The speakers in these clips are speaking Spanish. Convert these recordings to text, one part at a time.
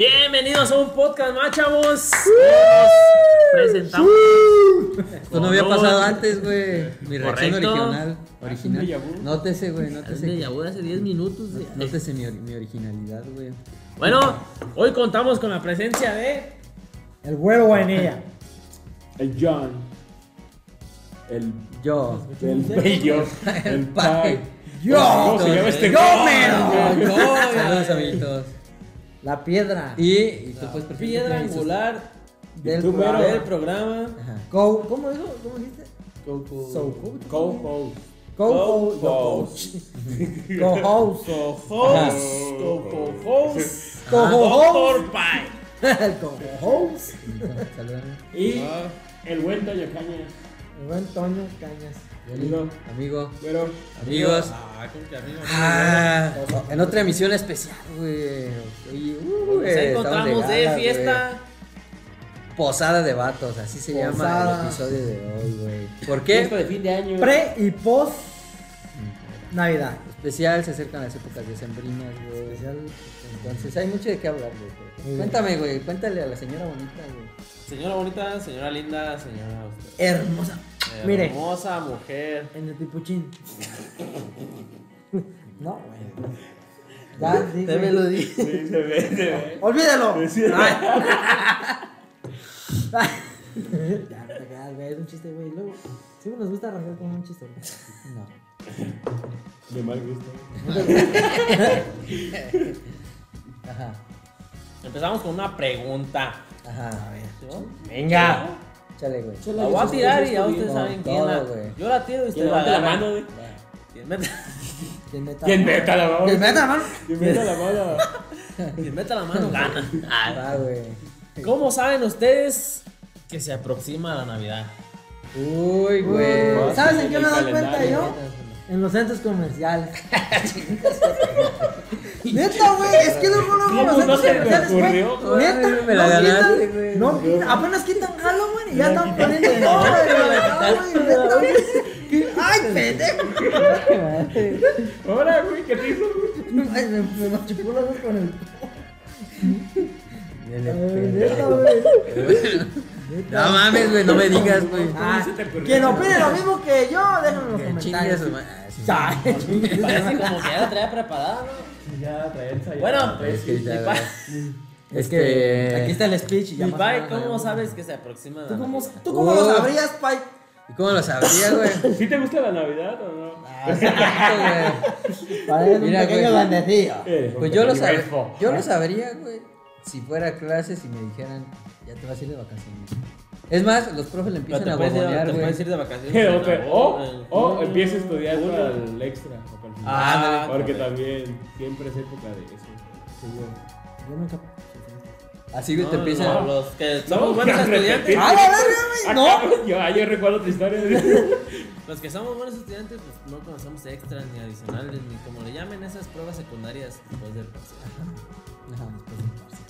Bienvenidos a un podcast más, chavos. Nos presentamos. Esto no había pasado antes, güey. Mi reacción Correcto. original. un déjà original. vu. Nótese, güey. Es de Nótese, que- Yahoo de hace 10 minutos. güey. nótese mi, ori- mi originalidad, güey. Bueno, hoy contamos con la presencia de. El güero Guainilla. El John. El. Yo. El bello. El pai. Pai. ¿Cómo se llama este ¡Yo, güey? mero! Saludos, amiguitos. La piedra. Y, y tú puedes perfectamente Piedra decir- angular del Tú, mero. del programa. Ajá. Co- ¿Cómo dijo? ¿Cómo dijiste? Co- So- Co- Co- Co-host. Co-host. Co-host. Co-host. Ah. Co-host. Doctor Pai. El co-host. Saludos. Y Ah. el buen Toño Cañas. El buen Toño Cañas. Bienvenido. Amigo, Pero. amigos. Ah, con que arriba. Ah, en otra emisión especial, güey. Oye, uh, Nos eh, estamos encontramos de galas, güey. fiesta. Posada de vatos, así se llama Posada. el episodio de hoy, güey. ¿Por Fiesta qué? de fin de año. Pre y post Navidad. Especial, se acercan las épocas decembrinas, güey. Especial. Entonces hay mucho de qué hablar, güey. Muy bien. Cuéntame, güey, cuéntale a la señora bonita, güey. Señora bonita, señora linda, señora. usted, Hermosa. eh, Mire. Hermosa mujer. En el tipuchín. No, güey. Ya, sí, güey. dije. Sí, se ve, se ve. ¡Olvídalo! Sí. Ya, te quedas, güey. Es un chiste, güey. Luego, siempre nos gusta arrancar con un chiste, güey. No. De mal gusto. Ajá, Empezamos con una pregunta. ajá, a ver. ¿no? Venga. Chale, güey. La voy a tirar y ya Con ustedes saben quién todo, la. güey. Yo la tiro y Que ustedes la levante la agarran. mano, güey. Quien meta, ¿Quién meta? ¿Quién meta la ¿Quién mano? meta, mano? ¿Quién meta la mano? quien meta la mano gana. Ah, Va, güey. ¿Cómo saben ustedes que se aproxima la Navidad? Uy, güey. Uy. ¿Sabes en qué el me doy cuenta calendario. yo? En los centros comerciales. Neta, güey, es que luego luego ¿Cómo los no centros se me comerciales, ocurrió, güey. güey? Neta, Me la no ganaste, quitan- güey. No, quitan- apenas quitan Halloween y ya están poniendo. No, güey, no, güey, neta, güey. Ay, pendejo. Ahora, güey, ¿qué te hizo? Ay, me, me machucó la voz con el. Dele, Ay, pendejo. Eh, Neta, güey. No mames, güey, no me digas, güey. Ah, se te ocurrió? quien opine lo mismo que yo, déjenlo en los Chingas, comentarios. güey. Ah, sí. Ya, chingue su Parece madre. como que ya la traía preparada, ¿no? Ya, trae el sayón. Bueno, Es que mi ya, güey. pa- Es Este- que aquí está el speech y ya mi más pai, nada, ¿cómo güey. sabes que se aproxima la ¿Tú cómo, Navidad? tú cómo lo Oh. sabrías, Pai? ¿Y cómo lo sabría, güey? ¿Sí te gusta la Navidad o no? Ah, Exacto, güey. Para Mira, güey. bandecillo. Eh, Pues yo lo, el sab- elfo. yo lo sabría, güey, si fuera a clases y me dijeran, ya te vas a ir de vacaciones. Es más, los profes le Pero empiezan te a puedes ir- bombonear, te güey. puedes ir de vacaciones. Eh, en o, te- o, agosto, o en- empieza a estudiar para el extra. o para el final. Ah, ándale. Porque también siempre es época de eso. Seguro. Yo nunca. Así, güey, No, te empiezan Ah. no, los que somos buenos ya estudiantes, repetí. ¡Ah, la verga, güey! ¡No! Acabo- Yo, ah, yo recuerdo otra historia. de- los que somos buenos estudiantes, pues no conocemos extras ni adicionales, ni como le llamen esas pruebas secundarias después del proceso. Ah, Ajá, pues después del parcial.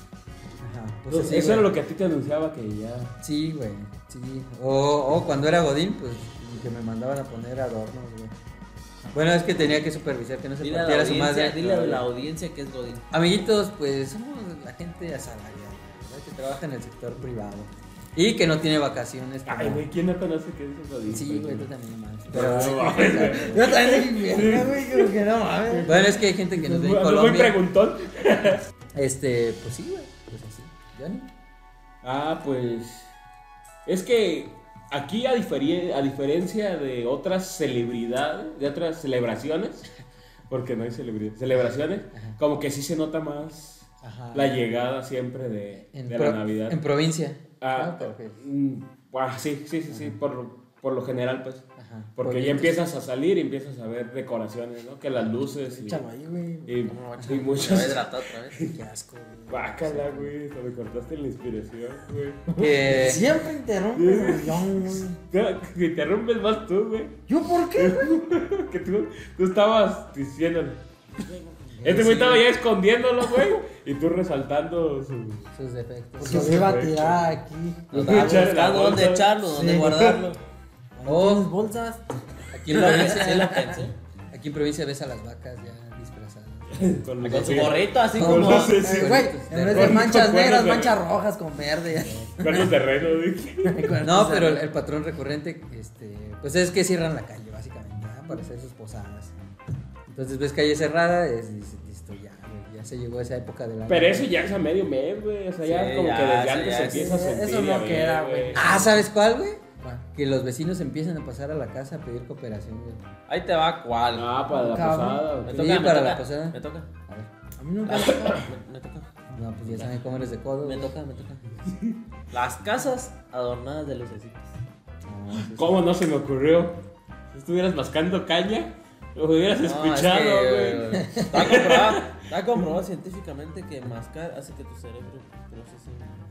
Ajá, pues Entonces, así, eso era güey. lo que a ti te anunciaba que ya. Sí, güey, sí. O, o cuando era Godín, pues, que me mandaban a poner adornos, güey. Bueno, es que tenía que supervisar que no se Dile a la partiera su madre. audiencia, dile a la audiencia que es Godín. Amiguitos, pues somos la gente asalariada, ¿verdad? que trabaja en el sector privado y que no tiene vacaciones. como- Ay, güey, ¿quién no conoce que eso es lo dice? sí, güey, tú también no mames. Pero, Yo también dije, mierda, güey, creo que no mames. bueno, es que hay gente que nos ve en Muy Colombia. preguntón. Este, pues sí, güey, pues así. Johnny. Ah, pues. Es que aquí, a, diferi- a diferencia de otras celebridades, de otras celebraciones, porque no hay celebridades, celebraciones, como que sí se nota más Ajá. la llegada siempre de, en, de pro- la Navidad. en provincia. Ah, ¿no? Te refieres. mm, ah, sí, sí, sí, sí, por, por lo general, pues. Ajá. Porque ya empiezas a salir y empiezas a ver decoraciones, ¿no? Que las luces y, Échalo ahí, güey. y, y Se va a muchas... hidratar otra vez. Qué asco, güey. Bácala, güey, hasta me cortaste la inspiración, güey. Eh, Siempre interrumpes el guión, güey. Te- Te interrumpes más tú, güey. ¿Yo por qué? güey? Que tú, tú estabas diciéndole. Este güey estaba ya escondiéndolo, güey. Y tú resaltando su. sus defectos. Porque me Pues iba a tirar aquí. Nos estaba Echarle la buscando dónde bolsa. echarlo, dónde Sí. guardarlo. Oh. ¿Tienes bolsas? Aquí ¿Quién en lo pensé? provincia, lo pensé. aquí en provincia ves a las vacas ya disfrazadas. Con, Con los- su gorrito, así Con como. los- sí, Eh, sí. Güey, Con- en vez de con- manchas con- negras, con- manchas rojas con verde. Con el terreno, güey. No, pero el, el patrón recurrente, este, pues es que cierran la calle, básicamente, ¿ah? para hacer sus posadas. Entonces ves calle cerrada, es, dices, listo, ya, güey, ya se llegó esa época de la. Pero eso ya es a medio mes, güey. O sea, ya Sí, como ya, que sí, desde antes ya, se sí, empieza a sí, sentir. eso no a ver, queda, güey. Ah, ¿sabes cuál, güey? Que los vecinos empiezan a pasar a la casa a pedir cooperación, güey. Ahí te va cuál. Ah, para la Cabrón. posada. Me güey. Sí, toca, me para toca, la posada. Me toca. A ver. A mí nunca. Ah, me- me toca. No, pues ya saben cómo eres de codo. Me güey. toca, me toca. Las casas adornadas de lucecitas. No, sí, sí. ¿Cómo no se me ocurrió? Si estuvieras mascando caña, lo hubieras escuchado, güey. güey. Está comprobado, está comprobado científicamente que mascar hace que tu cerebro procese,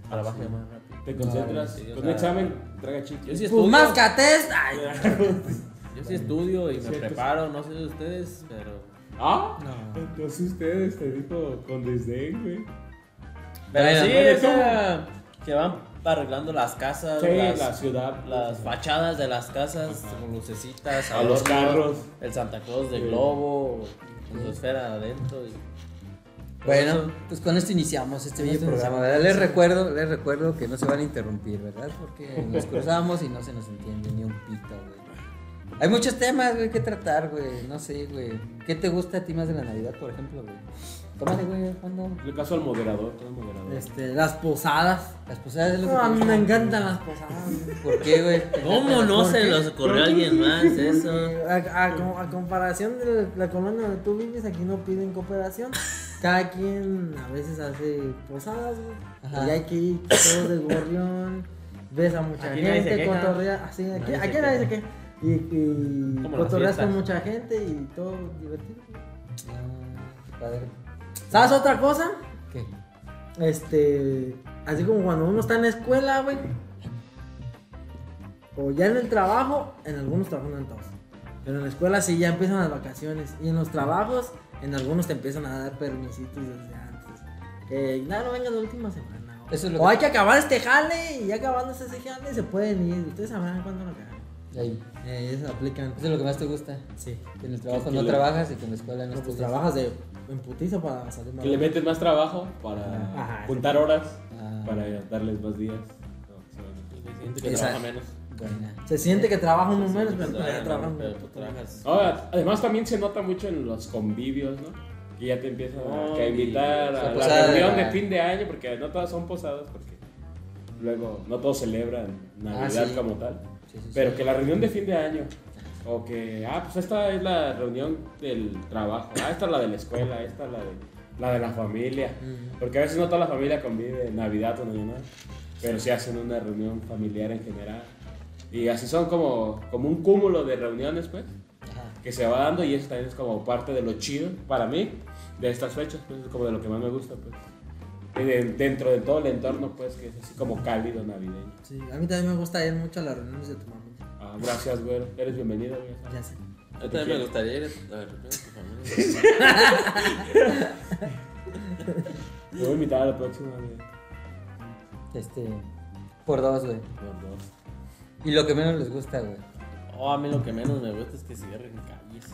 trabaje sí. más rápido. Te concentras. sí, o Con un sea, examen, traga chicle. Yo sí Pues estudio, más catest. Ay, yo sí estudio y me Cierto. preparo, no sé de ustedes, pero... ¿Ah? No. Entonces ustedes te dijo con desdén, güey. Pero Bueno, sí, bueno, o sea, que van arreglando las casas, Sí, las, la ciudad. pues, las fachadas de las casas con lucecitas, A los adornos, carros. el Santa Claus de Sí. globo, su esfera adentro y... Bueno, pues con esto iniciamos este Con bello esto programa, iniciamos. ¿verdad? Les recuerdo, les recuerdo que no se van a interrumpir, ¿verdad? Porque nos cruzamos y no se nos entiende ni un pito, güey. Hay muchos temas, güey, que tratar, güey. No sé, güey. ¿Qué te gusta a ti más de la Navidad, por ejemplo, güey? Tómale, güey, anda. Le caso al moderador, todo moderador. Este, las posadas. Las posadas es lo que No, a te mí gusta. Ah, me encantan las posadas. güey. ¿Por qué, güey? ¿Cómo no ¿Por se qué? les ocurrió a alguien más eso? Eh, A, a com- a comparación de la- la colonia donde tú vives, aquí no piden cooperación. Cada quien a veces hace posadas, güey. Ajá. Y hay que ir todos de gorrión. Ves a mucha Aquí nadie se gente, queja. cotorrea. Así, aquí, Nadie se aquí nadie se queja. Y, y Como las cotorreas con fiestas. mucha gente y todo divertido. güey. Ah, qué padre. ¿Sabes otra cosa? ¿Qué? Este, así como cuando uno está en la escuela, güey. O ya en el trabajo, en algunos trabajos no en todos. Pero en la escuela sí ya empiezan las vacaciones. Y en los trabajos, en algunos te empiezan a dar permisitos desde antes. Que no, no vengan la última semana. o- Eso es lo o que- hay que acabar este jale y ya acabándose ese jale se pueden ir. Ustedes sabrán cuándo lo acaban. Ahí. Eh, ellos aplican. Eso es lo que más te gusta. Sí. Que en el trabajo Que no le- trabajas y que en la escuela no Pues, pues estudias. trabajas de en putiza para salir más. Que le meten más trabajo para Ajá. juntar horas, Ah. para darles más días. No, que se van a- que siente que Esa- trabaja menos. Buena. Se siente que trabaja uno menos, Sí, pero pues, ya ah, trabaja no, uno. pero tú trabajas. Ahora, además también se nota mucho en los convivios, ¿no? Que ya te empiezan a- Oh, que a invitar y- a la la posada de reunión de la- fin de año, porque no todas son posadas, porque luego no todos celebran Navidad Ah, sí. como tal. Sí, sí, sí. Pero que la reunión de fin de año, o que, ah, pues esta es la reunión del trabajo, ah, esta es la de la escuela, esta es la de la, de la familia. Porque a veces no toda la familia convive en Navidad o Navidad, pero sí hacen una reunión familiar en general. Y así son como, como un cúmulo de reuniones, pues Ajá. que se va dando y eso también es como parte de lo chido para mí de estas fechas, pues es como de lo que más me gusta, pues. Y de- dentro de todo el entorno, pues, que es así como cálido navideño. Sí, a mí también me gusta ir mucho a las reuniones de tu mamá. Ah, gracias, güero. Eres bienvenido, güey. Ya sé. Yo también me gustaría ir a ver, con tu familia. Te voy a invitar a la próxima, güey. Este. Por dos, güey. Por dos. Y lo que menos les gusta, güey. Oh, a mí lo que menos me gusta es que cierren calles.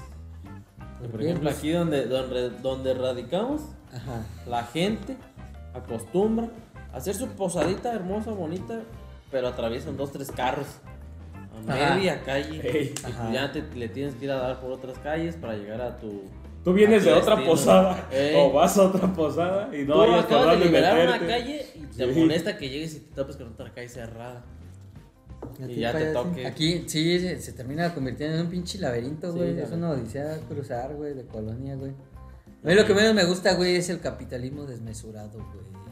Por ¿Por qué? ejemplo, aquí donde, donde, donde radicamos, Ajá. la gente acostumbra a hacer su posadita hermosa, bonita, pero atraviesan dos, tres carros. A Ajá. media calle. Ey. Y pues Ajá. ya te, le tienes que ir a dar por otras calles para llegar a tu. Tú vienes a tu de otra destino. posada Ey. o vas a otra posada y no Tú vayas por acabas de dónde liberar meterte. una calle y te Sí. molesta que llegues y te topes con otra calle cerrada. A Y ti, ya te payaso. toque. Aquí, sí, se, se termina convirtiendo en un pinche laberinto, Sí, güey. la es una odisea cruzar, güey, de colonia, güey. A mí lo que menos me gusta, güey, es el capitalismo desmesurado, güey.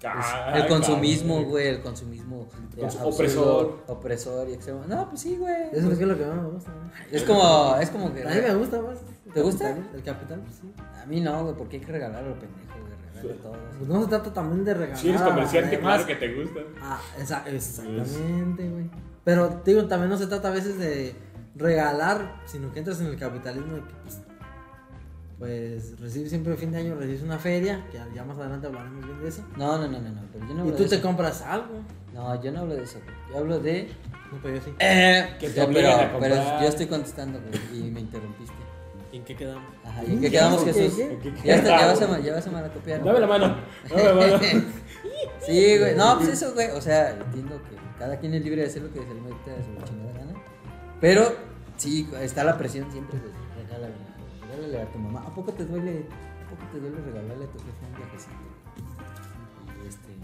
Ca- el consumismo, cabrón. güey, el consumismo de Cons- absurdo, opresor. opresor y extremo. No, pues sí, güey. Eso es lo que más me gusta. ¿no? Es como, es como que A mí me gusta más. ¿Te gusta? Capital, El capital, pues sí. a mí no, güey, porque hay que regalar a los pendejos, güey, regalar a todos. Pues no se trata también de regalar. Ah, Si eres comerciante, además- claro que Pues. te gusta. Ah, esa- exactamente, güey. Pero, te digo, también no se trata a veces de regalar, sino que entras en el capitalismo de que, pues, pues, recibes siempre el fin de año, recibes una feria, que ya más adelante hablaremos bien de eso. No, no, no, no, no, pero yo no y hablo tú de te eso. compras algo. No, yo no hablo de eso, güey. Yo hablo de No, pero yo sí. Eh, Que te ya, obligan pero, a comprar. pero yo estoy contestando güey, y me interrumpiste. ¿En qué quedamos? Ajá, ¿y en qué quedamos, ¿Qué? Jesús? ¿Qué? ¿Qué? Ya, está, ya, vas a, ma- ya vas a malacopiar. Dame la mano. Dame la mano. Sí, güey. No, pues eso, güey. O sea, entiendo que cada quien es libre de hacer lo que se le mete a su chingada gana. Pero sí, está la presión siempre de regálale, regálale a tu mamá. ¿A poco te duele, a poco te duele regalarle a tu jefe un viajecito? Y este.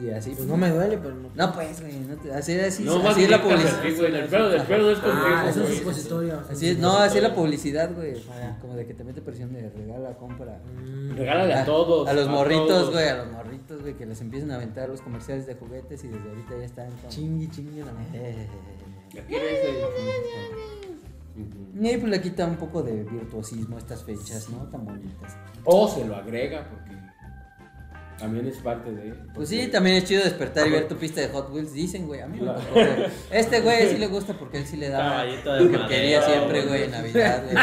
Y así. Pues no me duele, pero no. No, pues, güey. No te- así, así, No, así es la publicidad. publicidad. El pedo del pedo es contigo. Ah, eso es güey. supositorio. Así es, no, así es la publicidad, güey. Como de que te mete presión de regala, compra. Mm, Regálale a todos. A los morritos, todos. güey, a los morritos, güey, que les empiezan a aventar los comerciales de juguetes y desde ahorita ya están como... Mm, Chingue, chingue la madre. Eh. ¿Ya quieres, eh? Y pues le quita un poco de virtuosismo a estas fechas, ¿no? Tan bonitas. O se lo agrega porque también es parte de. Pues sí, también es chido despertar y ver tu pista de Hot Wheels. Dicen, güey, a mí me tocó, güey. Este güey sí le gusta porque él sí le da Caballito de lo que madera, quería siempre, güey, en Navidad, güey.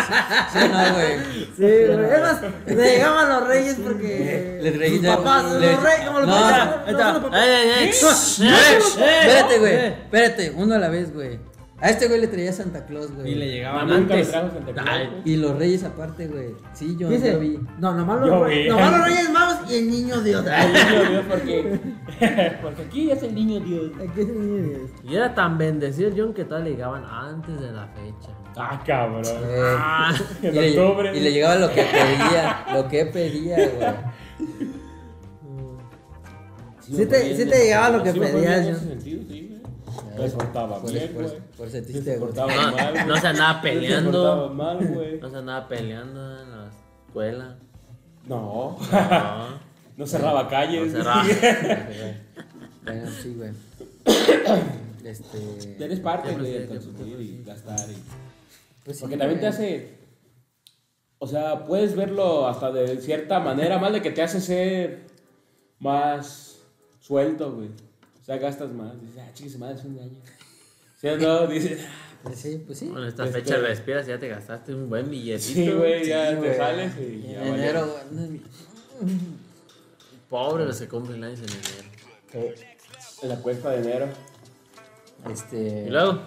Sí, no, güey. Sí, güey. Es más, le llegaban los reyes porque. Les reí- Sus papás, les- los reyes, como los No, papás. ahí no son los papás. Espérate, güey. Eh. Espérate, uno a la vez, güey. A este güey le traía Santa Claus, güey. Y le llegaban Mamá nunca me antes. trajo Santa Claus. Ay, Y los Reyes aparte, güey. Sí, yo Dice, yo vi. no, nomás los, Yo vi. nomás los reyes magos y el niño Dios. El niño Dios, porque. Porque aquí es el niño Dios. Aquí es el niño Dios. Y era tan bendecido el John que todavía le llegaban antes de la fecha. Ah, cabrón. Ah, Eh, y, en le, octubre. y le llegaba lo que pedía, lo que pedía, güey. Sí te- me fue sí bien, te llegaba güey. lo que Sí me fue pedías, bien en yo. ese sentido, sí, güey. Me portaba Por- bien, por- güey. por ese Me triste, güey. portaba mal, No, güey. no se andaba Me portaba peleando. mal, güey. No se andaba peleando en la escuela. No. No, No cerraba no calles. cerraba. Bueno, sí, güey. Este. Eres parte, Ya güey, de presidente, consumir y gastar y... pues sí, Porque también te güey. hace... O sea, puedes verlo hasta de cierta manera, más de que te hace ser más suelto, güey. O sea, gastas más. Dices, ah, chingue, su madre es un año. ¿Sí o no? Dices, ah, Pues sí, pues sí. Bueno, esta Este- fecha respiras y ya te gastaste un buen billetito. sí, güey, ya Sí, te güey. sales y En ya valió. enero, güey. no es mi- Pobre los que cumplen años en enero. Eh, En la cuesta de enero. Este. Y luego,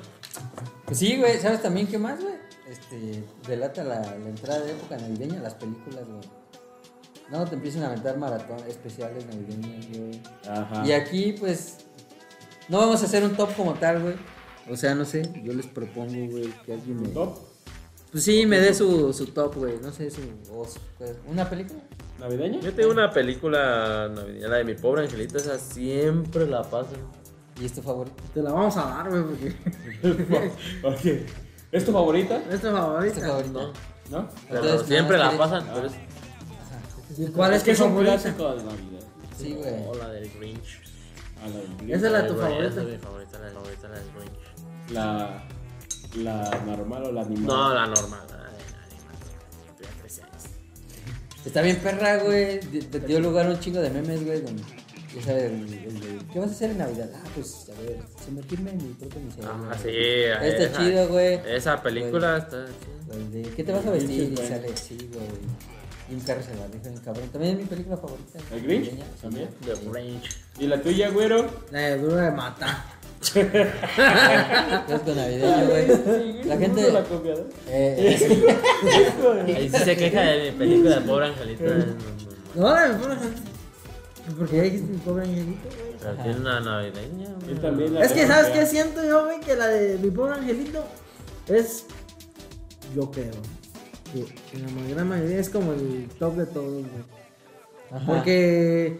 Pues sí, güey. ¿Sabes también qué más, güey? Este. Delata la, la entrada de época navideña a las películas, güey. No, te empiezan a aventar maratón especiales navideños, güey. Ajá. Y aquí, pues, no vamos a hacer un top como tal, güey. O sea, no sé, yo les propongo, güey, que alguien me... Top. Pues sí, me dé su, su top, güey. No sé, su... o su- pues, ¿Una película? ¿Navideña? yo tengo una película navideña, la de mi pobre angelita, esa siempre la paso. ¿Y es tu favorito? Te la vamos a dar, güey, porque. este ¿Por qué? ¿Es tu favorita? Es tu ¿Es tu favorita. Este favorito? No, ¿No? pero Entonces, siempre nada la más pasan, pero es ¿Y cuál es, ¿Este que tu es un favorita? clásico de Navidad. Sí, güey. o la del Grinch. A la del Esa es la de tu Ay, güey, Esa es mi favorita. favorita, la de favorita, la del Grinch. La, la normal o la No, animal. la normal, la de la de- la de 13 años. Está bien perra, güey. Di- te Dio lugar a un chingo de memes, güey. donde- Ya sabes, el- el de, ¿qué vas a hacer en Navidad? Ah, pues, a ver, sumergirme en mi propio miseria. Ah, güey. sí, Está esa- Este chido, güey. Esa película está chida. El de, ¿Qué te vas a vestir? Y Sí, güey. sale, sí, güey. Y un carro se la deja bien cabrón. También es mi película favorita. ¿El Grinch? navideña. También. The Grinch. ¿Y la tuya, güero? La de duro de matar. Casco navideño, güey. La gente. La copia, ¿no? Eh, eh, Ahí sí se queja de mi película de pobre angelita. no, no, no. No, la de pobre angelito. Porque ya dijiste mi pobre angelito, güey. Pero tiene una navideña. Él güey. también la Es que, copia. ¿sabes qué siento yo, güey? Que la de mi pobre angelito es. Yo creo. Que en la ma- gran mayoría es como el top de todos, güey. Ajá. Porque.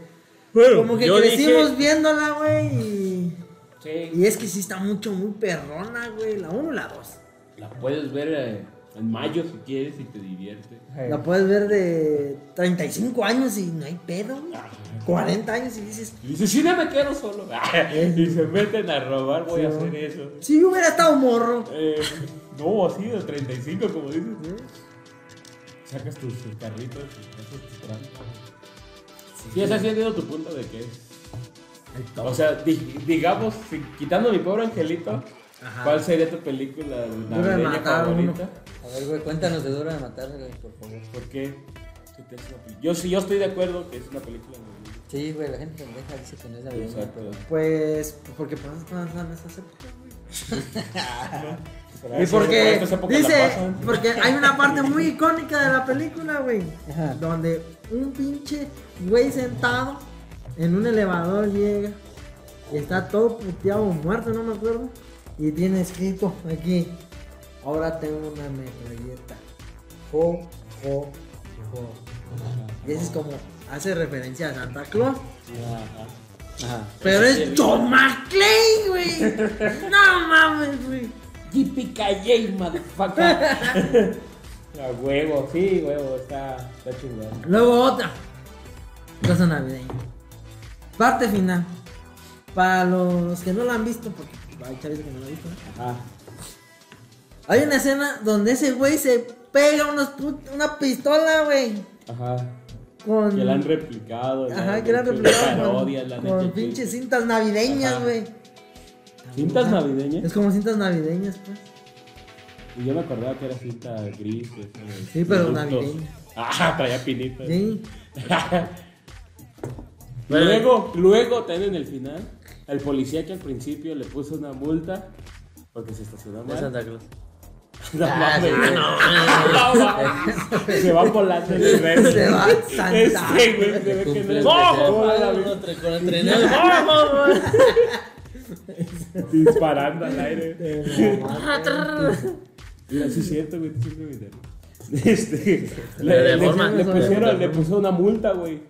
como que yo crecimos dije- viéndola, güey. Y, Sí. y es que sí está mucho, muy perrona, güey. La 1 o la 2. La puedes ver eh, en mayo si quieres y te divierte. La puedes ver de 35 años y no hay pedo, güey. 40 años y dices, Y dices, sí, no me quedo solo. y se meten a robar, voy a Sí. hacer eso. si yo hubiera estado morro. Eh, no, así de 35, como dices. Sacas tus tus carritos y haces tus trampas. Sí, esa sí entiendo tu punto de que es. O sea, di- digamos, si- quitando mi pobre angelito, ¿cuál sería tu película navideña matar uno. favorita? A ver, güey, cuéntanos de Duro de Matar, güey, por favor. ¿Por qué? ¿Qué te hace una peli- Yo sí, yo estoy de acuerdo que es una película navideña. Sí, güey, la gente pendeja dice que no es navideña, Exacto. pero. Pues, porque pasas todas las mesas. Y porque Estas épocas la dice, pasan. porque hay una parte muy icónica de la película, güey, Ajá. donde un pinche güey sentado en un elevador llega y está todo puteado, muerto, no me acuerdo, y tiene escrito aquí, ahora tengo una metralleta. Jo, jo, jo. Y ese es como hace referencia a Santa Claus. Ajá. Pero es John McClane, güey. No mames, güey. Yippee-ki-yay, motherfucker. A Ah, huevo, sí, huevo, está, está chingón. Luego otra. Cosa navideña. Parte final. Para los que no la han visto, porque hay chavitos que no la han visto. ¿no? Ajá. Hay una escena donde ese güey se pega unos put- una pistola, güey. Ajá. Con. Que la han replicado. la Ajá, han que la han hecho replicado parodias, la con, han con hecho pinches chistes. cintas navideñas, Ajá. güey. ¿Cintas navideñas? Es como cintas navideñas, pues. Y yo me acordaba que era cinta gris. que es, eh, Sí, pero productos. navideña. Ajá, traía pinitas. Sí. Bueno, luego, luego tienen el final. El policía que al principio le puso una multa porque se estacionó de mal. Santa Claus. No Ah, mames, güey. No mames. Se va volando el verde. Se va Santa. Este, güey, se ve que no Cumple es- el ¡Ojo, a la vez! Con el tren. Disparando al aire. Mira, sí es cierto, güey, siempre me entero. Este, Le- le, le forma. le pusieron, le puso una multa, güey.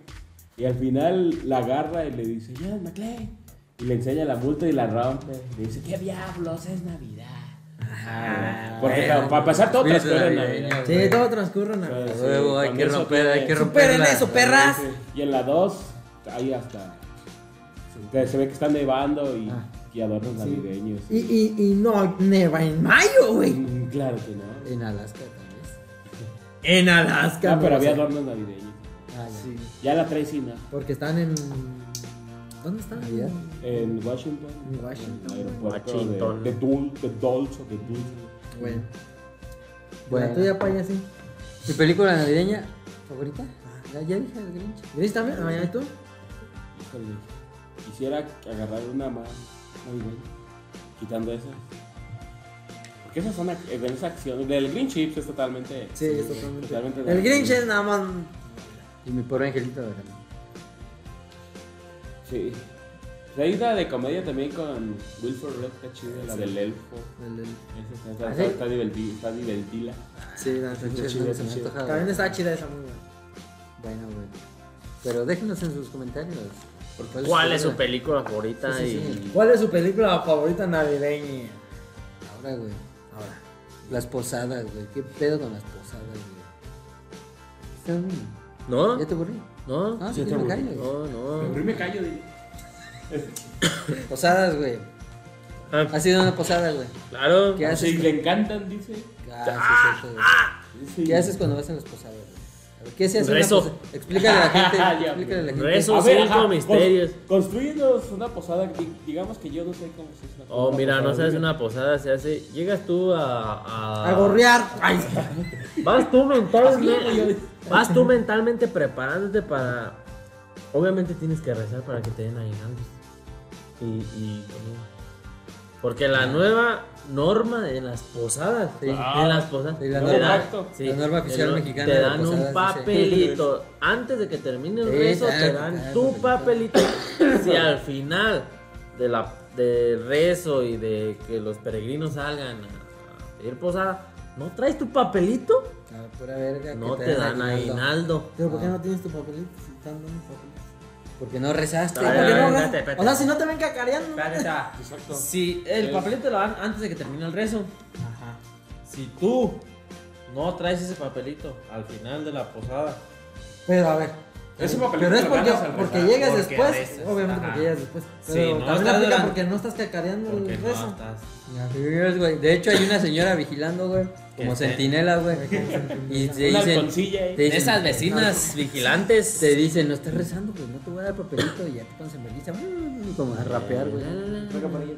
Y al final la agarra y le dice, ya, Maclay. Y le enseña la multa y la rompe. Le dice, ¿qué diablos es Navidad? Ajá. Porque para pasar todo Mira, transcurre en navideña, Navidad. Sí, todo transcurre en Pero Navidad. sí, huevo, hay con que eso romper, tiene- hay que romper. Superen la- eso, perras. Y en la 2, ahí hasta. Se, se ve que está nevando y, y adornos navideños. Y, y, y no, neva en mayo, güey. Mm, Claro que no. En Alaska, tal vez. En Alaska. Ah, pero no había sé. adornos navideños. Ah, ya. Sí. Ya la trae sí, ¿no? Porque están en. ¿Dónde están? Navidad. En Washington. En Washington. En el aeropuerto Washington. De, de Dul, de Dulce, de Dulce. Bueno. Bueno. La tuya, paya, sí. Ah, ¿Mi película navideña favorita? Ya, ya dije el Grinch. ¿Gris también? Ah, ya, ¿y tú? Híjole. Quisiera agarrar una más navideña. Quitando esas. Porque esas son ac- de esas acciones. Del Green Chips es totalmente. Sí, es totalmente. totalmente El navideño. Grinch es nada más. Y mi pobre angelito de Verano. Sí. La ida de comedia también con Will Ferrell está chida, la del elfo. el- el- Esa está, está, ¿Ah, está, sí? está divertida, está divertida. Sí, la Está neta. chido, chido, está se me chido. antoja. También está chida esa muy Bueno, güey. Pero déjenos en sus comentarios. ¿Cuál es su película película? favorita? Sí, sí, sí. Y... ¿Cuál es su película favorita navideña? Ahora, güey. Ahora. Las posadas, güey. ¿Qué pedo con las posadas, güey? Está bueno. ¿No? ¿Ya te ¿Ah? aburrí? ¿No? No, No, sí, te que me aburrí. calles. no. me callo, dile. Posadas, güey. Oh. Ah, Ha sido una posada, güey. claro. ¿Qué haces? Si le encantan, dice. Ah, sí, sí, sí, güey. Sí. ¿Qué haces cuando vas a las posadas? güey? A ver, ¿Qué se hace? en Rezo. una posada? Explícale a la gente. Ya, explícale a la gente. güey. Rezo. Esos cinco ajá, misterios. cons- construyenos una posada. di- Digamos que yo no sé cómo se hace una Oh, mira, no posada. sabes una posada, se hace. Llegas tú a. A, A gorrear. Ay, Vas tú Así como yo. mentalmente. vas tú mentalmente preparándote para. Obviamente tienes que rezar para que te den aguinaldos. Y. y porque la nueva norma de las posadas. Sí. En las posadas. Sí, la te norma- dan- la norma oficial te dan- mexicana Te de dan un posadas, dice. papelito. Antes de que termine el Sí, rezo, te te dan- te dan dan tu papelito. papelito. Si al final de la del rezo y de que los peregrinos salgan a, a pedir posada, ¿no traes tu papelito? Ah, pura verga, que No te dan aguinaldo. Pero ¿por qué no tienes tu papelito? Si están dando papelitos. Porque no rezaste. Ay, Porque ay, no, ay, güey. espérate, espérate. O sea, si no te ven cacareando. Espérate, espérate. Ah, Exacto. Si el papelito te lo dan antes de que termine el rezo. Si tú no traes ese papelito al final de la posada, Pero a ver. Ese papelito Pero es lo porque, ganas al porque rezar. llegas Porque después. rezas, Obviamente ajá. porque llegas después. Sí, Pero no estás también aplica durante- porque no estás cacareando porque el no rezo. estás. Ya, figuras, güey. De hecho, hay una señora vigilando, güey. Como Que- sentinela, güey. Y te Una dicen. halconcilla ahí. Te dicen, Esas vecinas vigilantes. Te dicen, no estás rezando, pues no te voy a dar papelito. Y ya te pones en vergüenza. mm, Como a rapear, güey. Venga, por ahí.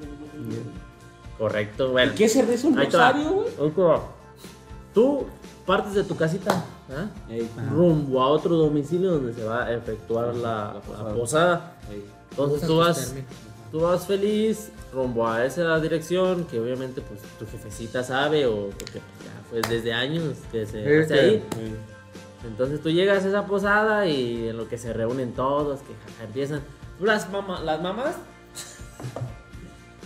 Correcto, bueno. ¿Y ¿Qué se reza un Ahí te va. rosario, güey? Ojo, Tú partes de tu casita ¿ah? Ey. rumbo a otro domicilio donde se va a efectuar la, La la posada. posada. Ey. Entonces tú Usas tus vas, términos. tú vas feliz rumbo a esa dirección que obviamente pues tu jefecita sabe o porque ya pues desde años que se hace que- ahí. Sí. Entonces tú llegas a esa posada y en lo que se reúnen todos, que jaja, empiezan. Las, mama- las mamás.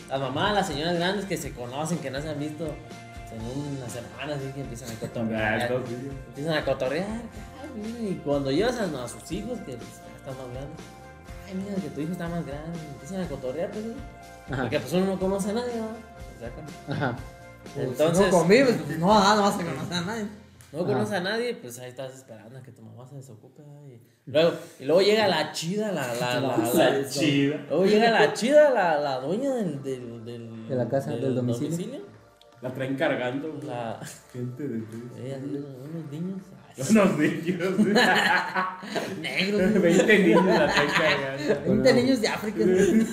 Las mamás, las señoras grandes que se conocen, que no se han visto en unas semanas, y que empiezan a Ah, cotorrear. no, sí, sí. empiezan a cotorrear. "Ay, mira", Y cuando llevas a, a sus hijos, que pues, ya están más grandes. Ay, mira, que tu hijo está más grande. Empiezan a cotorrear, pues. ¿sí? Ajá. Porque pues uno no conoce a nadie, ¿no? Exactamente. Ajá. Entonces- Pues, no convives, pues no, ah, no vas a conocer a nadie. No conoces a nadie, pues ahí estás esperando a que tu mamá se desocupe. ¿verdad? Y luego, y luego llega la chida, la, la, la, la- La chida. Luego llega la chida, la, la dueña del, del, del- De la casa, del domicilio. La traen cargando. La, Gente de ti. ella tiene unos niños ay, Unos niños. Negros, güey. 20 niños la traen cargando. 20 niños de África. güey.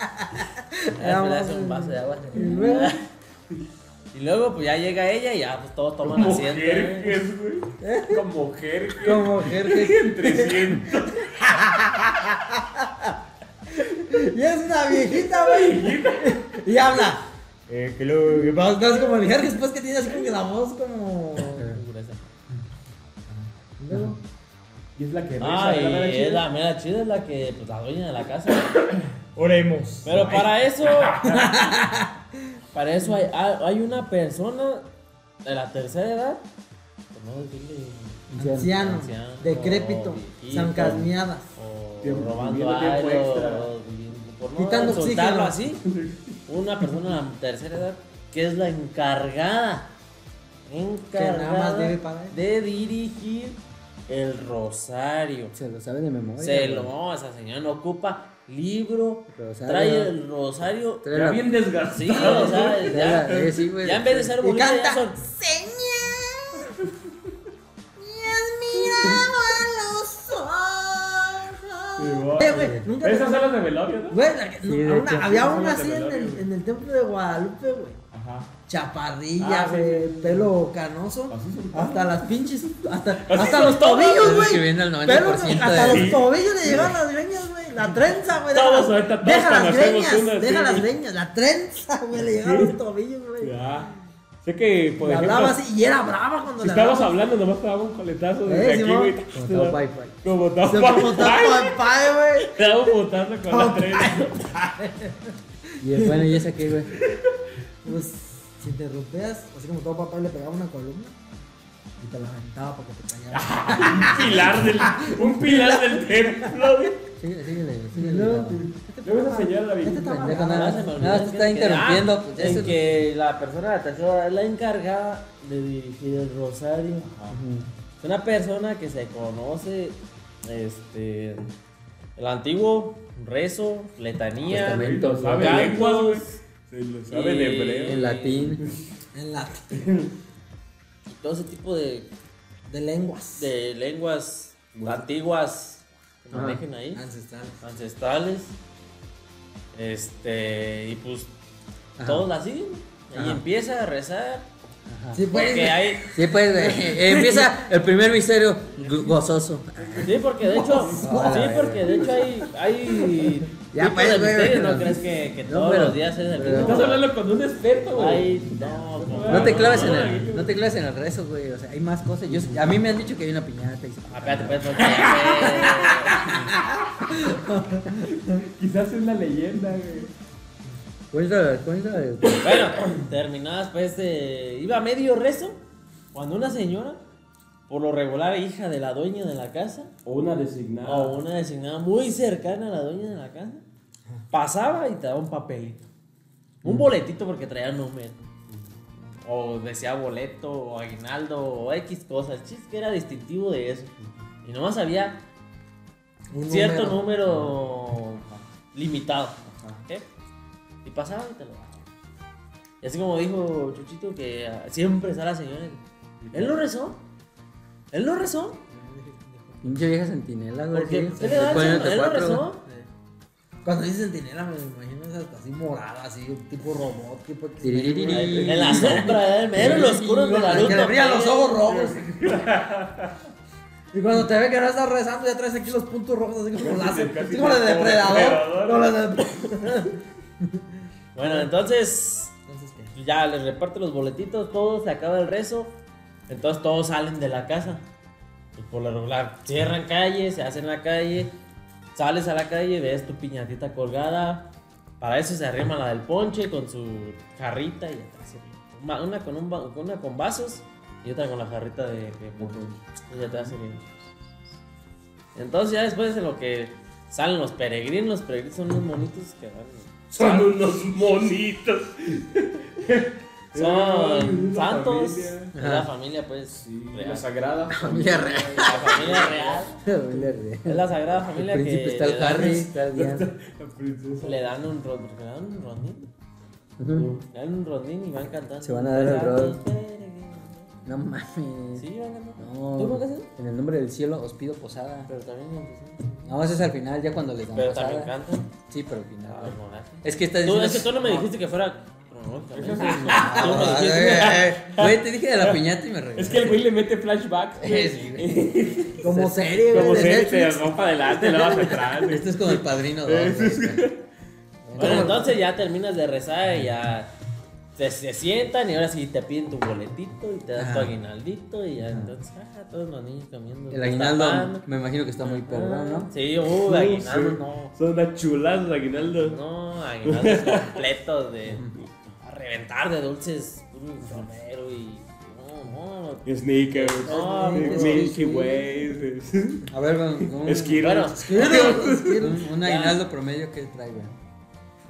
ay, se le hace un vaso de agua. Y luego, Y luego, pues ya llega ella y ya pues, todos toman Como asiento. ¿eh? jerjes, güey. Como jerjes. como gente. Entre 100. Y es una viejita, güey. Y habla. Eh, que luego. Y vas, vas como el jerjes, pues que tiene así como que la voz como. Y es la que Ah, reza, ¿verdad, y es chida? la mera chida, es la que, pues la dueña de la casa. Oremos. Pero para eso, para eso hay, hay- hay una persona de la tercera edad, por no decirle Anciano, Anciano, decrépito, viejito. zancasmiadas. o Tiempo- robando viviendo tiempo aire, extra. o viviendo- por no Quitando insultarlo así, oxígeno. una persona de la tercera edad que es la encargada, encargada debe para él. de dirigir el rosario. Se lo sabe de memoria. Se güey. lo, no, esa señora no ocupa libro, Rosario. trae el rosario Trae Ya la- bien Sí, desgastado. o sea, trae ya, la- eh, sí, güey. ya en vez de ser Y bonita, ya canta. son. Señor, me has mirado a los ojos. Eh, güey, nunca te- Esas son las de velorio, ¿no? Güey, la que- Sí, de no, una- hecho, había son una las de así en velorio, el, güey. en el templo de Guadalupe, güey. Ajá. Chaparrilla, Ah, sí, güey, sí, sí. pelo canoso. Así son todos. Hasta las pinches, hasta, Así hasta son los todos, tobillos, es que güey. viene al Pelo, 90% hasta de- los tobillos le llegaban las greñas, güey. La trenza, güey. Todos Deja, ahorita, las- todos deja las conocemos greñas, una así, deja las güey. greñas. La trenza, güey, le llegaban los tobillos, güey. Ya. Ah, Sé que, por Le ejemplo, hablaba así y era brava cuando si le estabas hablaba. hablando, nomás te daba un coletazo desde Eh, aquí, Simón. güey. Como todo Wi-Fi. Como Se tapa. fue papá, papá, güey. Te daba un botazo con la tren. Y es bueno, ¿y esa qué, güey? Pues, si te roteas, así como todo papá le pegaba una columna y te la aventaba para que te callaras. Pilar del, un pilar del templo, güey. Síguele, síguele, Y síguele. luego, Luego esa señora la Este vi. está Pendejo, mal. nada Ah, se me más. olvidó Nada más te está que- interrumpiendo. ah, pues, en eso- que la persona de la tercera edad es la encargada de dirigir el rosario. Es una persona que se conoce este, el antiguo rezo, letanía, Testamento, güey. Sabe Cantos. lenguas, güey. Se lo sabe en Y- En hebreo. latín. En la y todo ese tipo de, de lenguas de lenguas antiguas que Ajá. manejen ahí. ancestrales. ancestrales. Este, y pues Ajá. todos la siguen. Y Ajá. empieza a rezar. Sí, pues. Porque hay. Sí, pues, eh, empieza el primer misterio go- gozoso. Sí, porque de hecho. a sí, la porque de hecho hay. hay Ya, tipos pues, de güey, misterios, pero- ¿no crees que, que No, todos pero- los días es el pero- mismo? Estás hablando con un experto, güey. Ay, no, No te claves en el. el, no te claves en el rezo, güey. O sea, hay más cosas. Yo, sé- a mí me han dicho que hay una piñata. Y... Espérate, pues, porque ya Quizás es la leyenda, güey. Cuéntala, cuéntala. me- Bueno, terminadas, pues, de- iba a medio rezo. Cuando una señora, por lo regular hija de la dueña de la casa, O una designada. o una designada muy cercana a la dueña de la casa, pasaba y te daba un papelito. Un boletito porque traía número. O decía boleto, o aguinaldo, o X cosas. El chiste es que era distintivo de eso. Y nomás había Un cierto número limitado. ¿ok? Y pasaba y te lo daba. Y así como dijo Chuchito, que ah, siempre está la señora. Él lo rezó. Él lo rezó. Pinche vieja sentinela, güey. Porque, sí. ¿qué le da? Ponen Él entre lo cuatro, rezó. Cuando dice centinela me imagino es hasta así morada, así tipo robot, tipo Tiririri. En la sombra, eh, en medio de lo oscuro de la luz. Que le brillan no los ojos pega. rojos. Y cuando te ve que no estás rezando, ya traes aquí los puntos rojos, así como láser. casi Así como de te- como depredador. depredador. Como de depredador. Bueno, entonces Entonces, ¿qué? ya les reparte los boletitos, todo, se acaba el rezo. Entonces todos salen de la casa. Y por lo regular, cierran calle, se hacen la calle. Sales a la calle, ves tu piñatita colgada. Para eso se arrima la del ponche con su jarrita y atrás. se- ma- Una con, un, va- una con vasos y otra con la jarrita de, de ponche. Y atrás se- Entonces ya después de lo que salen los peregrinos, los peregrinos son unos monitos que van... Son unos monitos. Son Una santos familia. de la familia, pues. real. La sagrada. Familia real. La familia real. Familia real. Es la sagrada El familia príncipe que está le el dan- Harry, está el Diana. La princesa. le dan un rondín. Le dan un rondín. Ujú. Le dan un rondín y van cantando. Se van a dar el rol. rondín. No mames. Sí, van cantando. No. ¿Tú nunca has ido? En el nombre del cielo os pido posada. Pero también cantas, ¿eh? No, eso es al final, ya cuando les dan Pero posada. también cantan. Sí, pero al final. Ah, el monaje. Es que estás Tú, diciendo- es que tú no me dijiste que fuera cronológicamente. Ah, Tú me dijiste güey, Güey, te dije de la piñata y me reí. Es que el güey le mete flashbacks. güey. Sí, güey. Como serie, güey. Como de se te Netflix. rompa adelante, la vas atrás. güey. Este es como el padrino. dos, güey. Bueno, entonces ya terminas de rezar y ya se, se sientan y ahora sí te piden tu boletito y te das tu Ajá. aguinaldito y ya entonces, ah, todos los niños comiendo. El aguinaldo, tapando. me imagino que está muy perdón, ¿no? Sí, uh, aguinaldo, no. Son las chuladas, Aguinaldo. No, aguinaldos completos de a reventar de dulces, un florero y. No, no. Sneakers, Ah, No, pues, Milky sí, sí. Ways, A ver, un, un, Bueno, Skirrels. un- un Ya. aguinaldo promedio que trae, güey.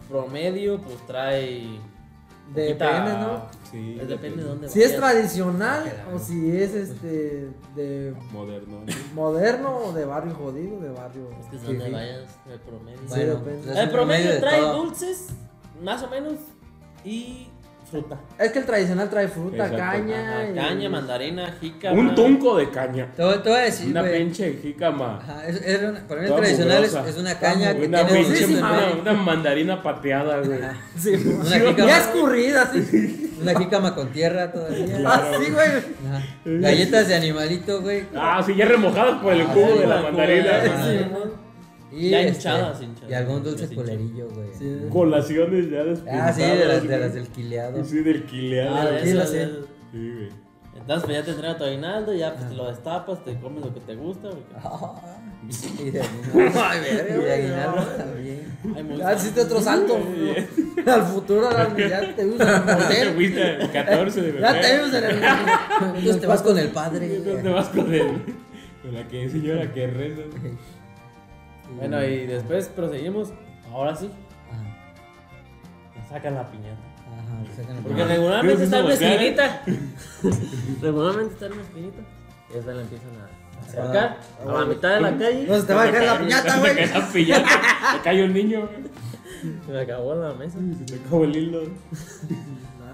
promedio, pues trae. Depende, poquita- ¿no? Sí, Pues depende de dónde Si es vayas. tradicional o si es este. de Moderno. moderno o de barrio jodido, de barrio. Es que es fifí. donde vayas, el promedio. Bueno, depende. pues es El un promedio de trae todo. dulces, más o menos, y fruta. Es que el tradicional trae fruta, Exacto. caña. Ajá, y- caña, mandarina, jícama. Un tunco de caña. Te voy, te voy a decir, Una güey. pinche jícama. Ajá, es- era una- para mí el Toda tradicional es, mugrosa. es una caña que Una tiene pinche dulce en una, medio. una mandarina pateada, güey. Sí, Una ya jícama, escurrida, sí. una jícama con tierra todavía. Claro. Así, güey. Ajá. Galletas de animalito, güey. Ah, sí, ya remojadas por el Ah, cubo sí, de la por el cubo de la mandarina. mandarina. Ah, Y, Ya hinchadas, hinchadas. y algún dulce Ya culerillo, güey. Sí. Colaciones ya Ah, despuntadas. sí, de las, de güey. las del quileado. Sí, del quileado. Ah, de Sí, Ah. eso, la sé. de- Sí, güey. Entonces, pues ya te entrega tu aguinaldo, ya pues, te lo destapas, te comes lo que te gusta. porque Ah. Y de aguinaldo. Y de aguinaldo también. Pues Ah, Hay Ya mucho. hiciste otro salto. Al futuro, al- ya te vimos en el Te motel. fuiste el 14 de Ya te febrero. vimos en el Entonces te vas con el padre. Entonces te güey. vas con él. Con la que señora que reza. Bueno, y después proseguimos. Ahora sí, Ajá, le sacan la piñata. ajá, le sacan el Porque Ah. padre. regularmente ¿Qué es está en una eso, cara? esquinita. regularmente está en una esquinita. Y esa la empiezan a acercar a la mitad de la calle. No se te va a caer la piñata, Se güey. cae la piñata. Se cae un niño, güey. Se me acabó la mesa. Se te acabó el hilo.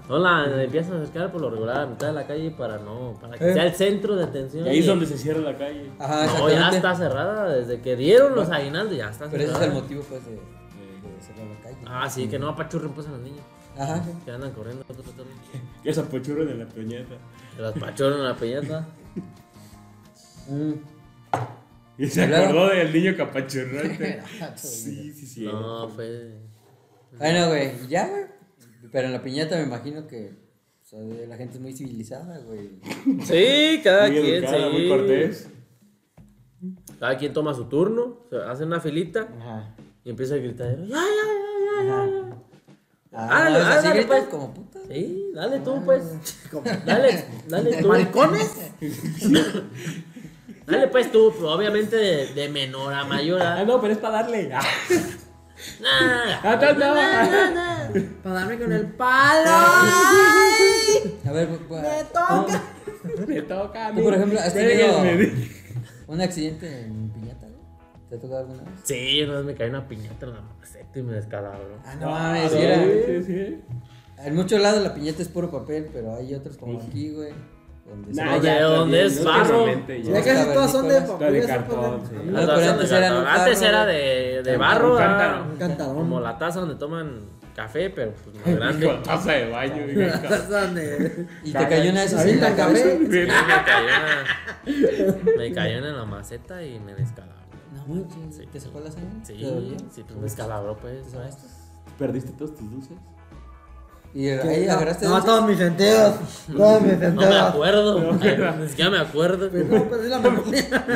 No la la empiezan a acercar por lo regular a la mitad de la calle para no, para que Eh. sea el centro de atención. Y ahí es de- donde se cierra la calle. Ajá, No, ya exactamente. está cerrada desde que dieron los aguinaldos, ya está cerrada. Pero ese es el motivo, pues, de, de cerrar la calle. Ah, sí, que no apachurren pues a los niños Ajá. que andan corriendo. tu, tu, tu, tu. Ya se apochurran en la piñata. Que las apachurren a la piñata. Y se ¿Y luego? acordó del niño capachurrante. Sí, sí, sí. No, fue. Bueno, güey, ya, güey. Pero en la piñata me imagino que o sea, la gente es muy civilizada, güey. Sí, cada Muy quien. educada, sí. muy cortés. Cada quien toma su turno, se hace una filita Ajá. y empieza a gritar. ¡Ya, ya, ya, ya, ya, ya! Ah, Ah, no, o sea, ah, sí dale, gritan pues. como puta. Sí, dale tú, pues. Dale, dale tú. ¿Maricones? Dale, pues tú, pero obviamente de, de menor a mayor. Ah, ¿ah? no, pero es para darle. Ah, Nah. ah, no, no. Para darme con el palo. A ver, güey, güey, ¡Me toca! Me toca a mí. Tú, por ejemplo, has Déjenme. tenido un accidente en piñata, güey. ¿Te ha tocado alguna vez? Sí, una vez me caí una piñata en la maceta y me descalabró. Ah, no Ah, mames, sí, era. sí, sí. En muchos lados la piñata es puro papel, pero hay otros como aquí, güey. Donde Nah, se- ya, de también, donde es barro. últimamente ya. Ya casi todas son de Las de papel. cartón, sí. No, pero Las antes tazas de eran un cartón. Antes tarro, era güey. de, de Un barro, era cántaro. Un cantarón. como la taza donde toman café, pero pues más grande. Con taza de baño. y Una taza donde- Y te cayó una de esas en Ahorita la cabeza. café. Sí, me cayó una- me cayó una en la maceta y me descalabró. No manches, ¿te sacó la sangre? Sí, ¿Te dolió? sí, pues me descalabró, pues, ¿sabes? ¿Perdiste todos tus dulces? Y ahí agarraste. No, dulces? todos mis sentidos. Todos mis No me sentidos. acuerdo, ni siquiera me acuerdo. Pero no perdí la memoria.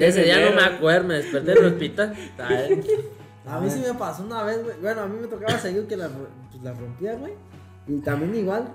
Ese día no me acuerdo, me desperté en el hospital. Ay, A mí sí me pasó una vez, güey. Bueno, a mí me tocaba seguir que la, pues, la rompía, güey. Y también igual.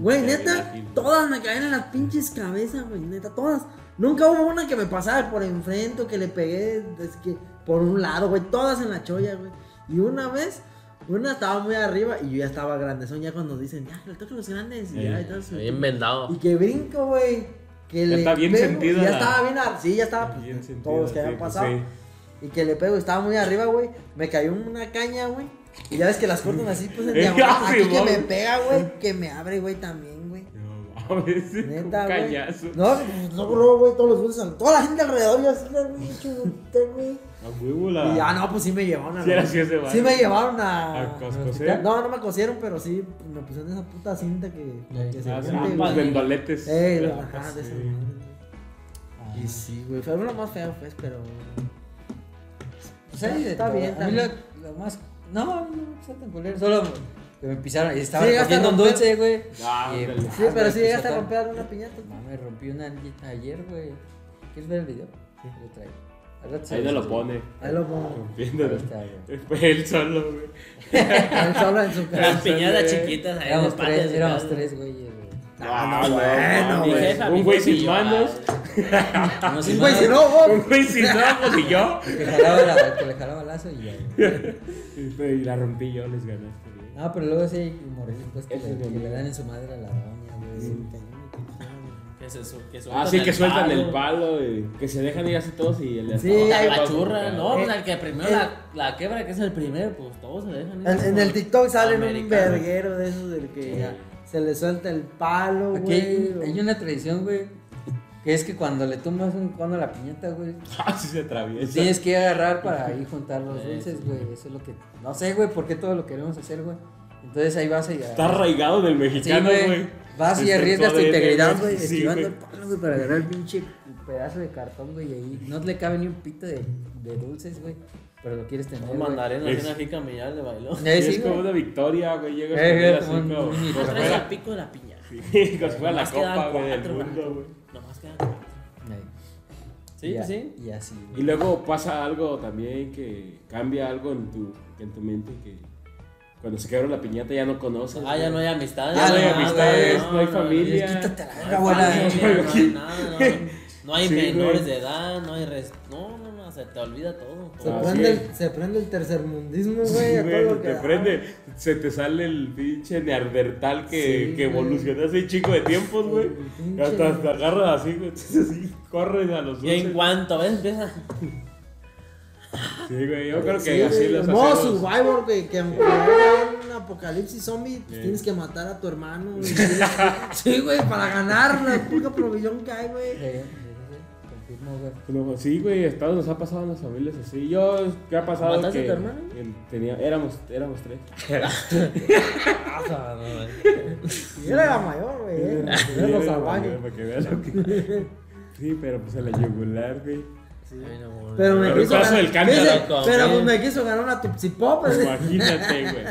Güey, neta, todas me caían en las pinches cabezas, güey. Neta, todas. Nunca hubo una que me pasara por enfrente o que le pegué es que, por un lado, güey. Todas en la cholla, güey. Y una vez, una estaba muy arriba y yo ya estaba grandezón. Ya cuando dicen, ya, le tocan los grandes. Y, ya, y todo eso. Bien vendado. Y que brinco, güey. Que Ya le está bien pego, sentida y Ya la- estaba bien, ar- sí, ya estaba. pues, Bien todos sentida, los sí, que habían pues, pasado. sí. Y que le pego, estaba muy arriba, güey. Me cayó una caña, güey. Y ya ves que las cortan así, pues en Eh, diagonal. ya, Aquí que Simón. me pega, güey. Que me abre, güey, también, güey. No mames, un Neta, güey. cañazo. No, pues, no, bro, güey, todos los dulces, al- toda la gente alrededor, yo así, la pinche puta, güey. A huevo Y ya, la. no, pues sí me llevaron a. Sí, era así ese sí baño. me llevaron a. ¿A cos- al hospital. coser? No, no me cosieron, pero sí pues, me pusieron esa puta cinta que. que se Ah, sí, siente, Los güey. vendoletes. Eh, La ajá, papas, de esas sí. madres. Y sí, güey, fue lo más feo, pues, pero. Pues ahí de Está todo. bien, A mí está lo, lo más. No, no, no está tan culero. Solo que me empezaron. Estaba Sí, llegaste a recogiendo un dulce, romper. güey. Ah, Y, ándale. pues, Sí, ah, pero me sí empezó llegaste a tan- romper una piñata. Mames, rompí una ayer- ayer, güey. ¿Quieres ver el video? Sí. Lo traigo. Al rato se Ahí no lo subo. pone. Ahí lo pongo. Ahí Rompiéndolo. está, güey. Fue él solo, güey. Él solo en su Las casa. piñadas chiquitas ahí Éramos en la tres, pared, éramos ¿no? tres, güey. güey. Ah, no, no, bueno, mames. Mi jefa, mi Un güey jefa y sin yo, manos. ah, uno sin Sí, güey, manos. si no, oh, vos. Un güey sin ojos y yo. El Que, jalaba la- el que le jalaba lazo y ya, güey. Y la rompí yo, les ganaste, güey. No, pero luego sí, Morelos, pues que, Ese le, es mi que le amigo. dan en su madre a la doña, güey. Que se su- que Ah, sueltan sí, que sueltan palo. el palo y que se dejan ir así todos y el Sí, no, ahí La todo churra, complicado. no, Eh, pues al que primero eh. la, la quebra, que es el primero, pues todos se dejan. ir. En, en el TikTok salen un Americano. verguero de esos del que ya se le suelta el palo, Aquí güey. hay, hay una tradición, güey, que es que cuando le tumbas un cono a la piñata, güey, Ah, sí se atraviesa. tienes que agarrar para ahí juntar los Sí, dulces, güey. Eso es lo que. No sé, güey, por qué todo lo queremos hacer, güey. Entonces ahí vas a llegar. Está arraigado del Sí, mexicano, güey. güey. Vas y arriesgas tu ADN, integridad, güey, sí, esquivando el güey. palo, güey, para agarrar el pinche pedazo de cartón, güey, y ahí no le cabe ni un pito de, de dulces, güey. Pero lo quieres tener. Un güey. mandarín así Es- en la jica millar le bailó. Sí, Eh, sí, es como güey. una victoria, güey. Llegas Eh, con él como un- así un mini- como. No como traes fuera- al pico de la piña. Sí, como si fuera la Nomás quedan copa, güey, del cuatro, mundo, vato. güey. Nomás quedan cuatro. Ahí. Sí, Y a- sí. Y así, güey. Y luego pasa algo también que cambia algo en tu, en tu mente que cuando se quebra la piñata ya no conoces. Ah, ya no hay güey. amistad. Ya no hay no, amistades, güey. no hay familia. Quítate a la No verga, hay abuela. familia, no hay nada, no hay- No hay Sí, güey. menores de edad, no hay res... No, no, no, se te olvida todo. Se, Ah, prende sí. el, se prende el tercermundismo, Sí, güey. a todo güey, lo que te da. prende, se te sale el pinche neandertal que, Sí, que güey. evolucionó hace un chingo de tiempos, güey. Pinche- Hasta, hasta agarras así, güey, así, corres a los Y en dulces. cuanto ves, empieza. Sí, güey, yo creo que Sí, así güey, los modo hacemos. Survivor, güey, que aunque haya un apocalipsis zombie, pues Sí. tienes que matar a tu hermano. güey. sí, güey, para ganar la poca provisión que hay, güey. Sí, sí, sí, Confirmo, güey. No, sí, güey, hasta nos ha pasado en las familias así. Yo, ¿qué ha pasado? ¿Mataste a que tu hermano? en- tenía- éramos, éramos tres. Ah, Y era la mayor, güey. Era Sí, era los era salvajes. mayor, Para que veas lo que. Sí, pero pues a la yugular, güey. Ay, no, güey. Pero me Pero quiso el caso ganar. del cántaro, Dice, cabrón. pero pues me quiso ganar una Tupsi Pop. así. Imagínate, güey.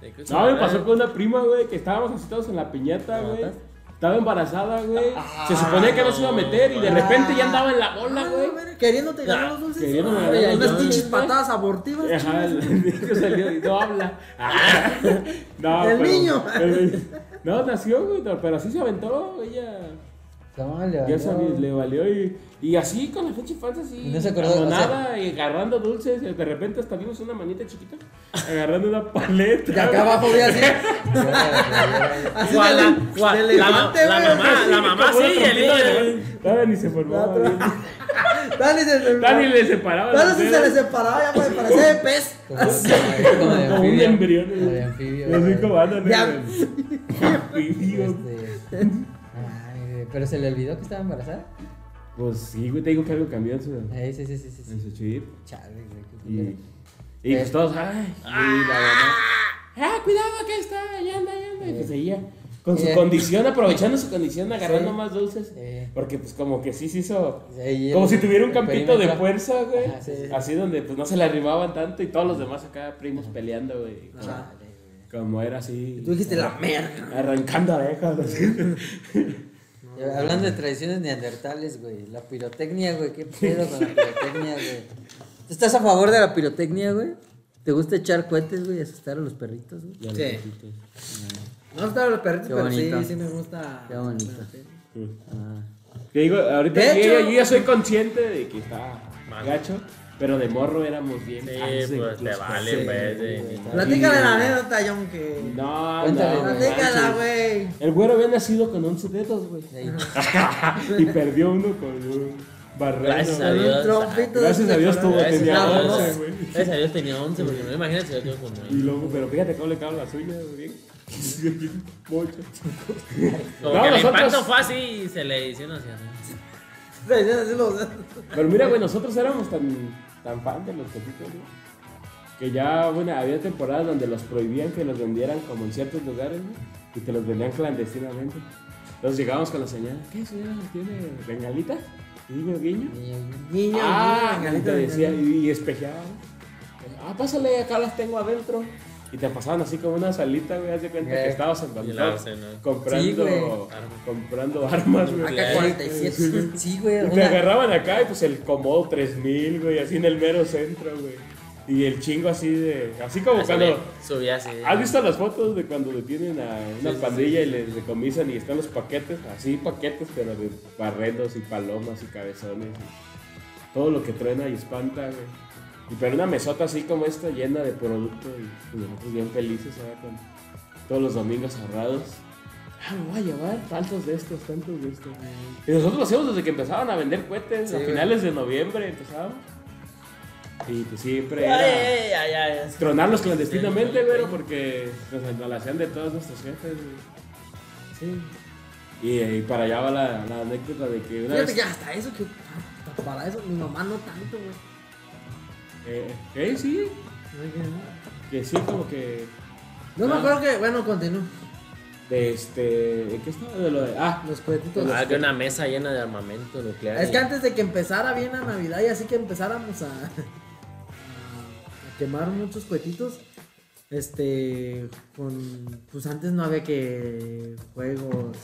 Te cruzas No, me la pasó cara. con una prima, güey, que estábamos así todos en la piñata, ¿La güey. mataste? Estaba embarazada, güey. se suponía que no se iba a meter y de repente ya andaba en la bola, Ay, güey. güey, Ah, Queriéndote ganar los dulces. queriéndome Ay, ganar los unas dulces, pinches güey. patadas abortivas. Ajá, el niño salió y no habla. No, El pero- niño. el- no, nació, güey, no, pero así se aventó, ella. Toma, le Ya valió. sabía, le valió y, y así con la fecha infancia así. Y no se acordó, o nada, y agarrando dulces, y de repente hasta vimos una manita chiquita agarrando una paleta. Y acá abajo voy así. Así Guau, de- la- de guau, la elefante, ma- la güey, mamá- así. la mamá Como una sí, el niño. trompita de- Dani ni se formó. La otra- güey. Dani se le Dani le separaba. Dani los se, dedos. le separaba ya para parecer de pez. Como, como de Como un anfibio. embrión. Como de anfibio. Así güey. como andan, Ya. güey. Anfibio. Este, ah, Este, pero se le olvidó que estaba embarazada. Pues sí, güey, te digo que algo cambió en su, Eh, sí, sí, sí, sí. en sí. su chip. Chale, güey, qué Y, culero. y pues todos, ay, y la mamá, ah, cuidado, acá está, allá anda, allá anda. Y pues ella, con su Eh. condición, aprovechando su condición, agarrando Sí. más dulces. Eh, Porque pues como que sí se hizo... ahí Como el- si tuviera un el campito de perímetro. fuerza, güey. Ajá, sí, sí. Así donde pues no se le arrimaban tanto y todos los demás acá primos peleando, güey. Como- Chale, güey. Como era así. Tú dijiste la merda. Arrancando orejas. así. Eh, Hablando de tradiciones neandertales, güey. La pirotecnia, güey. ¿Qué pedo con la pirotecnia, güey? ¿Tú estás a favor de la pirotecnia, güey? ¿Te gusta echar cohetes, güey, y asustar a los perritos, güey? Sí. No estaba los perritos, Qué pero bonito. sí, sí me gusta. Qué bonito. Ah. Te digo, ahorita De yo, hecho- yo ya soy consciente de que está gacho, pero de morro éramos bien. Sí, fans de pues, los te vale, cohetes, pues, güey. sí. Platícale la anécdota, John, que. No, Cuéntale, no, güey. Platícala, manches. güey. El güero había nacido con 11 dedos, güey. Ahí. y perdió uno con un barreno. Gracias a Con güey. Dios. un trompito. Gracias de- a Dios tuvo, Gracias tenía a Dios. 11, güey. Gracias a Dios tenía 11, porque no imaginas que yo tengo como Y luego, pero fíjate cómo le caben las uñas, güey. Bien Mucho. Como No, que el nosotros- impacto fue así y se le hicieron hacia atrás. de- de- de los- Pero mira, güey, nosotros éramos tan, tan fan de los coquitos, güey, Que ya, bueno, había temporadas donde los prohibían que los vendieran como en ciertos lugares, güey, Y te los vendían clandestinamente. Entonces llegábamos con la señora, ¿qué señora? ¿Tiene bengalita? Guiño, guiño. Niño, ah, niño, y te galita, decía, galita. y, y espejeaba. güey. Ah, pásale, acá las tengo adentro. Y te pasaban así como una salita, güey, haz de cuenta que Eh, estabas en y la arsenal. Sí, comprando, güey. comprando armas, güey. AK-47. Sí, güey. Y te Una... agarraban acá y pues el Comodo 3000, güey, así en el mero centro, güey. Y el chingo así de. Así como Así cuando. le Subí así. ¿Has visto las fotos de cuando detienen a una Sí, sí, pandilla y les decomisan y están los paquetes? Así paquetes, pero de barrenos y palomas y cabezones. y todo lo que truena y espanta, güey. Y pero una mesota así como esta llena de producto y, y nosotros bien felices, ¿verdad? Con todos los domingos ahorrados. Ah, me voy a llevar tantos de estos, tantos de estos. Y nosotros lo hacíamos desde que empezaban a vender cohetes, a güey. finales de noviembre empezábamos. Y pues siempre Ay, era ay, ay, ay, ay. tronarlos clandestinamente, güey, porque pues, nos, nos la hacían de todos nuestros jefes, güey. Sí. Y, eh, y para allá va la, la anécdota de que una Fíjate vez. que hasta eso, que. hasta Para eso, mi mamá no tanto, güey. Eh, eh, sí, No hay que- que sí, como que. No me Ah. acuerdo que. Bueno, continúo. De este. ¿de ¿Qué estaba? De lo de. Ah, Los cohetitos. Ah, que una mesa llena de armamento nuclear. Es que antes de que empezara bien la Navidad y así que empezáramos a, a quemar muchos cohetitos, este, con, pues antes no había que juegos,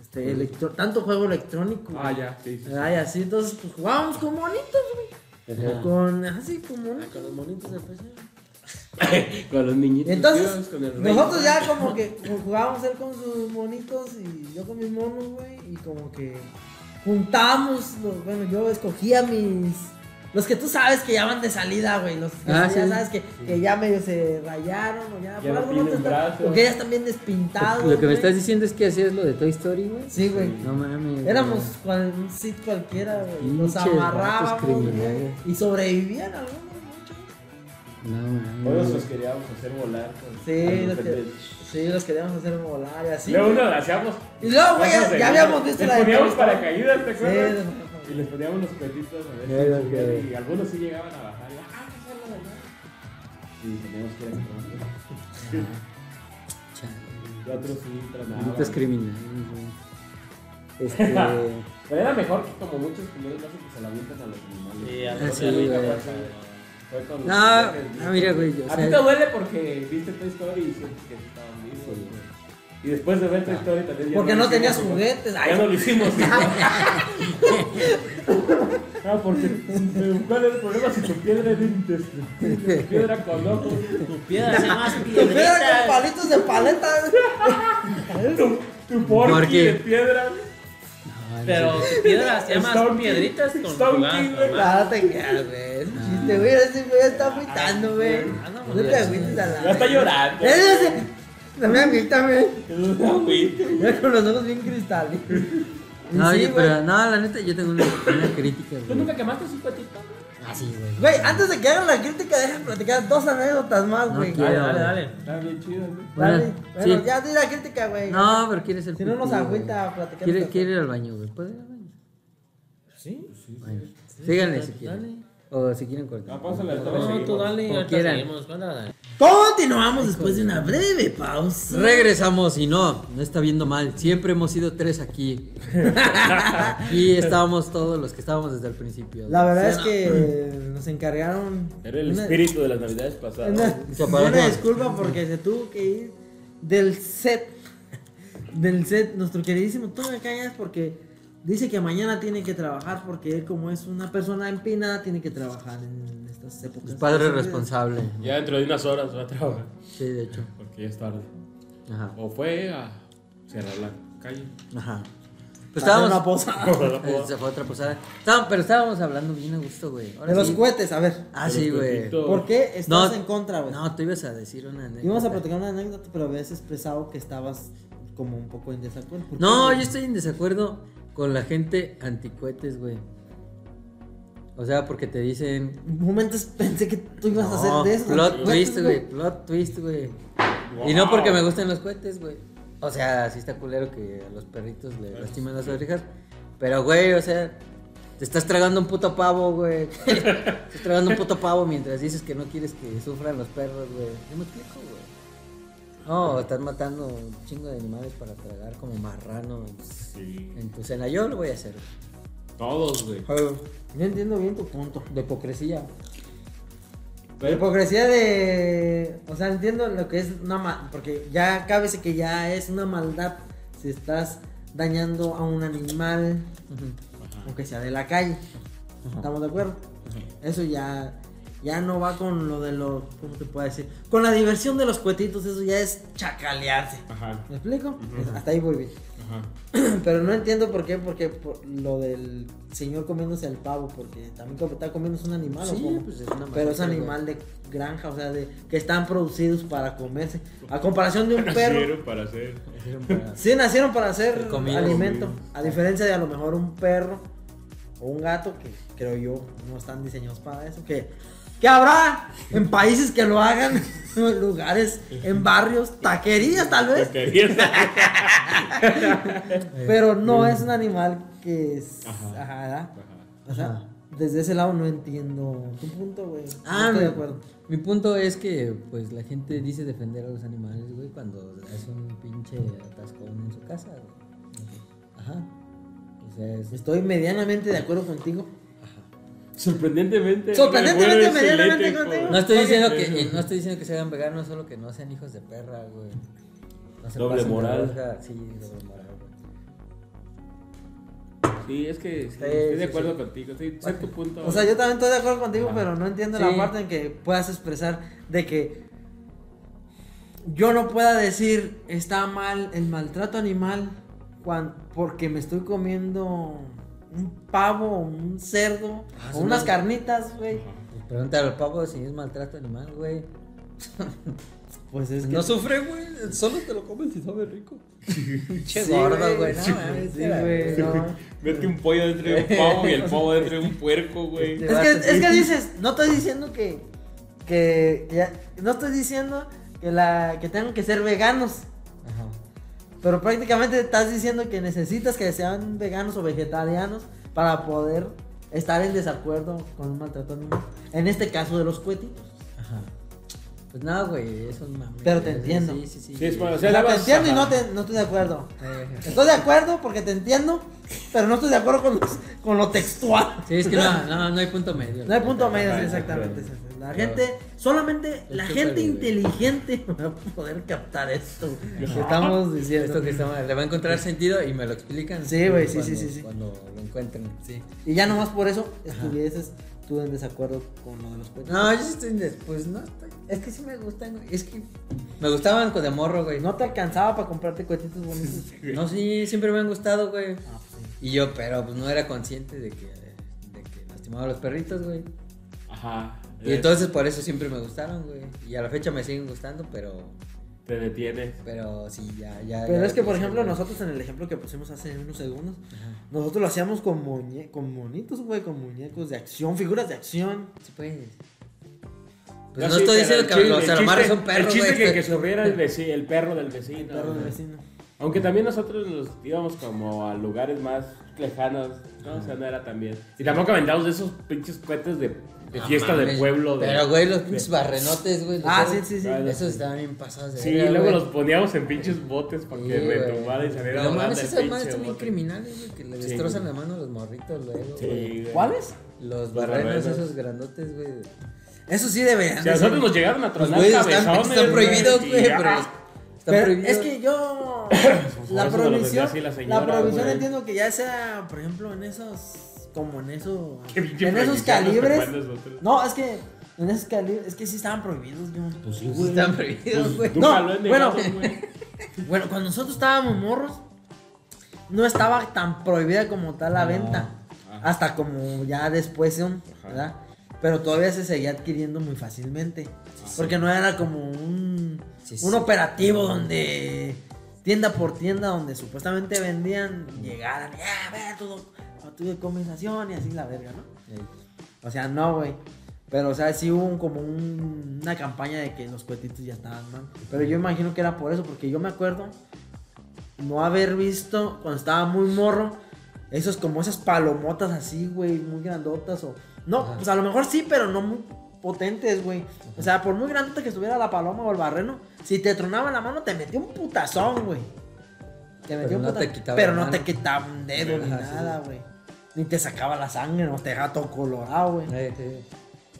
este, electro- tanto juego electrónico. ah, güey. ya, sí. sí. Ay, así, entonces pues, jugábamos con monitos, güey. Ajá. Con, así, con monitos. Con los monitos de PC. Con los niñitos. Entonces, con el rey. nosotros ya como que pues, jugábamos él con sus monitos y yo con mis monos, güey, y como que juntábamos, los- bueno, yo escogía mis... Los que tú sabes que ya van de salida, güey, los que Ah, ya sí. sabes que, que ya medio se rayaron o ya, Ya no no tienen te están- brazos. porque ya están bien despintados. Lo que me güey. estás diciendo es que hacías lo de Toy Story, güey. Sí, güey. No mames. Éramos cual- un sit cualquiera, güey. Los Pinches vatos amarrábamos güey, criminales. y sobrevivían algunos muchos. güey. No mames. Todos los queríamos hacer volar. Con, Sí, con los, los que, pendejos. sí, los queríamos hacer volar y así. Luego güey. uno lo hacíamos. Y luego, güey, cosas ya, de ya niños. habíamos visto Les la de poníamos Toy Story. paracaídas, ¿te Sí, acuerdas? de- Y les poníamos los cuetitos a ver si Era subían, que- y algunos sí llegaban a bajar. Y, "Ah, ¿qué es la verdad?" y teníamos que ir a comprar. Chale. Y otros sí Malditos tronaban. criminales, güey. Este. ah, Pero era mejor que como muchos primeros casos que se la avientan a los animales. Sí, a Ah, sí, mí güey. Fue con los No, personajes, no, mira, A güey, o ti sea- te duele porque viste Toy Story y sientes que estaban vivos. güey. Y después de ver Toy Story también ya Porque lo no tenías hicimos, juguetes. Ya Ay, no lo hicimos. Ah, porque ¿cuál es el problema si tu piedra es indestructible? Tu piedra con ojos. Tu piedra hace más te pegan con piedrita. palitos de paleta. Tu, tu porky Porky. de piedra. Pero tu piedra hacía más Stone piedritas King. con Stone jugadas, King, güey. nomás. Claro, te quedas, güey. Es un chiste, güey. Ese güey está agüitando, güey. No te agüites a la. Ya está llorando. Él es- No me agüita, güey. Güey, Mira con los ojos bien cristalinos. No, Sí, oye, güey. pero no, la neta, yo tengo una, una crítica, ¿Tú güey. nunca quemaste su patito? Así, güey. Güey, antes de que hagan la crítica, dejen platicar dos anécdotas más, No güey. quiero. Dale, güey. dale, dale. Está bien chido, güey. Dale, Bueno, bueno, sí. ya di la crítica, güey. No, pero quiere ser Si no nos pipí, agüita güey. platicar Quiere, tanto. quiere ir al baño, güey. Puede ir al baño. Pues ¿Sí? Bueno, síganle si quieren. O si quieren Ah, cortar. pásale, ahorita le No, tú seguimos. dale, Como ahorita quieran. seguimos. Cuéntala, dale. Continuamos después de una breve pausa. Regresamos y no, no está viendo mal. Siempre hemos sido tres aquí. aquí estábamos todos los que estábamos desde el principio. La verdad es que nos encargaron. Era el una- espíritu de las navidades pasadas. Una, Se apagó. una disculpa porque se tuvo que ir del set. Del set, nuestro queridísimo Tony Cañas, porque dice que mañana tiene que trabajar, porque él, como es una persona empinada, tiene que trabajar en estas épocas. Es Pues padre responsable. Ya dentro de unas horas va a trabajar. Sí, de hecho. Porque ya es tarde. Ajá. O fue a cerrar la calle. Ajá. Pues Hacer una estábamos. posada. Eh, Se fue a otra posada. Estábamos- pero estábamos hablando bien a gusto, güey. Ahora De los sí. cohetes, a ver. Ah, sí, güey. Pero ¿Por qué estás No, en contra, güey? No, tú ibas a decir una anécdota. Íbamos a platicar una anécdota, pero habías expresado que estabas como un poco en desacuerdo. ¿Por qué, No, güey? yo estoy en desacuerdo con la gente anticuetes, güey. O sea, porque te dicen. momentos pensé que tú ibas a No, hacer de eso. Plot Güey, twist, güey. Plot twist, güey. Y no porque me gusten los cohetes, güey. O sea, sí está culero que a los perritos le lastiman las orejas. Pero, güey, o sea, te estás tragando un puto pavo, güey. Te estás tragando un puto pavo mientras dices que no quieres que sufran los perros, güey. No me explico, güey. No, estás matando un chingo de animales para tragar como marrano en, Sí. en tu cena. Yo lo voy a hacer. güey. Todos, güey. Yo entiendo bien tu punto. De hipocresía. La hipocresía de. O sea, entiendo lo que es una ma- Porque ya cábese que ya es una maldad si estás dañando a un animal, aunque sea de la calle. ¿Estamos de acuerdo? Eso ya. Ya no va con lo de los. ¿Cómo te puedo decir? Con la diversión de los cuetitos, eso ya es chacalearse. Ajá, ¿Me explico? Hasta ahí voy bien. ajá. Pero no entiendo por qué, porque por lo del señor comiéndose al pavo, porque también como está comiéndose un animal. ¿o Sí, cómo? pues es una Pero es masacre, animal de granja, o sea, de que están producidos para comerse. A comparación de un perro, Nacieron para hacer. sí nacieron para hacer Ser comido. alimento. A diferencia de a lo mejor un perro o un gato, que creo yo no están diseñados para eso. Que, que habrá en países que lo hagan, en lugares, en barrios, taquerías tal vez. Taquerías. Pero no es un animal que es. Ajá. Ajá, ¿verdad? Ajá. O sea, Ajá. desde ese lado no entiendo tu punto, güey. No Ah, estoy de mi- acuerdo. Mi punto es que, pues, la gente dice defender a los animales, güey, cuando es un pinche atascón en su casa, güey. Ajá. O sea, es... Estoy medianamente de acuerdo contigo. Sorprendentemente. Sorprendentemente, me vuelves medianamente eléctrico. contigo. No estoy Oye, diciendo que, y no estoy diciendo que se hagan veganos, solo que no sean hijos de perra, güey. No se Doble pasen de moral. verga. Sí, doble moral, güey. Sí, es que sí, Sí, estoy de sí, acuerdo sí. contigo. Estoy sé tu punto. O sea, yo también estoy de acuerdo contigo, pero no entiendo la Sí. parte en que puedas expresar de que yo no pueda decir está mal el maltrato animal cuan- porque me estoy comiendo un pavo, un cerdo, Ah, o sí, unas no. carnitas, güey. Pues Pregúntale al pavo si es maltrato animal, güey. Pues es que No sufre, güey. Solo te lo comes y sabe rico. Che Sí, gordo, güey. güey. Sí, No, mames, sí, güey, no. Mete un pollo dentro de un pavo y el pavo dentro de un puerco, güey. Este, Es que, es que dices, no estoy diciendo que. que ya- no estoy diciendo que, la, que tengan que ser veganos. Ajá. Pero prácticamente estás diciendo que necesitas que sean veganos o vegetarianos para poder estar en desacuerdo con un maltrato animal. En este caso de los cuetitos. Ajá. Pues nada, güey, eso es mame. Pero te Sí, entiendo. Sí, sí, sí. Sí, es para- O sea, le te vas- entiendo y no, ajá. te- no estoy de acuerdo. Eh, Estoy de acuerdo porque te entiendo, pero no estoy de acuerdo con, los- con lo textual. Sí, es que no, no, no hay punto medio. No hay punto medio, sí, Ajá, exactamente. ajá. sí, sí. La gente, solamente la súper gente bien. inteligente va a poder captar esto que Ajá. estamos Esto diciendo. que está mal, le va a encontrar sentido y me lo explican. Sí, güey, sí, cuando- sí, sí, sí. Cuando lo encuentren. Sí. Y ya nomás por eso estuvieses tú en desacuerdo con lo de los cuentos. No, yo sí estoy después, no estoy. Es que sí me gustan, güey. Es que me gustaban con de morro, güey. No, No te alcanzaba para comprarte cuetitos bonitos. sí, siempre me han gustado, güey. Ah, pues sí. Y yo, pero pues no era consciente de que, de que lastimaba a los perritos, güey. Ajá. Eh. Y entonces por eso siempre me gustaron, güey. Y a la fecha me siguen gustando, pero Te detienes. Pero sí, ya, ya. Pero ya es que, por sí, ejemplo, güey. nosotros en el ejemplo que pusimos hace unos segundos, nosotros lo hacíamos con, muñe con monitos, güey, con muñecos de acción, figuras de acción. Sí, pues. Ya Pues no sí, pero estoy diciendo el que chiste- los el calamares chiste- son perros, El chiste güey. este. que, que sufriera el, vecino, el perro del vecino. Perro de güey. vecino. Aunque también nosotros nos íbamos como a lugares más lejanos. ¿no? O sea, no era tan bien. Y tampoco aventábamos de esos pinches cohetes de, de No fiesta de mames, pueblo. De, Pero, güey, los pinches barrenotes, güey. los Ah, eran- sí, sí, sí. Esos estaban bien pasados de Sí, verga, luego güey. los poníamos en pinches botes para Sí, que güey. retomara y saliera No volando mames, el esas pinche madres son bien bote. criminales, güey, que le Sí, destrozan güey. la mano a los morritos luego, Sí, güey. güey. ¿Cuáles? Los barrenos. barrenos, esos grandotes, güey. Eso sí deberían. Si a de ser- nosotros nos llegaron a Los tronar güeyes están, cabezones. están prohibidos, y güey, ya. pero los- están Pero prohibidos. es que yo. Por la eso se lo vendió prohibición. así la La, señora, prohibición güey. entiendo que ya sea, por ejemplo, en esos. Como en esos. Qué pinche En esos prohibición, nos calibres. recuerda a nosotros. No, es que. En esos calibres. Es que sí estaban prohibidos, güey. Pues sí, Sí, Pues están prohibidos, güey. No, Nunca lo he negado, bueno. güey. Bueno, cuando nosotros estábamos morros, no estaba tan prohibida como tal la No. venta. Ajá. Hasta como ya después, ¿no? Ajá. ¿verdad? Pero todavía se seguía adquiriendo muy fácilmente. porque no era como un, Sí, un sí. operativo donde tienda por tienda, donde supuestamente vendían, llegaran, ya, a ver, todo, no tuve combinación y así la verga, ¿no? Ey. O sea, no, güey. Pero, o sea, sí hubo un- como un- una campaña de que los cuetitos ya estaban mal. Pero yo imagino que era por eso, porque yo me acuerdo no haber visto cuando estaba muy morro esos como esas palomotas así, güey, muy grandotas o no, Ajá. pues a lo mejor sí, pero no muy potentes, güey. O sea, por muy grandota que estuviera la paloma o el barreno, si te tronaba la mano te metía un putazón, güey. Te metía Pero un no te putazón, quitaba pero la no mano. te quitaba un dedo ni Ajá, sí, sí. nada, güey. Ni te sacaba la sangre, no te dejaba todo colorado, güey. Ey, ey.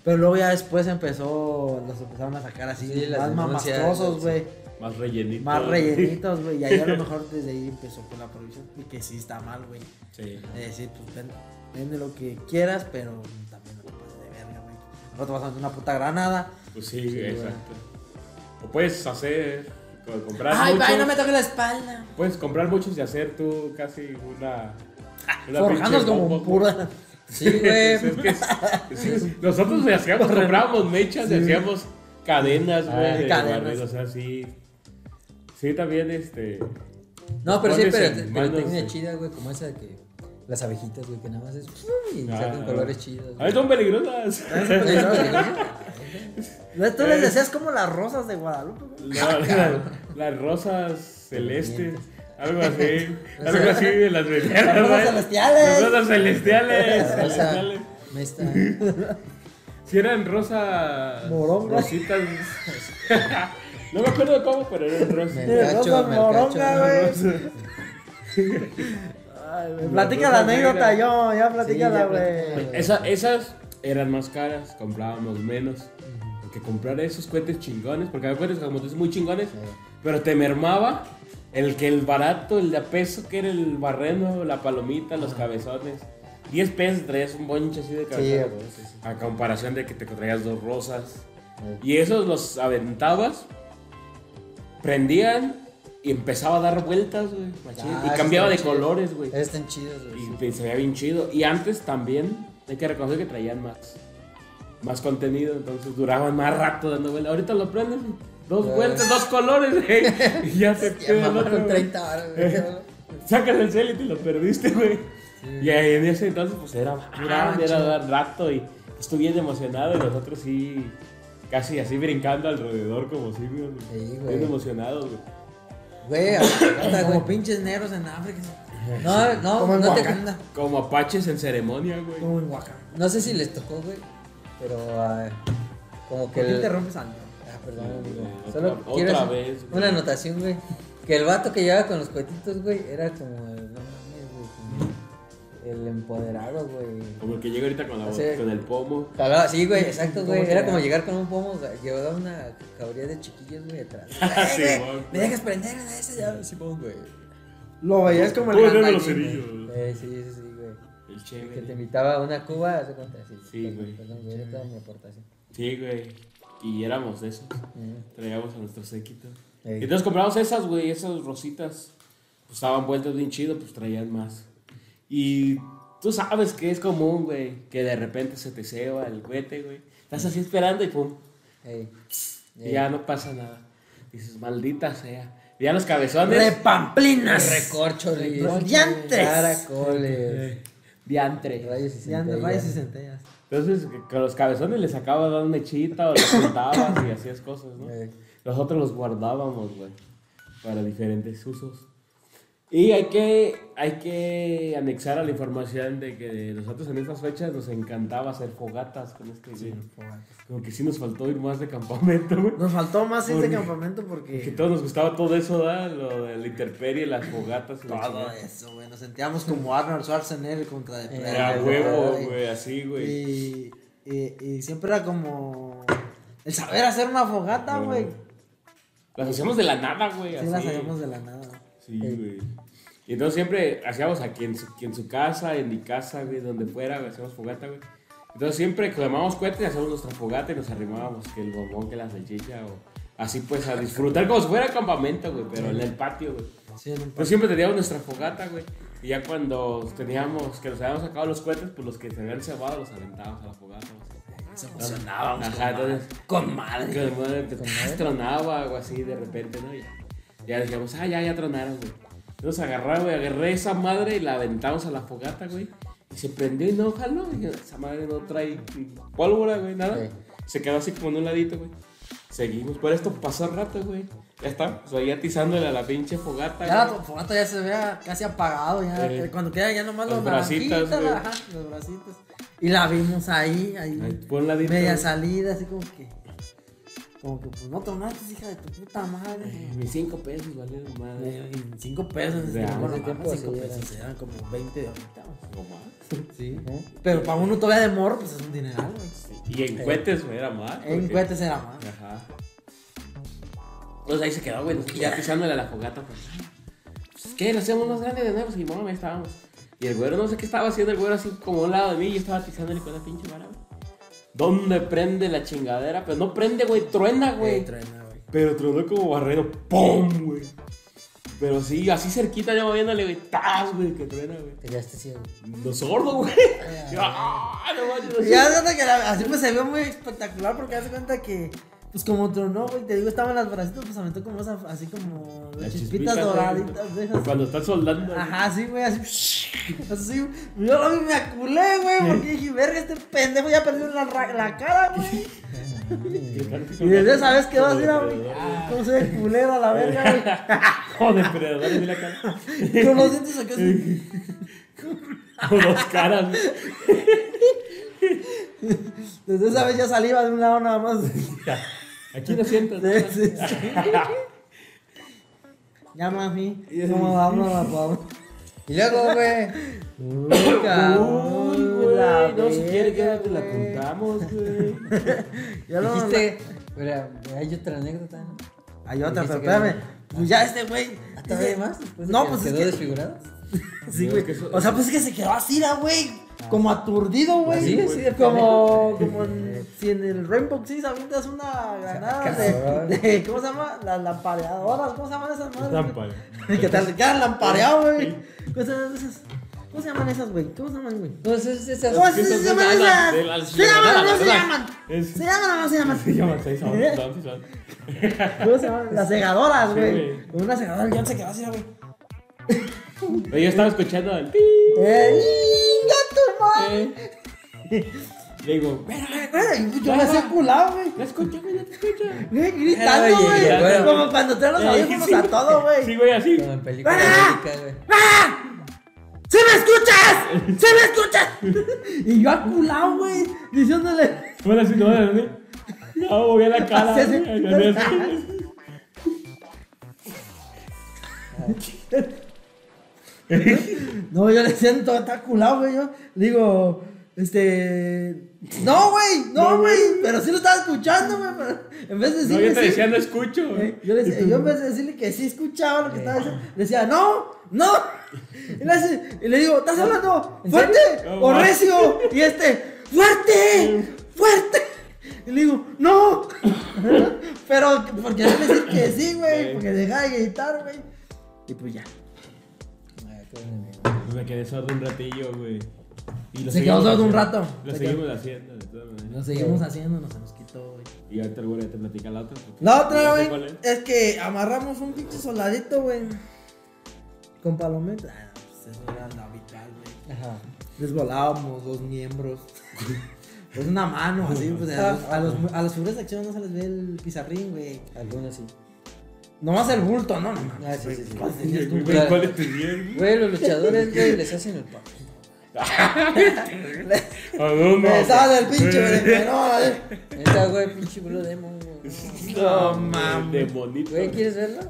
Pero luego ya después empezó, los empezaron a sacar así, Sí, las más denuncias, mamastrosos, sí. güey. Más rellenitos. Más rellenitos, güey. Y ahí a lo mejor desde ahí empezó con la prohibición. Y que sí está mal, güey. Sí. Es decir, pues ven- vende lo que quieras, pero también no te pases de verga, güey. No te vas a hacer una puta granada. Pues sí, exacto. O puedes hacer, co- comprar Ay, muchos. vaya, no me toque la espalda. Puedes comprar muchos y hacer tú casi una. una Forjándonos pinche como bomba, pura. Sí, güey. Pues es que es- es- es- nosotros le hacíamos, comprábamos mechas, le hacíamos cadenas, güey, Ah, de cadenas. barrido, o sea, sí. Sí, también, este. No, pero sí, Pones pero, en pero manos, técnica sí. chida, güey, como esa de que las abejitas, güey, que nada más es y ah, salen ah, colores chidos. A ver, son peligrosas. güey. Tú les decías como las rosas de Guadalupe, güey. No, la- las rosas celestes. Algo así, O sea, algo así de las velitas, Las rosas güey. celestiales. Las rosas celestiales. La rosa celestiales. me está. Si eran rosas. Morongas. Rositas. no me acuerdo cómo, pero eran rosas. Me Las cacho, rosas me moronga, cacho. güey. Las Platica la rosas anécdota, negras. yo, ya Sí, platícala, ya platícala, güey. güey. Esa- esas eran más caras, comprábamos menos. Porque comprar esos cohetes chingones, porque había cohetes como dices, muy chingones, pero te mermaba el que el barato, el de a peso, que era el barreno, la palomita, los cabezones. 10 pesos traías un bonche así de cabezón. güey, sí, sí. a comparación de que te traías dos rosas. Eh. Y esos los aventabas, prendían y empezaba a dar vueltas, güey. machín, Ah, y eso cambiaba de está chido. colores, güey. Están chidos, güey. Y sí. te- se veía bien chido. Y antes también, hay que reconocer que traían más, más contenido, entonces duraban más rato dando vueltas. Ahorita lo prendes, dos Ya. vueltas, dos colores, güey. Y ya se Ya queda el otro. mamaron güey. 30 horas, güey. Eh. Sacas el cel y te lo perdiste, güey. Y ahí en ese entonces, pues era, Ah, duraban, era dar rato y estuve bien emocionado y nosotros sí, casi así brincando alrededor como si, güey. Sí, güey. bien emocionados, güey. Güey, a la Como güey. pinches negros en África. No, no, Como en no te Wakanda. Como apaches en ceremonia, güey. Como en Oaxaca. No sé si les tocó, güey, pero ah, como que ¿Por qué el- interrumpes al negro? Ah, perdón, amigo. Otra- Solo otra quiero hacer vez, güey. una anotación, güey. Que el vato que llegaba con los cohetitos, güey, era como el, no mames, güey, como el empoderado, güey. Como el que llega ahorita con, la, O sea, con el pomo. Jalaba- sí, güey, exacto, güey. ¿Cómo Era te como va? llegar con un pomo, güey, llevaba una cabría de chiquillos, güey, atrás. Ah, "Eh, güey, Simón, ¿Me güey. dejas prender a ese diablo, Simón, güey? Lo veías como el Todo gran negro Darín, güey. cerillo, güey. Eh, sí, sí, sí, güey. El Que te chévere. invitaba a una cuba, hace cuenta, sí. Sí, perdón, güey. Perdón, güey, era toda mi aportación. Sí, güey. Y éramos de esos. Mm. Traíamos a nuestro séquito. Ey. Y Entonces compramos esas, güey, esas rositas. Pues estaban vueltas bien chido, pues traían más. Y tú sabes que es común, güey, que de repente se te ceba el cohete, güey. Estás así esperando y pum, Ey. y ya no pasa nada. Dices, maldita sea. Ya los cabezones. Repamplinas. Recorcholis. Diantres. Caracoles. Diantre. Rayos y Ya anda, centellas. rayos y centellas. Entonces, que- con los cabezones les acabas dando mechita o les juntabas y hacías cosas, ¿no? Eh, Nosotros los guardábamos, güey, para diferentes usos. Y hay que, hay que anexar a la información de que nosotros en estas fechas nos encantaba hacer fogatas con este güey. Como que sí nos faltó ir más de campamento, güey. Nos faltó más ir de Porque- campamento Que porque. todos nos gustaba todo eso, ¿verdad? Lo de la interperie, las fogatas y la Todo eh. chingada. eso, güey. Eh, Nos sentíamos como Arnold Schwarzenegger contra Depredador. Era a huevo, güey. güey, así, güey. Y, y- y siempre era como. El saber hacer una fogata, Bueno, güey. Las hacíamos de la nada, güey. Sí, la así. sacamos de la nada. Sí, güey. Y entonces siempre hacíamos aquí en su, que en su casa, en mi casa, güey, donde fuera, güey, hacíamos fogata, güey. Entonces siempre quemábamos cohetes y hacíamos nuestra fogata y nos arrimábamos que el bombón, que la salchicha, o así pues a disfrutar como si fuera campamento, güey, pero en el patio, güey. Sí, en un Pues siempre teníamos nuestra fogata, güey. Y ya cuando teníamos, que nos habíamos sacado los cohetes, pues los que se habían cebado los aventábamos a la fogata, güey. Nos emocionábamos. Ajá, entonces, Con madre. que madre, te tronaba o así de repente, ¿no? Ya, ya decíamos, ah, ya, ya tronaron, güey. Entonces agarraba, güey, agarré esa madre y la aventamos a la fogata, güey. Y se prendió y no jaló. Y yo, esa madre no trae pólvora, güey, nada. Sí. Se quedó así como en un ladito, güey. Seguimos, por esto pasó el rato, güey. Ya está, o sea, ya atizándole a la pinche fogata. Ya pues, güey. la fogata ya se vea casi apagado, ya. eh, Sí. Cuando queda ya nomás Los los bracitos, bracitos. güey. Los bracitos. Y la vimos ahí, ahí. Ahí, por un ladito, media güey. salida, así como que. Como que, pues no tomaste, hija de tu puta madre. pues. Eh, Mis cinco pesos, vale, madre. Eh, y cinco pesos en ese De tiempo, ese no tiempo mames, cinco sí, pesos eran como 20 de ahorita. güey. No más. Sí. Pero para uno todavía de morro, pues es un dineral, güey. Y en cohetes, güey, era más. En porque- cohetes era más. Ajá. Pues ahí se quedó, güey. Ya pisándole a la fogata, pues. Pues, ¿Qué? Nos hacemos más grandes de nuevo. pues, Y mamá, ahí estábamos. Y el güero, no sé qué estaba haciendo el güero así como a un lado de mí. Y yo estaba pisándole con la pinche vara, güey. ¿Dónde prende la chingadera? Pero no prende, güey. Truena, Eh, güey. Pero tronó como barrero. ¡Pum, güey! Pero sí, así cerquita ya moviéndole, güey. ¡Tas, güey! Que truena, güey. Quedaste ciego. No sordo, güey. Yo, ¡Ah! No manches. Pues Ya haz de cuenta que la- así pues se vio muy espectacular porque hace cuenta que, pues como tronó, güey, te digo, estaban las bracitos, pues aventó como esa, así como las Las chispitas güey. doraditas de esas. Cuando estás soldando. güey. Ajá, sí, güey, así. Así, güey. yo lo vi, me aculé, güey, porque dije, verga, este pendejo ya perdió la, ra- la cara, güey. Y desde esa vez quedó así, la- güey. ¿Cómo se ve culero a la verga, Como depredador, vi la cara. güey? Con los dientes acá así. Con dos caras. Desde esa vez ya saliva de un lado nada más. Aquí lo siento. ¿no? Sí, sí, sí. Ya, mami, ¿cómo vamos, papá? Y luego, güey. Uy, güey. La No, si quiere, verga, que la güey. contamos, güey. Ya lo Dijiste. Mira, hay otra anécdota. ¿no? Hay otra, pero dijiste espérame. que Pues ya este güey. ¿Ah, dice- ¿Todavía más? Después de No, que pues es quedó que. desfigurado. Sí, No, es güey. Ah. que eso- O sea, pues es que se quedó así, da, güey. Como aturdido, güey. Así, así de como, como en- si en el Rainbow Six avientas una granada cabrón. de, de- ¿Cómo se llama? Las lampareadoras. ¿Cómo se llaman esas madres? güey? Lámpara. Que te quedan lampareado, güey. ¿Cómo se llaman esas? ¿Cómo se llaman esas, güey? ¿Cómo se llaman, güey? No, es es- es- ¿Cómo se, que se son llaman de la- esas? de las- ¿Se llaman o no de se las- llaman? Es- ¿Se llaman o no se llaman? ¿Eh? Se llaman seis hombres, ¿no? Sí, son. ¿Cómo se llaman? Las segadoras, Sí, güey. güey. Con una segadora el guión se quedó así, güey. Yo estaba escuchando al pi. ¡Eh! ¡Inga tu madre! eh. Le digo, "Ven, Güey, Yo me hacía culado, güey. no escucha, güey, no te escucha. Güey, Gritando, Oye, güey. güey. Como cuando traen los audífonos a todo, güey. Eh, Sí, güey, así. Como en película ¡Ah! bélica, güey. ¡Sí me escuchas! ¡Sí me escuchas! Y yo aculado, güey. Diciéndole. Bueno, así, no, no, no. No, voy a ¿eh? la cara. Así, así. güey, así. No, yo le siento, está culado, güey. Yo le digo. Este. No, güey. No, güey. Pero sí lo estaba escuchando, güey. Pero en vez de No, yo decirle. te sí, decía, no Eh. escucho. Eh, Yo, le decía- yo en vez de decirle que sí escuchaba lo que estaba diciendo, le decía, no, no. Y le, hace- y le digo, ¿estás hablando ¿En fuerte serio? o No, ma. recio? Y este, fuerte, fuerte. Y le digo, no. Pero porque no decir que sí, güey, Eh. porque deja de gritar, güey. Y pues ya. Ah, qué bueno, amigo. Pues me quedé sordo un ratillo, güey. Y lo Se quedó seguimos sordo un haciendo. rato. Lo Se seguimos haciendo, de todas maneras. Nos seguimos haciendo, no se nos quita. soladito, güey. Y ahorita el güey ya te platica la otra. porque La ya otra, sé güey, cuál es. es que amarramos un pinche soladito, güey. Con palometa. Ah, no, pues eso era la vital, güey. Ajá. Les volábamos dos miembros. pues una mano, así, pues a, los- a los, a las figuras de acción no se les ve el pizarrín, güey. Algunos sí. Nomás el bulto, ¿no? No Ah, mames, Pues, sí, güey, sí, sí. ¿cuál tenías tú, Güey, güey? ¿Cuál es tu bien? Güey, los luchadores, güey, les hacen el papel. ¿A dónde? Me sale el pinche eh. berenjenol, así. Neta, güey, pinche Blue Demon, güey. No, mames. De bonito. Güey, ¿quieres verlo?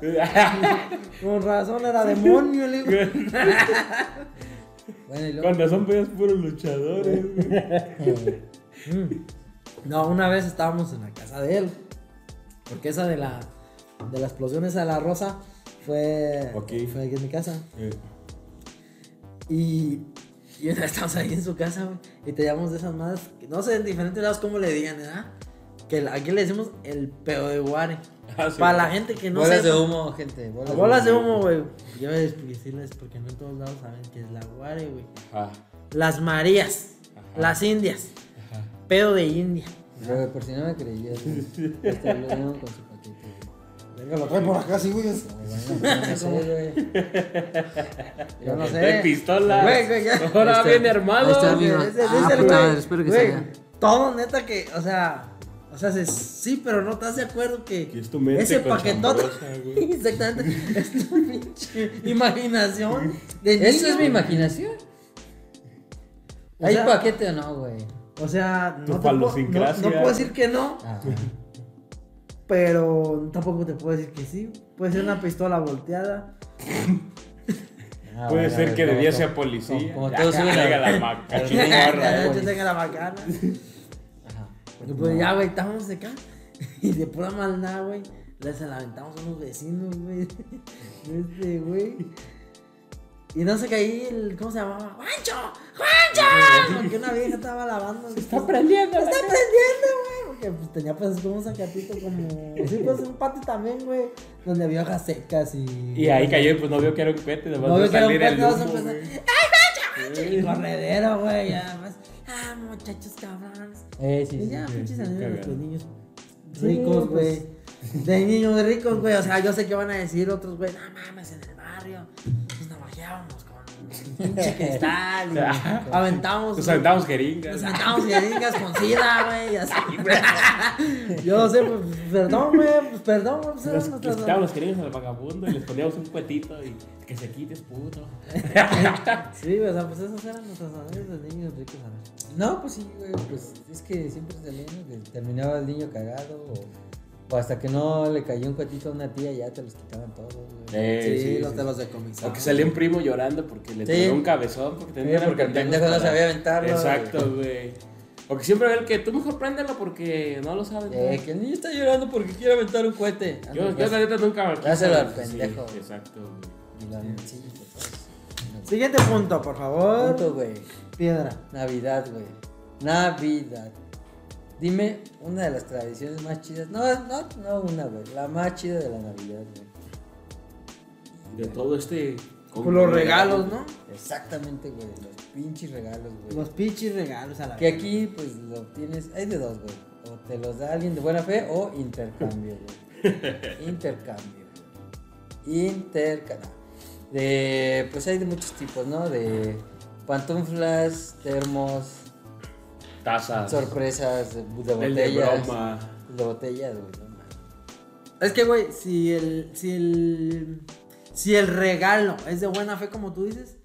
Con razón era demonio, le digo. Bueno, y luego. Cuando son veas puros luchadores, güey. No, una vez estábamos en la casa de él. Porque esa de la de las explosiones a la rosa fue, Ok. fue aquí en mi casa. Eh, Y, y una vez estábamos ahí en su casa, güey. Y teníamos de esas madres, que no sé, en diferentes lados cómo le digan, ¿verdad? Que la- aquí le decimos el pedo de guare. Ah, sí. Para la gente que no bolas sabe. de humo, gente. Bolas, Bolas de humo, güey. Yo voy a decirles porque no en todos lados saben que es la guare, güey. Ajá. Las Marías, las Indias, pedo de India. Güey, por si no me creías, güey. Este Blue Demon con su paquete, güey. Venga, lo trae por acá, sí, güey. Bueno, no sé, güey. Yo no De sé. pistolas. Güey, güey, ya. Ahí Ahora está. bien, hermano. Este, Ahí está, Güey, mira. ese- ese Ah, es el puta güey. madre, espero que Güey, se vea. Todo neta que, o sea, o sea, se- sí, pero no estás de acuerdo que Y es tu mente ese paquetote. cochambrosa, güey. Exactamente. Es tu pinche imaginación. De ¿Eso niño. es mi imaginación? O ¿Hay sea- paquete o no, güey? O sea, Tu no, te puedo, no, no falosincrasia. puedo decir que no, Ajá. pero tampoco te puedo decir que sí. Puede ser una pistola volteada. Ah, Puede bueno, ser güey, que de como- día como- sea policía. como- como Ya, todos suben a- llega la al- maca, Morra, Yo güey. tengo la bacana. Ajá. Y pues ya, güey, estábamos acá. Y de pura maldad, güey. Les se la aventamos a unos vecinos, güey. de Este, güey. Y no sé qué ahí, el, ¿cómo se llamaba? ¡Juancho! ¡Juancho! Porque una vieja estaba lavando. Se está prendiendo. Se está prendiendo, güey. Porque pues, tenía pues como un sacatito, como. Sí, pues un patio también, güey. Donde había hojas secas y. Y ahí cayó y pues no vio que era un cohete. No, Además yo de quiero un salir el patio, vas a humo, empezar. güey. ¡Ay, Juancho! Juancho! Y corredera, güey. Y además. ¡Ah, muchachos cabrones! Eh, sí, Y sí. ya, sí, pinches sí, anécdotas cagado. de niños ricos, güey. De niños ricos, güey. O sea, yo sé que van a decir otros, güey, no mames, en el barrio. pues, Nos navajeábamos con pinche cristal. y aventamos. Nos aventamos Nos jeringas. aventamos jeringas con sida, güey. y así. Yo sé, pues, perdón, güey. Pues, perdón, güey. Pues, eran Les les nuestras- quitábamos las jeringas al vagabundo y les poníamos un cuetito y que se quites, puto. Sí, güey, o sea, pues esas eran nuestras anécdotas de niños ricos, a ver. No, pues sí, güey, pues es que siempre salía, ¿no? que terminaba el niño cagado o, o hasta que no le cayó un cuetito a una tía ya te los quitaban todos, güey. Eh, sí, sí, los sí. de los decomisados. O que salía un primo llorando porque le Sí. tiró un cabezón. Porque, Sí, porque el pendejo no sabía aventarlo. güey. Exacto, güey. O que siempre ve el que tú mejor préndelo porque no lo sabes. Eh, que el niño está llorando porque quiere aventar un cohete. Ah, Yo, no, yo pues, la neta nunca me Dáselo al pendejo. exacto, güey. y la- sí, pues, Siguiente punto, por favor. Punto, güey. Piedra. Navidad, güey. Navidad. Dime una de las tradiciones más chidas. No, no, no una, güey. La más chida de la Navidad, güey. De todo este. Con los regalos, ¿no? Exactamente, güey. Los pinches regalos, güey. Los pinches regalos a la Que aquí, pues lo tienes. Hay de dos, güey. O te los da alguien de buena fe o intercambio, güey. intercambio, güey. Intercambio. De, pues hay de muchos tipos, ¿no? De pantuflas, termos, Tazas. sorpresas, de, de El de botellas. broma. De botellas, güey. no mames. Es que, güey, si el, si el. Si el regalo es de buena fe, como tú dices.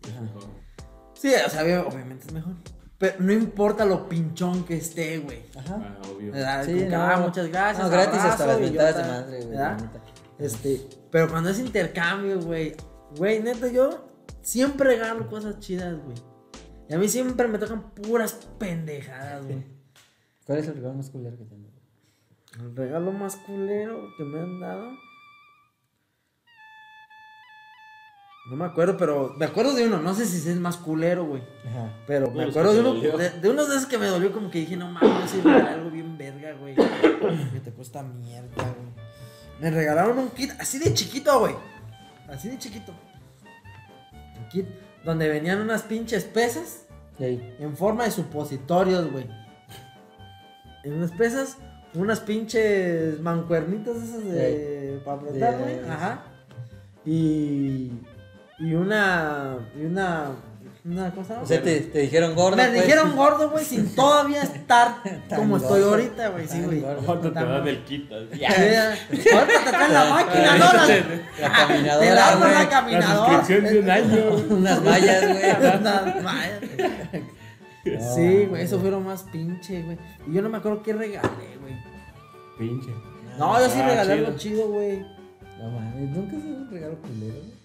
Sí, o sea, obvio- obviamente es mejor. Pero no importa lo pinchón que esté, güey. Ajá. Ah, obvio. ¿Verdad? Sí, Como que, no. ah, muchas gracias. No, gratis abrazo, hasta las y yo mentadas tal, de madre, güey, ¿verdad? la neta. Este, pero cuando es intercambio, güey. Güey, neta, yo siempre regalo cosas chidas, güey. Y a mí siempre me tocan puras pendejadas, güey. ¿Cuál es el regalo más culero que tengo? El regalo más culero que me han dado. No me acuerdo, pero me acuerdo de uno. No sé si es el más culero, güey. Ajá. Pero Uno me de los acuerdo que de te uno. dolió. De, de unos de esos que me dolió, como que dije, no mames, sí, regalé algo bien verga, güey. Que te cuesta mierda, güey. Me regalaron un kit así de chiquito, güey. Así de chiquito. Un kit donde venían unas pinches pesas. Y ahí. En forma de supositorios, güey. En unas pesas, unas pinches mancuernitas esas de. para apretar, De- güey. Ajá. Y. Y una. Y una. Una cosa. O sea, te, te dijeron gordo. Me pues. dijeron gordo, güey, sin todavía estar Tan como estoy gordo, ahorita, güey. Sí, tan güey. gordo. Ahorita te das del kit. así, ya. Ya. Ahorita te traen la máquina, ¿no? La- La Te caminadora, largo la güey. La caminadora. suscripción de un año. Unas mallas, güey. Nada más. Sí, güey, eso fue lo más pinche, güey. Y yo no me acuerdo qué regalé, güey. Pinche. No, yo sí Ah, regalé chido. algo chido, güey. No mames, nunca se un regalo culero, güey.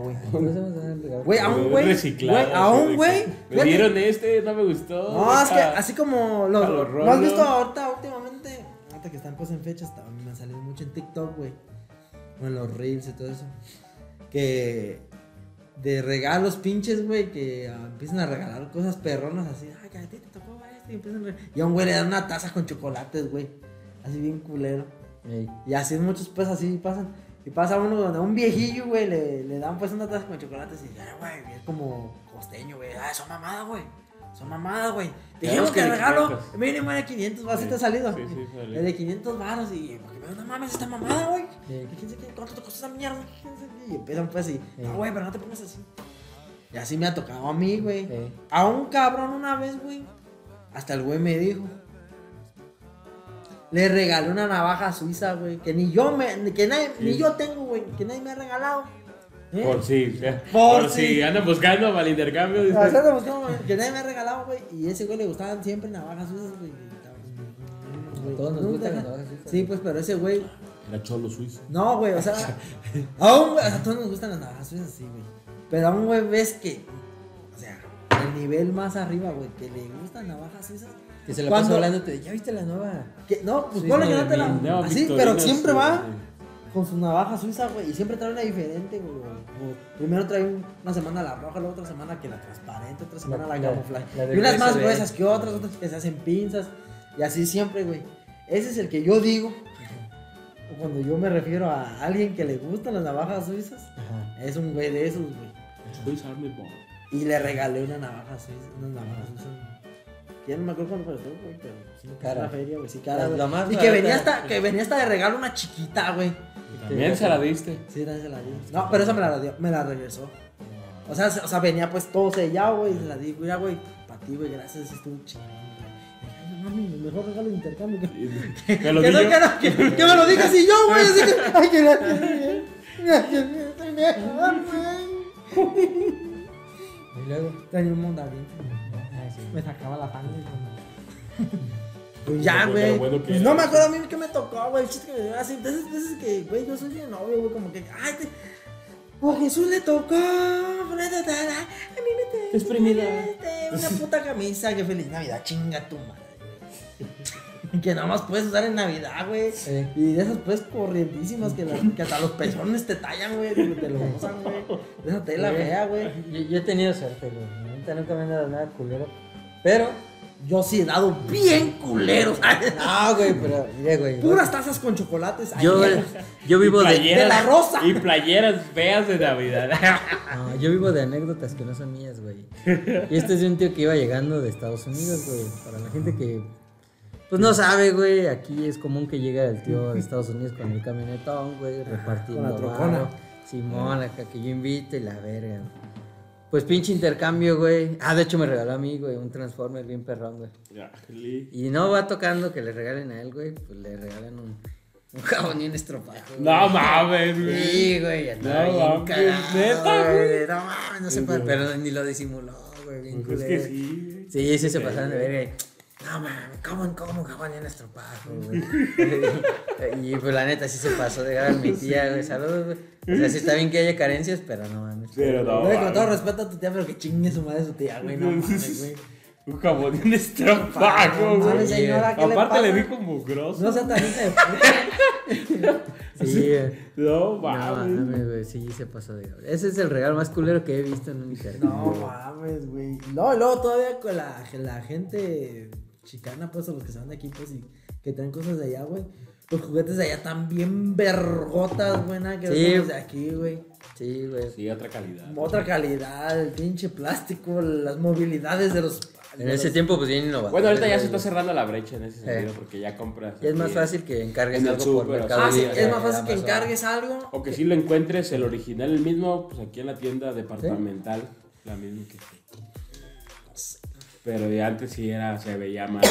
güey. Nunca se me un regalo Güey, culero. a un Pero güey. reciclado, güey, a así un de güey, que, Me fíjate. dieron este, no me gustó. Ah. No, es que pa- así como los, pa' los ¿lo has visto rolos. ahorita últimamente? Ahorita que están pues en fechas, también me han salido mucho en TikTok, güey. O en los reels y todo eso. Que de regalos pinches, güey, que ah, empiezan a regalar cosas perronas así. Ay, que a ti te tocó esto", y empiezan a regalar. Y a un güey le dan una taza con chocolates, güey. Así bien culero. Ey, Y así muchos pues así pasan. Y pasa uno donde a un viejillo, güey, le, le dan pues una taza con chocolates y ya, güey, es como costeño, güey. Ah, son mamadas, güey. Son mamadas, güey. Claro Dijimos que que el de regalo 500. mínimo era 500 vas y Sí, te ha salido. sí, sí, salió. el de 500 varos y, eh, no mames, esta mamada, güey. Sí. ¿Qué, quién sabe qué? ¿Cuánto te costó esa mierda? ¿Qué, quién sabe qué? Y empiezan pues así, Sí. no, güey, pero no te pongas así. Y así me ha tocado a mí, güey. Sí. A un cabrón una vez, güey. Hasta el güey me dijo. Le regalé una navaja suiza, güey. Que ni yo me. Que nadie, ni yo tengo, güey. Que nadie me ha regalado. ¿Eh? Por si, o sea, Por por, si. si. andan buscando para el intercambio. dice. Ah, ¿sabes? Pues, no, güey, que nadie me ha regalado, güey. Y a ese güey le gustaban siempre navajas suizas, güey. Y estaba- güey, todos nos nunca- gustan las navajas suizas. Sí, pues, pero ese güey. Era cholo suizo. No, güey, o sea, aún, güey, o sea, a todos nos gustan las navajas suizas, sí, güey. Pero aún, güey, ves que, o sea, el nivel más arriba, güey, que le gustan navajas suizas. Que se la ¿Cuándo? pasó hablándote. Ya viste la nueva. Que, no, pues Sí, ponle que no, no te la. bien, no, así, Victorinas, pero siempre sí, va sí. con su navaja suiza, güey, y siempre trae una diferente, güey. o- Primero trae un- una semana la roja, la otra semana que la transparente, otra semana la, la- camuflaje. la de Y unas más USB. gruesas que otras, otras que se hacen pinzas. Y así siempre, güey. Ese es el que yo digo. o Cuando yo me refiero a alguien que le gustan las navajas suizas, Ajá. es un güey de esos, güey. Swiss Army Bomb. Y le regalé una navaja suiza, una navaja suiza. Ya no me acuerdo cuándo fue, güey, pero sí, Cara. cara. feria, güey, sí, cara, La- güey. la más Y que venía, barata. hasta, que venía hasta de regalo una chiquita, güey. También se la diste. Sí, también se la di. No, pero esa me la, dio- me la regresó. O sea, se- o sea, venía pues todo sellado, güey. y Se la di, mira, güey, para ti, güey, gracias, estuvo chingón, güey. Ay, no mames, el mejor regalo de intercambio. Que, Me lo que no, di yo. que, no, que- que me lo digas y yo, güey. Así que, ay, que gracias, güey. Gracias, güey, estoy mejor, güey. Y luego. Tenía un mondadiente. Ah, sí. Me sacaba la sangre. Pues ya, Pero güey. bueno que Pues no era. me acuerdo a mí qué me tocó, güey. El chiste que me dio así. Entonces, veces que, güey, yo soy bien novio, güey. Como que, ay, te... oh, Jesús le tocó. Fernando Tara, A mí me tocó. Exprimida. este, Una puta camisa. Qué feliz Navidad, chinga tu madre, güey. Que nada más puedes usar en Navidad, güey. Sí. Y de esas, pues, corrientísimas que, la- que hasta los pezones te tallan, güey. Te te lo usan, güey. De esa tela Güey, fea, güey. Yo, yo he tenido suerte, güey. La neta, nunca me han dado nada culero. Pero. Yo sí he dado bien culeros. No, güey, pero. Mira, güey. Puras tazas con chocolates. ay, Yo, eh, mierda. yo vivo Y de. playeras- de la rosa. Y playeras feas de Navidad. No, yo vivo de anécdotas que no son mías, güey. Y este es de un tío que iba llegando de Estados Unidos, güey. Para la gente que pues no sabe, güey, aquí es común que llega el tío de Estados Unidos con el camionetón, güey, repartiendo con la trocona. varo. Simón, acá que yo invito y la verga. güey. Pues pinche intercambio, güey. Ah, de hecho me regaló a mí, güey, un Transformer bien perrón, güey. Y no va tocando que le regalen a él, güey, pues le regalan un, un jabón y un estropajo. güey. No mames, güey. Sí, güey, andaba No bien mames, cagado, ¿neta, güey, güey? de, No mames, no se puede, pero ni lo disimuló, güey, bien Pues culero. es que sí. Sí, sí, se pasaron de verga. y, No mames, ¿cómo, cómo, cómo en nuestro pajo, güey? y pues la neta sí se pasó de gran mi tía, güey. Saludos, güey. O sea, sí está bien que haya carencias, pero no mames. Pero no. Güey, con mames. todo respeto a tu tía, pero que chingue su madre su tía, güey. No mames, güey. Un jabón y un estropajo, No güey. mames, señora, ¿qué le Aparte le pasa? vi como grosso. No sea tan hija de puta. Sí, güey. No No mames. mames, güey. Sí, se pasó de gran. Ese es el regalo más culero que he visto en un internet. No mames, güey. No, y luego todavía con la, la gente chicana, pues, o los que se van de aquí, pues, y que traen cosas de allá, güey. Los juguetes de allá están bien vergotas, güey. Nada que ver Sí. con los de aquí, güey. Sí, güey. Sí, otra calidad. Otra calidad, el pinche plástico, las movilidades de los En ese tiempo, pues bien innovador. Bueno, ahorita ya se está cerrando la brecha en ese sentido Eh. porque ya compras. Ya es más aquí. fácil que encargues En el algo por súper, mercado. Ah, sí, Libre, es más fácil Amazon. que encargues algo. O que si lo encuentres el original, el mismo, pues aquí en la tienda departamental, la misma que. Pero de antes sí era, se veía más.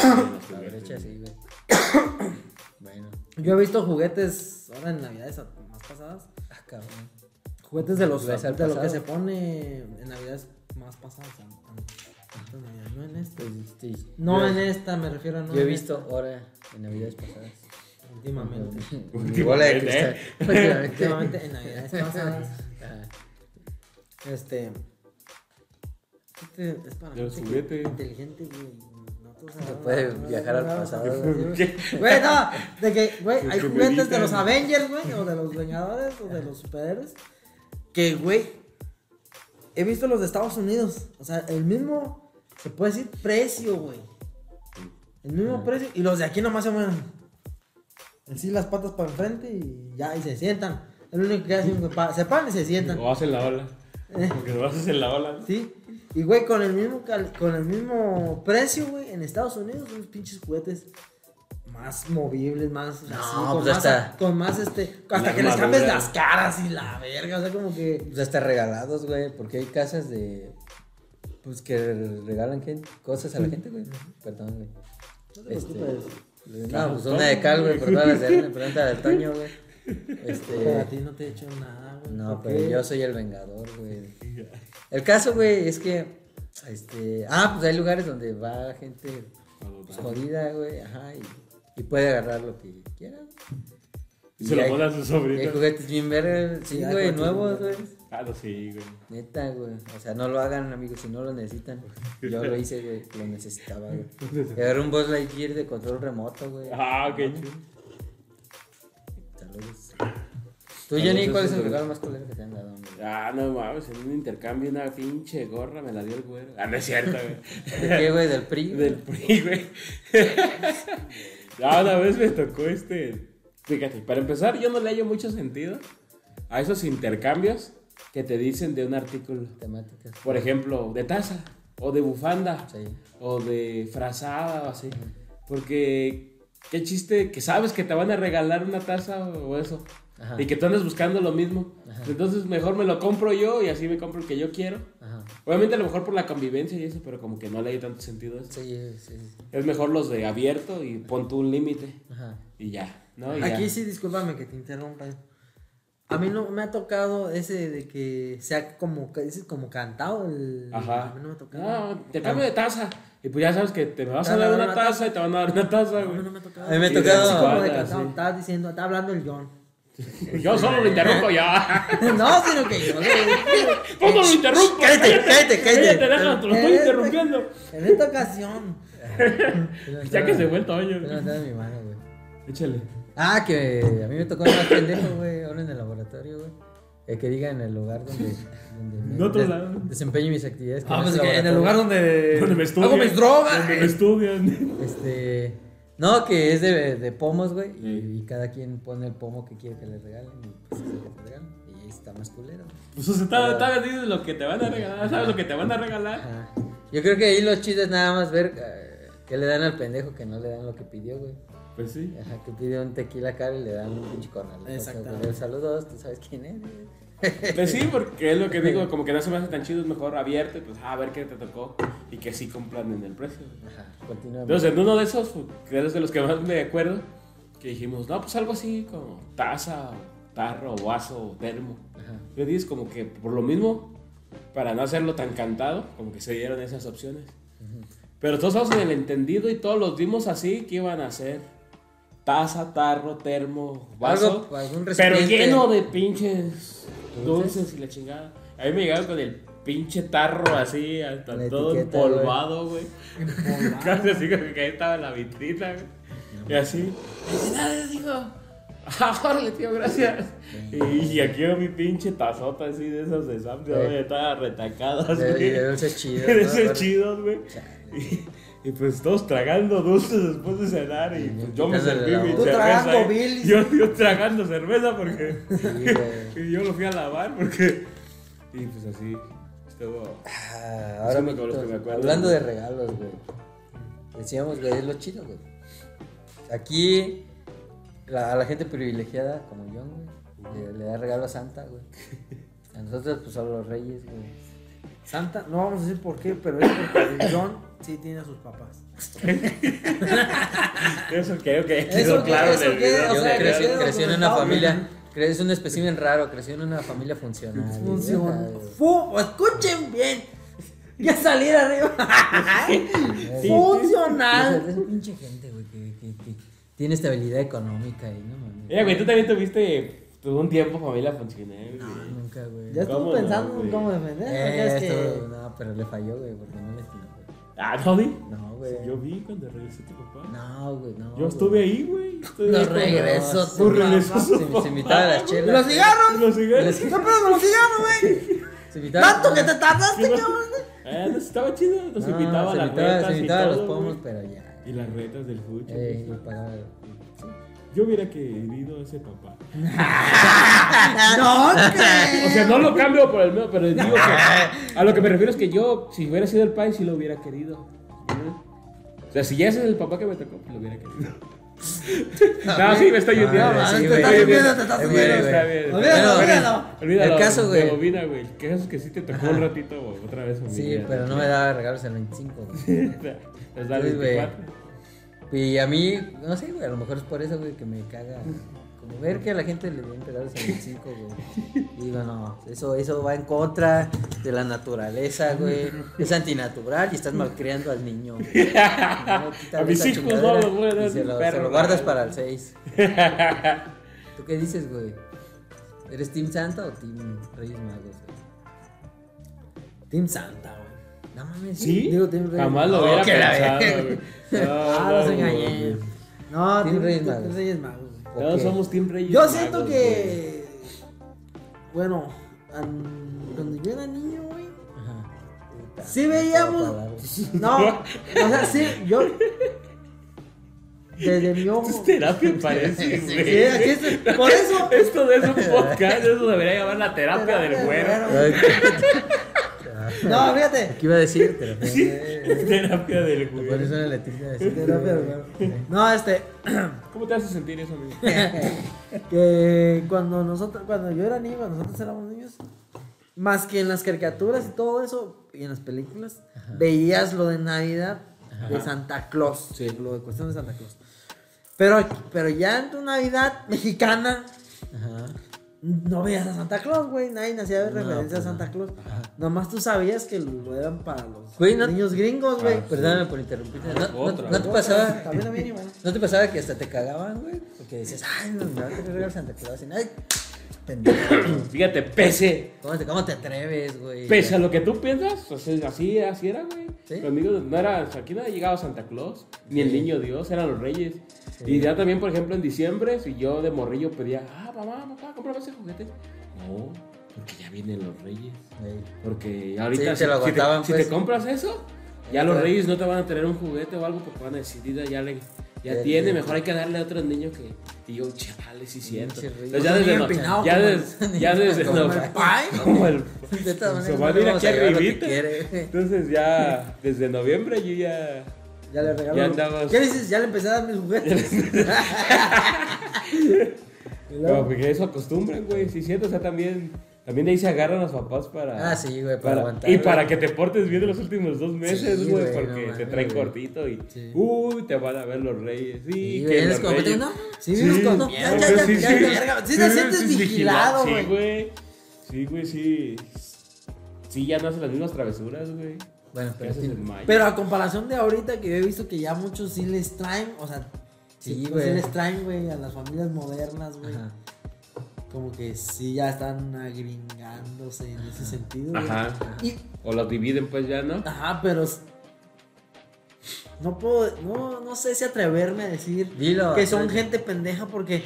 La brecha, sí, güey. bueno, Yo he visto juguetes ahora en navidades a- más pasadas. ah, cabrón. Juguetes de los Puede ser de lo que pasado. se pone en navidades más pasadas. an- an- antes de Navidad, No en este. Sí. No Pues, yo, en esta, me refiero a no. yo he en visto ahora en Navidades pasadas. esta. Últimamente. ¿eh? Mi bola de cristal. Últimamente, Últimamente. Últimamente en navidades pasadas. Ah. Este. Este es para De los gente juguetes. inteligente, güey. No te usa Se nada, puede nada, viajar al nada, pasado, nada, güey. sí, güey. Güey, no. De que, güey, hay que juguetes de meditan. los Avengers, güey, o de los Vengadores, o de los superhéroes. Que, güey, he visto los de Estados Unidos. O sea, el mismo, se puede decir, precio, güey. El mismo precio. Y los de aquí nomás se mueven. Así las patas para enfrente y ya, y se sientan. Es lo único que hacen, güey. pa- Se paran y se sientan. O hacen la ola. Porque lo haces en la ola. Sí. Y güey, con el mismo cal- con el mismo precio, güey, en Estados Unidos, unos pinches juguetes más movibles, más No, con, pues, más, hasta- con más este. Hasta La que les cambies armadura. las caras y la verga. O sea, como que. Pues hasta regalados, güey, porque hay casas de. Pues que regalan gente- cosas a la gente, güey. Perdón, güey. Este, No te preocupes. No, pues una de cal, güey, por todas las de pregunta al Toño, güey. Pero a Este. ti no te he hecho nada, güey. No, ¿por pero qué? yo soy el vengador, güey. El caso, güey, es que. Este. Ah, pues hay lugares donde va gente pues, jodida, güey. Ajá, y, y puede agarrar lo que quiera. Y se Y lo hay- ponen a sus Hay sobrinos. juguetes bien verdes, sí, Sí, hay güey, juguetes nuevos, bien güey. Ah, no, sí, güey. Neta, güey. O sea, no lo hagan, amigos, si no lo necesitan. Yo lo hice, güey. Lo necesitaba, güey. Y agarré un Buzz Lightyear de control remoto, güey. Ah, qué chido. Saludos. Tú, Jenny, ¿cuál es el regalo más culero que te han dado, güey? Ah, no mames, en un intercambio una pinche gorra me la dio el güero. Ah, no es cierto, ¿De güey. qué, güey? ¿Del PRI? Del PRI, güey. Ah, una vez me tocó este. Fíjate, para empezar, yo no le hallo mucho sentido a esos intercambios que te dicen de un artículo. Temáticas. Por ejemplo, de taza, o de bufanda, Sí. o de frazada, o así. Porque qué chiste que sabes que te van a regalar una taza o eso. Ajá. Y que tú andas buscando lo mismo. Entonces, mejor me lo compro yo y así me compro el que yo quiero. Ajá. Obviamente, a lo mejor por la convivencia y eso, pero como que no le hay tanto sentido a eso. Sí, sí, sí. Es mejor los de abierto y pon tú un límite Ajá. y ya, ¿no? Y ya. Aquí sí, discúlpame que te interrumpa. A mí no me ha tocado ese de que sea como, que- ese como cantado. El, Ajá. A mí no me ha tocado. Ah. No, te cambio de taza. Y pues ya sabes que te me vas Te a van a dar dar una una taza y te van a dar una taza, A mí güey. no me ha tocado. A mí me ha Sí, tocado- así como de Ah, cantado, sí. Estás diciendo, está hablando el John. Yo solo lo interrumpo ya. No, sino que yo. güey. ¿Cómo lo interrumpo? Cállate, cállate, Este, Cállate, cállate. deja, te lo estoy Eh, interrumpiendo. En esta ocasión. Ya este. que se fue el Toño. Te levantaron mi mano, güey. Échale. Ah, que a mí me tocó el más pendejo, güey, ahora en el laboratorio, güey. Eh, que diga en el lugar donde, donde me En otro lado. Ah, pues, desempeño mis actividades. que no es donde. Donde me estudian. Hago mis drogas. Donde me estudian. laboratorio. Este, no, que es de, de pomos, güey, y, y cada quien pone el pomo que quiere que le regalen y pues es el que te regalan. Y ahí está más culero. güey. Pues o sea, tal tal vez dices lo que te van a regalar, sabes lo que te van a regalar. Ajá. Yo creo que ahí lo chido es nada más ver eh, qué le dan al pendejo que no le dan lo que pidió, güey. Pues sí. Ajá, que pidió un tequila caro y le dan un pinche cornal. Exactamente. Saludos, tú sabes quién eres. Pues sí, porque es lo que digo, como que no se me hace tan chido, es mejor abierto y pues a ver qué te tocó y que sí compran en el precio. Ajá, continuamos. Entonces, en uno de esos, que es de los que más me acuerdo, que dijimos, no, pues algo así como taza, o tarro, o vaso, o termo. Ajá. Yo dije, como que por lo mismo, para no hacerlo tan cantado, como que se dieron esas opciones. Pero todos estábamos en el entendido y todos los dimos así que iban a ser taza, tarro, termo, vaso. Algo, pues, algún pero recipiente. lleno de pinches dulces y la chingada. A mí me llegaron con el pinche tarro así, hasta La todo etiqueta, empolvado, güey. Casi así como que ahí estaba la vitrina, güey. Y así. Y nada, digo. "Ah, Órale, tío, gracias. Y, y aquí veo mi pinche tazota así de esas de Samsung, Sí. güey, estaba retacadas, De- güey. de dulces chidos, De ¿no? dulces Aparte. chidos, güey. Y, y pues todos tragando dulces después de cenar. Y pues, yo me quitándole serví la mi cerveza. boca. Tú tragando ahí. bilis. Yo, yo tragando cerveza porque. Sí, güey. Y yo lo fui a lavar porque. Y pues así. Luego, Ah, Es ahora que me acuerdo, mitos. que me acuerdo. hablando de regalos, güey. Decíamos, güey, es lo chido, güey. Aquí, la, a la gente privilegiada, como yo, güey, le, le da regalo a Santa, güey. A nosotros, pues a los reyes, güey. Santa, no vamos a decir por qué, pero es porque John sí tiene a sus papás. eso creo que Eso quedó qué, claro eso en el qué, video. o Yo sea, crecí, que- crecí en una no, familia, cre- es un espécimen raro, crecí en una familia funcional. güey. Funciona. Fu- escuchen bien. Ya salir arriba. Es Funcional. esa pinche gente, güey, que, que- que tiene estabilidad económica y no mames. Eh. Mira, güey, tú también tuviste, tuvo un tiempo familia pues, funcional, güey. Nunca, güey. Ya estuvo ¿Cómo no, pensando en güey? cómo defender. Eh, ¿no? Que es esto- No, pero le falló, güey, porque no le tiró, güey. Ah, ¿no vi? No, güey. Yo vi cuando regresó tu papá. No, güey, no. Yo estuve ahí, güey. Estuve No ahí cuando- regresó Tú tu regresó papá. su Se- se papá, invitaba a las güey. que- chelas. ¡Los cigarros! Los cigarros. Les- ¡No, eh. pero los cigarros, güey! Se invitaba- ¡Tanto que te tardaste, ¿Qué más? cabrón! Ah, nos estaba chido. Nos No, invitaba a se las invitaba- retas Se y invitaba a los todo, pomos, güey. pero ya. Y las retas del pues, fucho. Eh, güey. y pagaba. sí. Yo hubiera querido a ese papá. Ah, ¡No, que! O sea, no lo cambio por el mío, pero digo que. A lo que me refiero es que yo, si hubiera sido el padre, sí lo hubiera querido. O sea, si ya ese es el papá que me tocó, pues lo hubiera querido. no, sí, me estoy No, hundiendo. mames, Sí, te güey, estás sí, hundiendo, güey. te estás Sí, hundiendo, está güey. bien. Olvídalo, olvídalo. Olvídalo, El caso, güey. Rebobina, güey. El caso es que sí te tocó un ratito, güey, otra vez. Sí, humillante. pero no me daba regalos el 25, güey. Nos da el Sí, güey. 24. Y a mí, no sé, güey, a lo mejor es por eso, güey, que me caga. Como ver que a la gente le den regalos en el 5, güey. Y Digo, no, eso, eso va en contra de la naturaleza, güey. Es antinatural y estás malcriando al niño. güey. No, quítale A mis esa hijos no chingadera los voy a dar y Se ni lo, perro, se lo güey. guardas para el 6. ¿Tú qué dices, güey? ¿Eres Team Santa o Team Reyes Magos, güey? Team Santa, güey. No mames. ¿Sí? Digo, tiene rey. Jamás lo No, hubiera Oh, que la pensado, verga. güey. No, Ah, no, los güey. engañé. No, Team Team Reyes Reyes Magos. Magos, güey. ¿O Todos qué? somos Team Reyes. Yo siento Magos, que. Bueno, an- cuando yo era niño, güey. Ajá. Sí veíamos. Palabras. No, o sea, sí, yo. Desde mi güey. Es ojo. terapia, parece, Sí, Este güey. aquí estoy- Por eso. Esto es un podcast, eso debería llamar la terapia del güero. Ay, No, fíjate. ¿Qué iba a decir? Te lo Terapia del Por güero. eso era la tilde de decir. No, este. ¿Cómo te hace sentir eso, amigo? Que cuando nosotros, cuando yo era niño, cuando nosotros éramos niños, más que en las caricaturas y todo eso, y en las películas, veías lo de Navidad de Santa Claus. Lo de cuestión de Santa Claus. Pero, pero ya en tu Navidad mexicana, Ajá. no veías a Santa Claus, güey. Nadie hacía No, referencia pues a no. Santa Claus. Nomás tú sabías que lo eran para los Güey, no- Ah, niños gringos, güey. Perdóname por interrumpirte. No, no- Otra. no te pasaba. También a mí, güey. ¿No te pasaba que hasta te cagaban, güey? Porque decías, ay, no, me va a querer regalar Santa Claus. Y, ay, pendejo. Fíjate, pese, ¿Cómo te, cómo te atreves, güey? pese a lo que tú piensas, o sea, así, así era, güey. Sí. Conmigo no era, o sea, aquí no llegaba Santa Claus, ni el niño Dios, eran los reyes. Y ya también, por ejemplo, en diciembre, si yo de morrillo pedía, ah, mamá, papá, cómprame ese juguete. No, porque ya vienen los reyes. Güey, Porque ahorita si- Sí, te lo si, te, aguantaban, si pues. te compras eso, ya los reyes no te van a tener un juguete o algo porque van a decidir, ya le ya Ya tiene, tiene. mejor hay que darle a otros niños que y yo, chale, sí cierto. Pinche rey. Entonces, ya Un desde niño no- empinado ya como des- el- ya desde como no- el pai. como el De todas maneras, se no va a ir vamos aquí a llegar a lo que arribita. quiere, güey. Entonces ya desde noviembre yo ya Ya le Ya regaló. andamos. ¿Qué dices? Ya le empecé a dar mis juguetes. Y luego- no, porque eso acostumbran, güey, sí cierto, o sea, también también de ahí se agarran los papás para Ah, sí, güey, para aguantar, Y güey. para que te portes bien en los últimos dos meses, Sí, güey, güey, no porque te mames, traen güey. cortito y Sí. uy, te van a ver los reyes. Sí, Y, que güey, eres los como, reyes. no, Sí, vives con- no, sí, ya, ya, ya, sí, ya, sí. ya, verga, sí te Sí, sientes sí, vigilado, Sí, güey. güey. Sí, güey, sí. Sí, ya no hacen las mismas travesuras, güey. Bueno, ¿Qué pero haces sí. en mayo? Pero a comparación de ahorita que yo he visto que ya muchos sí les traen, o sea, Sí, sí, güey. sí les traen, güey, a las familias modernas, güey. Ajá. Como que sí ya están agringándose en ese sentido, güey. Ajá. Y, O los dividen, pues ya, ¿no? ajá, pero s- no puedo, no, no sé si atreverme a decir Dilo. Pues, que son gente pendeja porque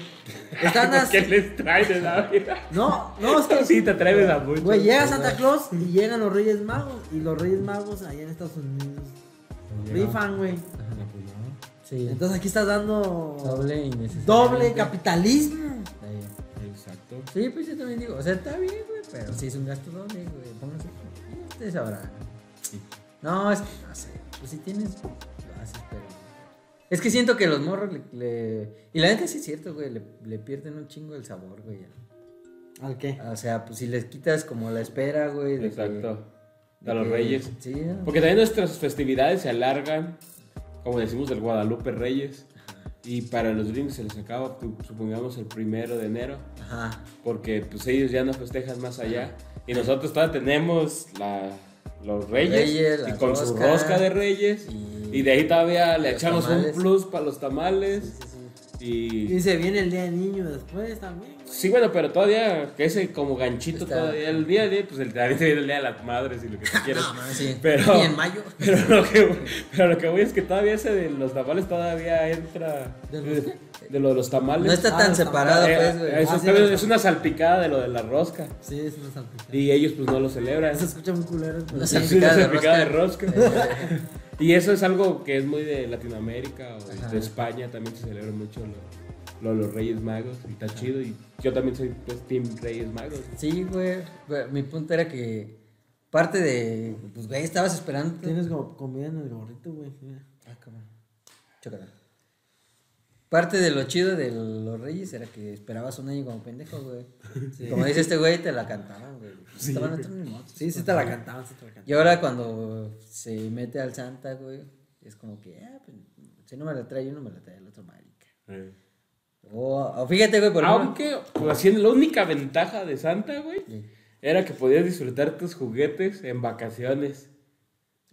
están ¿Qué así. les traen de la vida? No, no, es que Sí, te atreves a mucho. Güey, llega Santa Claus y llegan los Reyes Magos. Y los Reyes Magos allá en Estados Unidos rifan, güey. pues, Pues, Sí. Entonces aquí estás dando doble, Doble innecesario. capitalismo. Está bien. Exacto. Sí, pues yo también digo, o sea, está bien, güey, pero sí es un gasto doble, güey. Pónganse. pues, Ustedes sabrán. No, es que no sé. Pues si tienes, lo haces, pero. Es que siento que los morros le. le- Y la neta sí es cierto, güey. Le, le pierden un chingo el sabor, güey. ¿Al qué? O sea, pues si les quitas como la espera, güey. de que- Exacto. de A los que- reyes. Sí, ¿no? Porque también nuestras festividades se alargan, como decimos del Guadalupe Reyes. Y para los gringos se les acaba, pu- supongamos, el primero de enero. Ajá. Porque pues ellos ya no festejan más allá. Y nosotros todavía tenemos la- los reyes, Reyes, y la con su rosca, rosca de reyes. y- Y, de ahí todavía le los echamos tamales. un plus para los tamales. Y Y... se viene el día del niño después también, güey. Sí, bueno, pero todavía, que ese como ganchito Está- todavía el día de, pues el, también viene el día de las madres y lo que tú quieras. Sí. Pero- Y en mayo. Pero lo, que, pero lo que voy es que todavía ese de los tamales todavía entra. ¿De los, de, lo de los tamales. No está Ah, tan los separado, Eh, pues, güey. eso Ah, sí, también los es una salpicada de lo de la rosca. Sí, es una salpicada. Y ellos pues no lo celebran. Se escucha muy culero. pero- No Sí, sé. es una salpicada Salpicada de de rosca. y eso es algo que es muy de Latinoamérica o de España. También se celebra mucho lo, lo de los Reyes Magos. Y está chido. Y yo también soy pues, Team Reyes Magos. Sí, güey. Güey, Mi punto era que parte de. Pues, güey, estabas esperando. Tienes como comida en el gorrito, güey. mira. Ah, cabrón. Chócala. Parte de lo chido de los Reyes era que esperabas un año como pendejo, güey. Como dice este güey, te la cantaban, güey. Estaban otros mismos. Sí, sí te la cantaban, sí te la cantaban. Y ahora cuando se mete al Santa, güey, es como que, ah, pues, si no me la trae uno, me la trae el otro marica. O, o fíjate, güey, por ejemplo. Aunque, pues, así, la única ventaja de Santa, güey, era que podías disfrutar tus juguetes en vacaciones.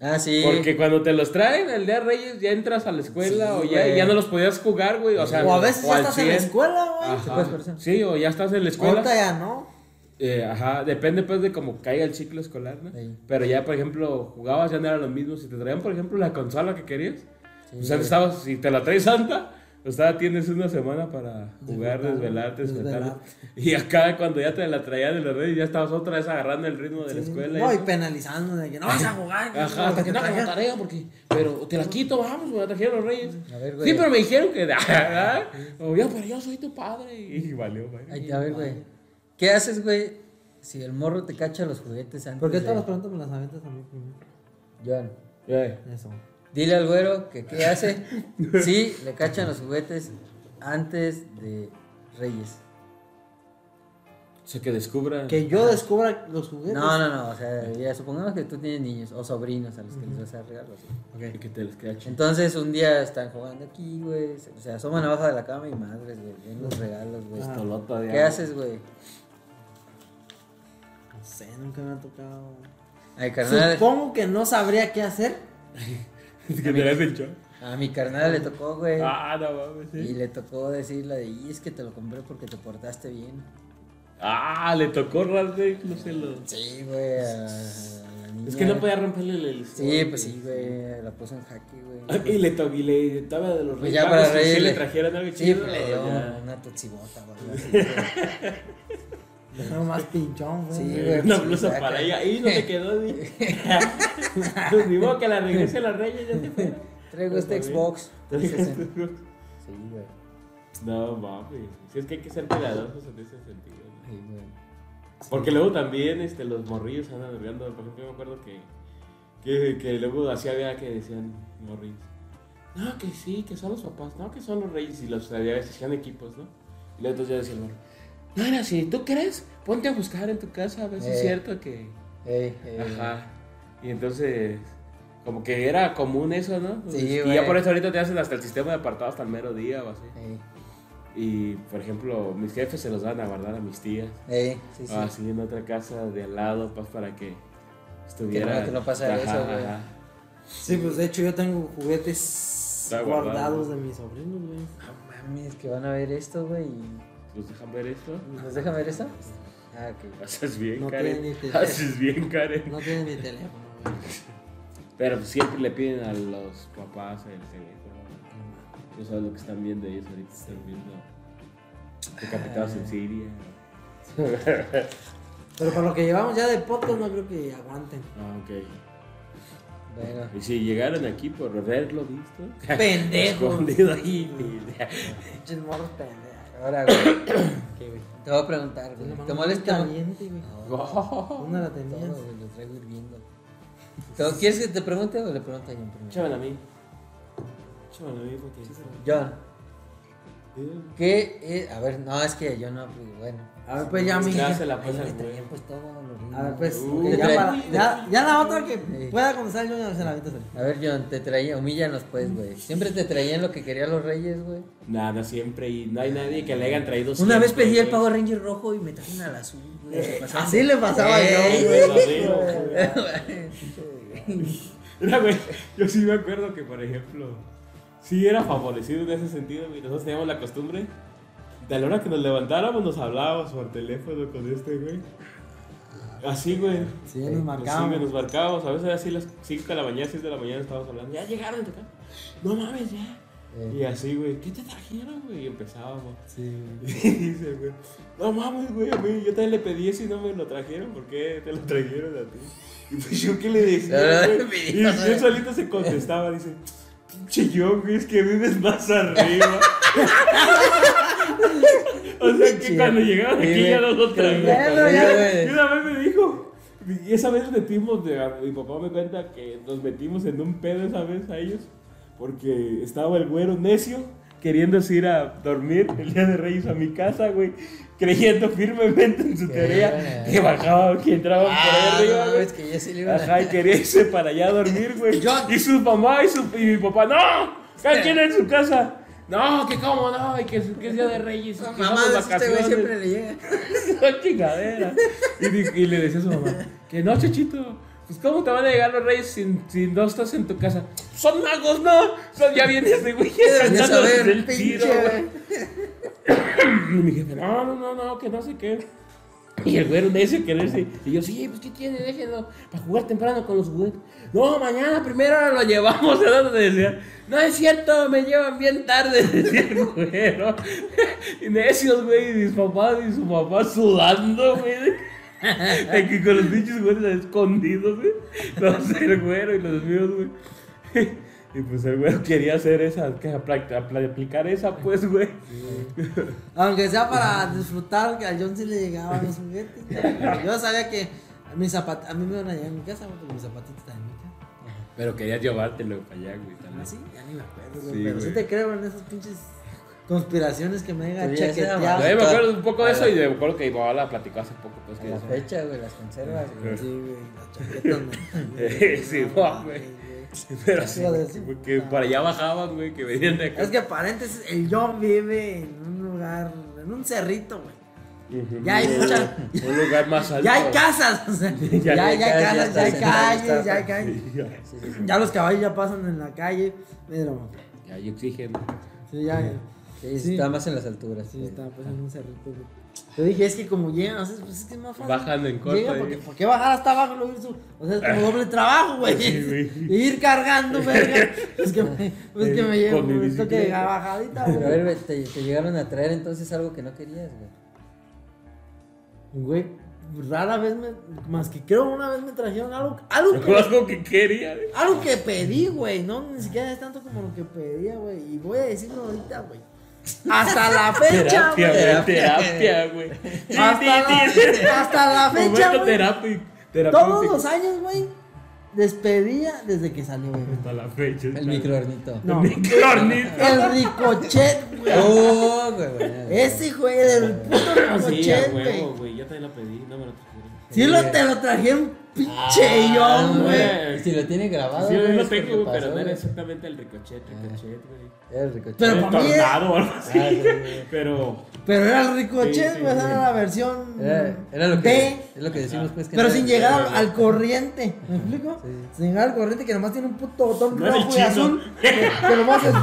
Ah, sí. Porque cuando te los traen el día de Reyes, ya entras a la escuela Sí, o ya, güey. ya no los podías jugar, güey. O, sea, O a veces ya al estás en la 100. escuela, güey. Ajá. Sí, o ya estás en la escuela. Ahorita ya no. Eh, ajá, depende pues de cómo caiga el ciclo escolar, ¿no? Sí. Pero ya, por ejemplo, jugabas, ya no eran los mismos. Si te traían, por ejemplo, la consola que querías, pues antes estabas, si te la traes Santa, pues todavía tienes una semana para jugar, desvelarte, despertar. Y acá, cuando ya te la traían en los redes, ya estabas otra vez agarrando el ritmo de la escuela. y No, y eso. penalizando de que no vas a jugar. Ajá, hasta que no hagas la tarea, porque. Pero te la quito, vamos, me la trajeron los reyes. A ver, güey. sí, pero me dijeron que. ah, O yo, pero yo soy tu padre. Y valió, güey. Ay, a ver, güey. ¿Qué haces, güey, si el morro te cacha los juguetes antes? ¿Por qué de- todas las preguntas me las aventas a mí primero? Joan, Eh, Eso. dile al güero que qué hace si le cachan los juguetes antes de Reyes. O sea, que descubra. Que yo descubra los juguetes. No, no, no. O sea, ya supongamos que tú tienes niños o sobrinos a los que les vas a dar regalos. güey. Y que te los cache. Entonces, un día están jugando aquí, güey. Se, se asoman abajo de la cama y madres, güey. Ven los regalos, güey. Tolota de Ah, ¿Qué agua. haces, güey? No sé, nunca me ha tocado. Ay, carnal. Supongo que no sabría qué hacer. Que te la has hecho. A mi carnal le tocó, güey. Ah, no mames. sí. Y le tocó decir la de, y es que te lo compré porque te portaste bien. Ah, le tocó rasgar, no sé lo. Sí, güey. a- a la niña. Es que no podía romperle el. el- Sí, pues sí, güey. La puso en jaque, güey. Y le tocó, y le estaba de los Pues reyes. ya para Magos, si- Reyes Si le le- trajeron algo Sí, chido. pues le dio ya. una toxibota, güey. algo así, güey. No más pinchón, güey. Sí, güey. Una pues, blusa saca. para ella. Y no te quedó ni. Pues ni modo que la regrese a la reyes, ya te fue. Traigo Pues este Xbox. Sí, güey. No mames, si es que hay que ser cuidadosos en ese sentido. ¿no? Sí, güey. Porque luego también este, los morrillos andan mirando. Por ejemplo, yo me acuerdo que, que, que luego así había que decían morrillos: No, que sí, que son los papás, no, que son los reyes. Y los había veces hacían equipos, ¿no? Y luego entonces ya decía el morro: No, era así, ¿tú crees? Ponte a buscar en tu casa a ver si es Eh. cierto que. Ey, ey. Ajá. Y entonces, como que era común eso, ¿no? Este, Sí, y güey. ya por eso ahorita te hacen hasta el sistema de apartado hasta el mero día o así. Ey, Y, por ejemplo, mis jefes se los dan a guardar a mis tías. ey, sí, sí. Así Ah, en otra casa de al lado, pues para que Que estuviera. no- que no pasara eso, güey. Sí, pues de hecho yo tengo juguetes Está guardado, guardados güey. de mis sobrinos, güey. No mames, que van a ver esto, güey. y- Pues dejan ver esto. ¿Nos dejan ver esto? Ah, ok. Haces bien, No tiene Karen. ni idea. Haces bien, Karen. No tienen mi teléfono, güey. Pero pues, siempre le piden a los papás el teléfono. Yo sabes lo que están viendo ellos ahorita. Están viendo decapitados en Siria. Pero por lo que llevamos ya de podcast, no creo que aguanten. Ah, ok. Bueno. Y si llegaron aquí por haberlo visto. Pendejo. Escondido ahí. ni idea. Pinches morros pendejos. Ahora, güey. ¿Qué, güey? Te voy a preguntar, Una güey. mano ¿Te muy molesta? caliente, güey. No, Oh. Una la todo, tenías. güey, lo traigo hirviendo. ¿Te- ¿Quieres que te pregunte o le pregunto a John primero? Échamela a mí. Échamela a mí porque. John, ¿qué es? A ver, no, es que yo no, pues, bueno. A ver, pues ya, mi. Ya se A la Ay, pasa le el güey. traían, pues, todo lo mismo. ver, pues. Uh, ok, ya, trae- para- ya- ya la otra que Sí. pueda contestar yo ya se la aviento A ver, John, te traía, humíllanos pues, güey. Siempre te traían lo que querían los reyes, güey. Nada, siempre. Y no hay nadie que le hayan traído. Una siempre, vez pedí el güey. Power Ranger rojo y me trajeron al azul, güey. Eh, Se pasaron Así de- le pasaba yo, Ey, güey. Güey, así, güey. Mira, güey, yo sí me acuerdo que, por ejemplo, sí era favorecido en ese sentido, güey. Nosotros teníamos la costumbre de a la hora que nos levantáramos, nos hablábamos por teléfono con este, güey. Así, güey. Sí, nos Sí, marcamos. güey, nos marcábamos. A veces así las 5 de la mañana, 6 de la mañana estábamos hablando. Ya llegaron, acá. No mames, ya. Eh. Y así, güey, ¿qué te trajeron, güey? Y empezábamos. Sí, güey. Y dice, güey, no mames, güey, a mí yo también le pedí eso y no me lo trajeron, ¿por qué te lo trajeron a ti? Y pues yo qué le decía, Pero, güey. mi Y Dios, yo güey. solito se contestaba, dice, pinche yo, güey, es que vives más arriba. o sea que Pinche cuando yo. llegaban Sí, aquí ya no güey. lo traían. Pero Y ya, una vez me dijo, y esa vez metimos, de- mi papá me cuenta que nos metimos en un pedo esa vez a ellos, porque estaba el güero necio queriéndose ir a dormir el día de Reyes a mi casa, güey, creyendo firmemente en su Que teoría iban a- que bajaban, que entraban Ah, por ahí arriba, no, güey. es que ya se le iban a- Ajá, y quería irse para allá a dormir, güey. John. Y su mamá y, su, y mi papá, ¡no! ¡Cada quien en su casa! No, que cómo no, y que, que es día de Reyes, que Mamá, somos este güey vacaciones. siempre le llega. Son chingadera. Y, di- y le decía a su mamá, que no, Chachito, pues cómo te van a llegar los reyes si, si no estás en tu casa. Son magos, no. Son, ya vienes de güey. Ya cantando saber, del pinche, tiro, güey. güey. Y mi jefe, no, no, no, no, que no sé qué. Y el güero necio quererse. Y yo, sí, pues qué tiene, déjenlo. Para jugar temprano con los güeyes. No, mañana primero lo llevamos. ¿A dónde decía? No es cierto, me llevan bien tarde. Decía el güero. Y necios, güey. Y mis papás y su papá sudando, güey. De que con los pinches güeyes escondidos, güey. No sé, el güero y los míos, güey. Y pues el güero quería hacer esa, que apl- aplicar esa, pues, güey. Aunque sea para disfrutar, que a John sí le llegaban los juguetes. güey. Yo sabía que mis zapat- a mí me iban a llegar a mi casa, güey, porque mis zapatitos están en mi casa. Pero quería llevártelo para allá, güey. Tal Ah, vez. sí, ya ni me acuerdo, güey. Sí, pero sí güey. te creo en esas pinches conspiraciones que me Pero hagan ya se A Ah, mí chaqueteado. avanzó. me está. acuerdo un poco de A eso la- y me acuerdo que mi mamá la platicó hace poco. Pues, A que la eso. fecha, güey, las conservas, güey. Sí, güey, las chaquetas Eh, sí, no, güey. Pero sí, Hijo de su güey, que puta. para allá bajaban, güey, que venían de acá. Es que paréntesis, el John vive en un lugar, en un cerrito, güey. Ujú. Ya hay muchas, Un lugar más alto. ya hay casas, o sea, ya, Ya- ya hay ya- ya casas, ya estás hay en- calles, ya hay calles. Sí, ya. Sí, sí, sí. Ya los caballos ya pasan en la calle, pero Ya hay oxígeno. sí, ya, Sí, Sí. está más en las alturas. sí güey. está pues en un cerrito. güey. Yo dije, es que como llegan, o sea, pues es que es más fácil. Bajan en corto, Llega, ahí. porque, ¿Por qué bajar hasta abajo? Luego ir su- o sea, es como doble trabajo, güey. Sí, güey. ir cargando, verga. Es que me, pues que me Eh, llevo con mi esto que bicicleta. bajadita, Pero a güey. ver, güey, te, te llegaron a traer entonces algo que no querías, güey. Güey, rara vez me. Más que creo una vez me trajeron algo. Algo que, Algo que quería. güey. algo que pedí, güey. No, ni siquiera es tanto como lo que pedía, güey. Y voy a decirlo ahorita, güey. Hasta la fecha, Terapia, güey. güey. Terapia, güey. Hasta la, hasta la fecha, Momento güey. terapia. Todos los terapéutico. años, güey. Despedía desde que salió, güey. Hasta la fecha. El microornito. No. El microornito. El ricochet, güey. Oh, güey, güey. Ese, güey, el puto Sí, a ricochet, güey. huevo, güey. Yo también la pedí, no me la trajeron. Sí, lo, te lo trajeron, pinche Ah, yo, güey. güey. Si lo tiene grabado. Sí, yo güey, lo es Este, tengo, porque güey, pero no pasó, era güey. exactamente el ricochet, ricochet, güey. Era el ricochete. Pero Era pa' el mí era- tornado o algo así. Ah, sí, güey. Pero Pero era el ricochet, Sí, sí, güey, esa sí. era la versión Era, Eh, era lo que, B, es lo que decimos, pues. Que pero no sin era- llegar al, al corriente, ¿me explico? Sin llegar al corriente que nomás tiene un puto botón No era rojo y el chino. azul, que, que nomás es...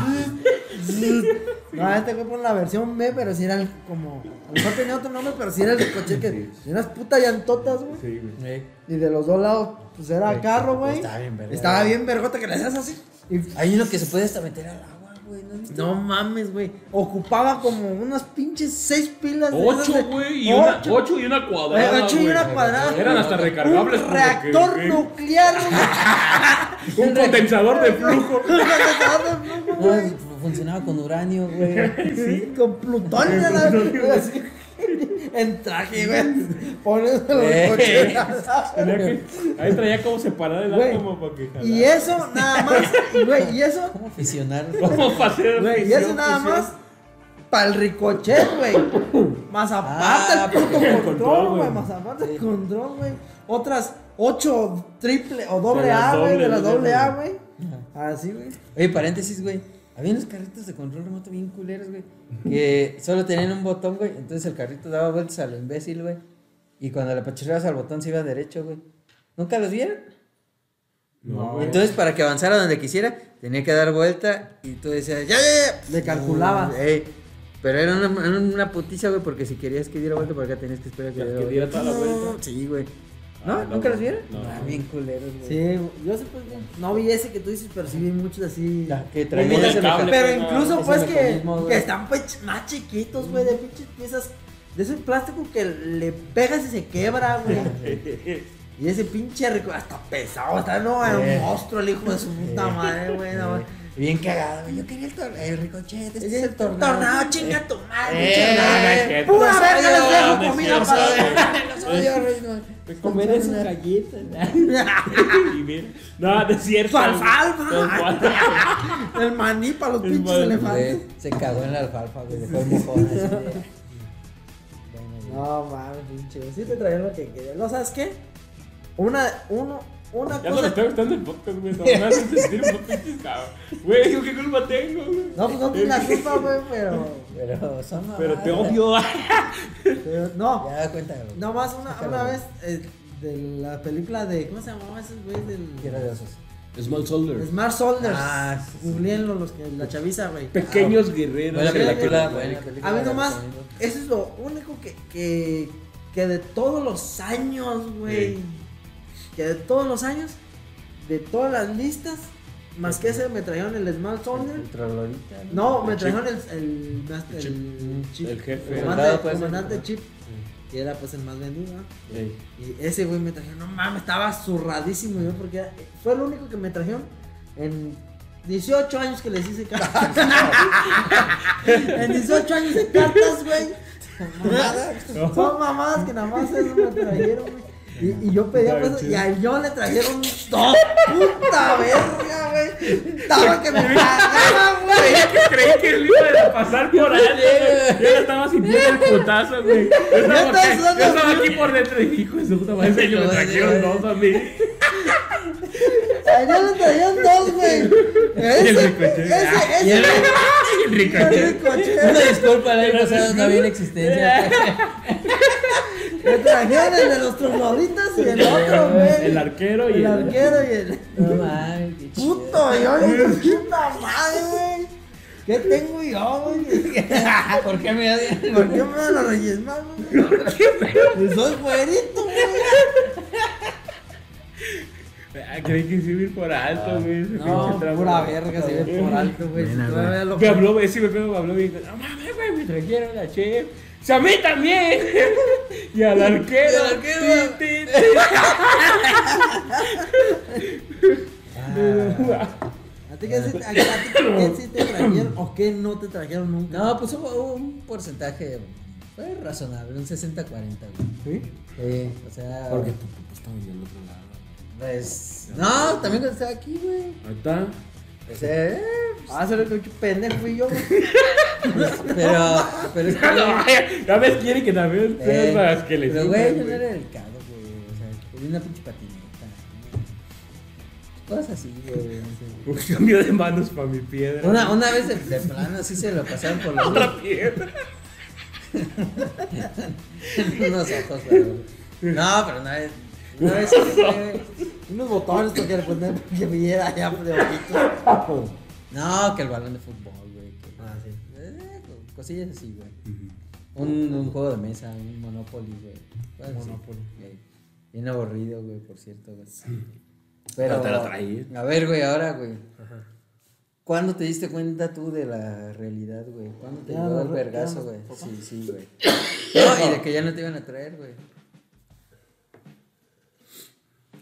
No, este güey pone la versión B, pero si era el, como... A lo mejor tenía otro nombre, pero si era el ricochet, que tenía unas putas llantotas, güey. Sí, güey. Eh, Y de los dos lados, pues era carro, güey. estaba bien verga. Estaba bien vergota que le hacías así. Y Hay uno que se puede hasta meter al agua, güey. ¿no has visto? No mames, güey. Ocupaba como unas pinches seis pilas. de Ocho, esas de- güey, y una, Ocho. ocho y una cuadrada. Eh, ocho y güey. una cuadrada. Eran hasta recargables. Un como reactor que, güey, nuclear, güey. Un condensador de flujo. Un condensador de flujo, No, güey. fu- funcionaba con uranio, güey. Sí, con Plutón a la güey, así, En traje, güey. Pones a los Eh. coches. Tenía que- ahí traía como separar el Güey, átomo para que jalara. Y eso nada más, güey, y eso, ¿Cómo aficionar? ¿Cómo pasé? güey, y eso nada más para el ricochet, güey. Más aparte Ah, el puto porque el control, control, güey. güey, más aparte Sí. el control, güey. Otras ocho triple o doble las A, güey, de dobles, las güey. doble A, güey. Así, güey. Oye, paréntesis, güey. Había unos carritos de control remoto bien culeros, güey. Que solo tenían un botón, güey. Entonces el carrito daba vueltas a lo imbécil, güey. Y cuando le apachurrabas al botón se iba derecho, güey. ¿Nunca los vieron? No, güey. Entonces, para que avanzara donde quisiera, tenía que dar vuelta y tú decías, ¡ya, ya, ya! Le calculabas. Ey, Pero era una, era una putiza, güey, porque si querías que diera vuelta para acá tenías que esperar a que, Que diera, diera vuelta. toda la vuelta. No, Sí, güey. ¿No? Ah, no, ¿Nunca güey. los vieron? No. Ah, bien culeros, güey. Sí, yo sé, pues, no vi ese que tú dices, pero sí vi muchos así. La que Pero traía ese cable. meca- Pero Ese incluso, pues, que, mecanismo, güey. que están pues, más chiquitos, güey, de pinches piezas. De ese plástico que le pegas y se quebra, güey. Eh, y ese pinche rico, hasta pesado, está, no, era Sí. un monstruo el hijo de su puta madre, güey. no, güey. Bien cagado, güey. Yo quería el, tor- el ricochete. Este Ese es el tornado. tornado, chinga tu madre, Eh, pinche no es madre. cierto. Pura No verga, soy yo, les no dejo es cierto. comida para Los odio, Reynolds. Me comeré esas galletas. Y mira, No, no es cierto. Su alfalfa. Su alfalfa. El maní para los El pinches maní. elefantes. Güey, Se cagó en la alfalfa, güey. Dejó el mojón así de- Bueno, güey. No mames, pinche. güey. Sí te traían lo que querías. ¿No sabes qué? Una, uno, una Ya no cosa. le está gustando el podcast, güey. No me hace sentir un pinche cabrón. Güey, yo qué culpa tengo, güey. No, pues no tienes la culpa, güey, pero. Pero son mamadas, Pero te güey. odio. pero no, Ya, cuéntalo. nomás una, Déjalo, una güey. vez eh, de la película de. ¿Cómo se llamaba ese güey? Tierra Del. de osos. Small Soldier. Smart Soldiers. Ah, sí, sí. Googleenlo, los que, la chaviza, güey. Pequeños guerreros. Buena de la película, que- buena película. A mí la nomás, recomiendo. eso es lo único que, que, que de todos los años, güey. Sí. Que de todos los años, de todas las listas, más que ese me trajeron el Smart Soldier. El trololita, No, me El trajeron el, el, el, chip. El jefe. El Soldado, comandante, pues, comandante ¿no? chip. Y era pues el más vendido. ¿no? Ey. Y ese güey me trajeron, no mames, estaba zurradísimo yo porque era- fue el único que me trajeron en 18 años que les hice cartas. en 18 años de cartas, güey. Son mamadas que nada más eso me trajeron, güey. Y, y yo pedía Está bien pues, chido. y a yo le trajeron dos puta verga, güey. Estaba que me cagaba, güey. Creí que él iba a pasar por allá. güey. Yo ya estaba sintiendo el putazo, güey. Yo Ya estaba, estás dando- yo estaba aquí por dentro y dije, hijo de su puta madre, que me trajeron dos a mí. A yo le traían dos, güey. Ese, el ese, ricochet. ese, Y el- El ricochet. el ricochet. Una disculpa, la pasado no había existencia. Me trajeron el de los trogloditas y el otro, güey. El arquero y El el. arquero y el. No mames, qué chido. Puto, yo dije, puta madre, güey. ¿Qué tengo yo, güey? ¿Por qué me odian? ¿Por qué me dan los reyes magos? güey? Pues soy güerito, güey. Ah, creí que sí iba a ir por alto, güey. ese pinche trago. se ve por alto, güey. Si todavía lo- Me habló, güey, sí, me pegó, me habló y dijo, no mames, güey, me trajeron la chef. O sea, a mí también. y al arquero. Y al arquero. Ti, ti, ti. ¿A ti qué sí- a- a ti qué sí te trajeron o qué no te trajeron nunca? No, pues hubo un porcentaje fue razonable, un 60-40, güey. ¿Sí? Sí, o sea. Porque tu papá está viviendo en otro lado. Pues. No, también cuando estaba aquí, güey. Ahí está. O sea, eh, Ah, se lo que pendejo fui yo, güey. pero. Pero es que. No, ya ves, quiere que también ustedes Eh, las que les pero, güey, yo no era delicado, güey. O sea, tenía una pinche patineta. ¿no? Cosas así, güey. no sé. Un cambio de manos para mi piedra. Una, una vez de, de plano así se lo pasaron por los Otra piedra. unos ojos, pero. No, pero una vez. Una vez sí fue- Unos botones para que le poner para que viera allá de ojito. No, que el balón de fútbol, güey. que- Ah, sí. Eh, co- cosillas así, güey. Un, un juego de mesa, un Monopoly, güey. Bueno, sí, güey. Bien aburrido, güey, por cierto, güey. Pero, Pero te lo traí. A ver, güey, ahora, güey. ¿Cuándo te diste cuenta tú de la realidad, güey? ¿Cuándo te Ya, llegó la el re- vergazo, ya, güey? papá. Sí, sí, güey. No, y de que ya no te iban a traer, güey.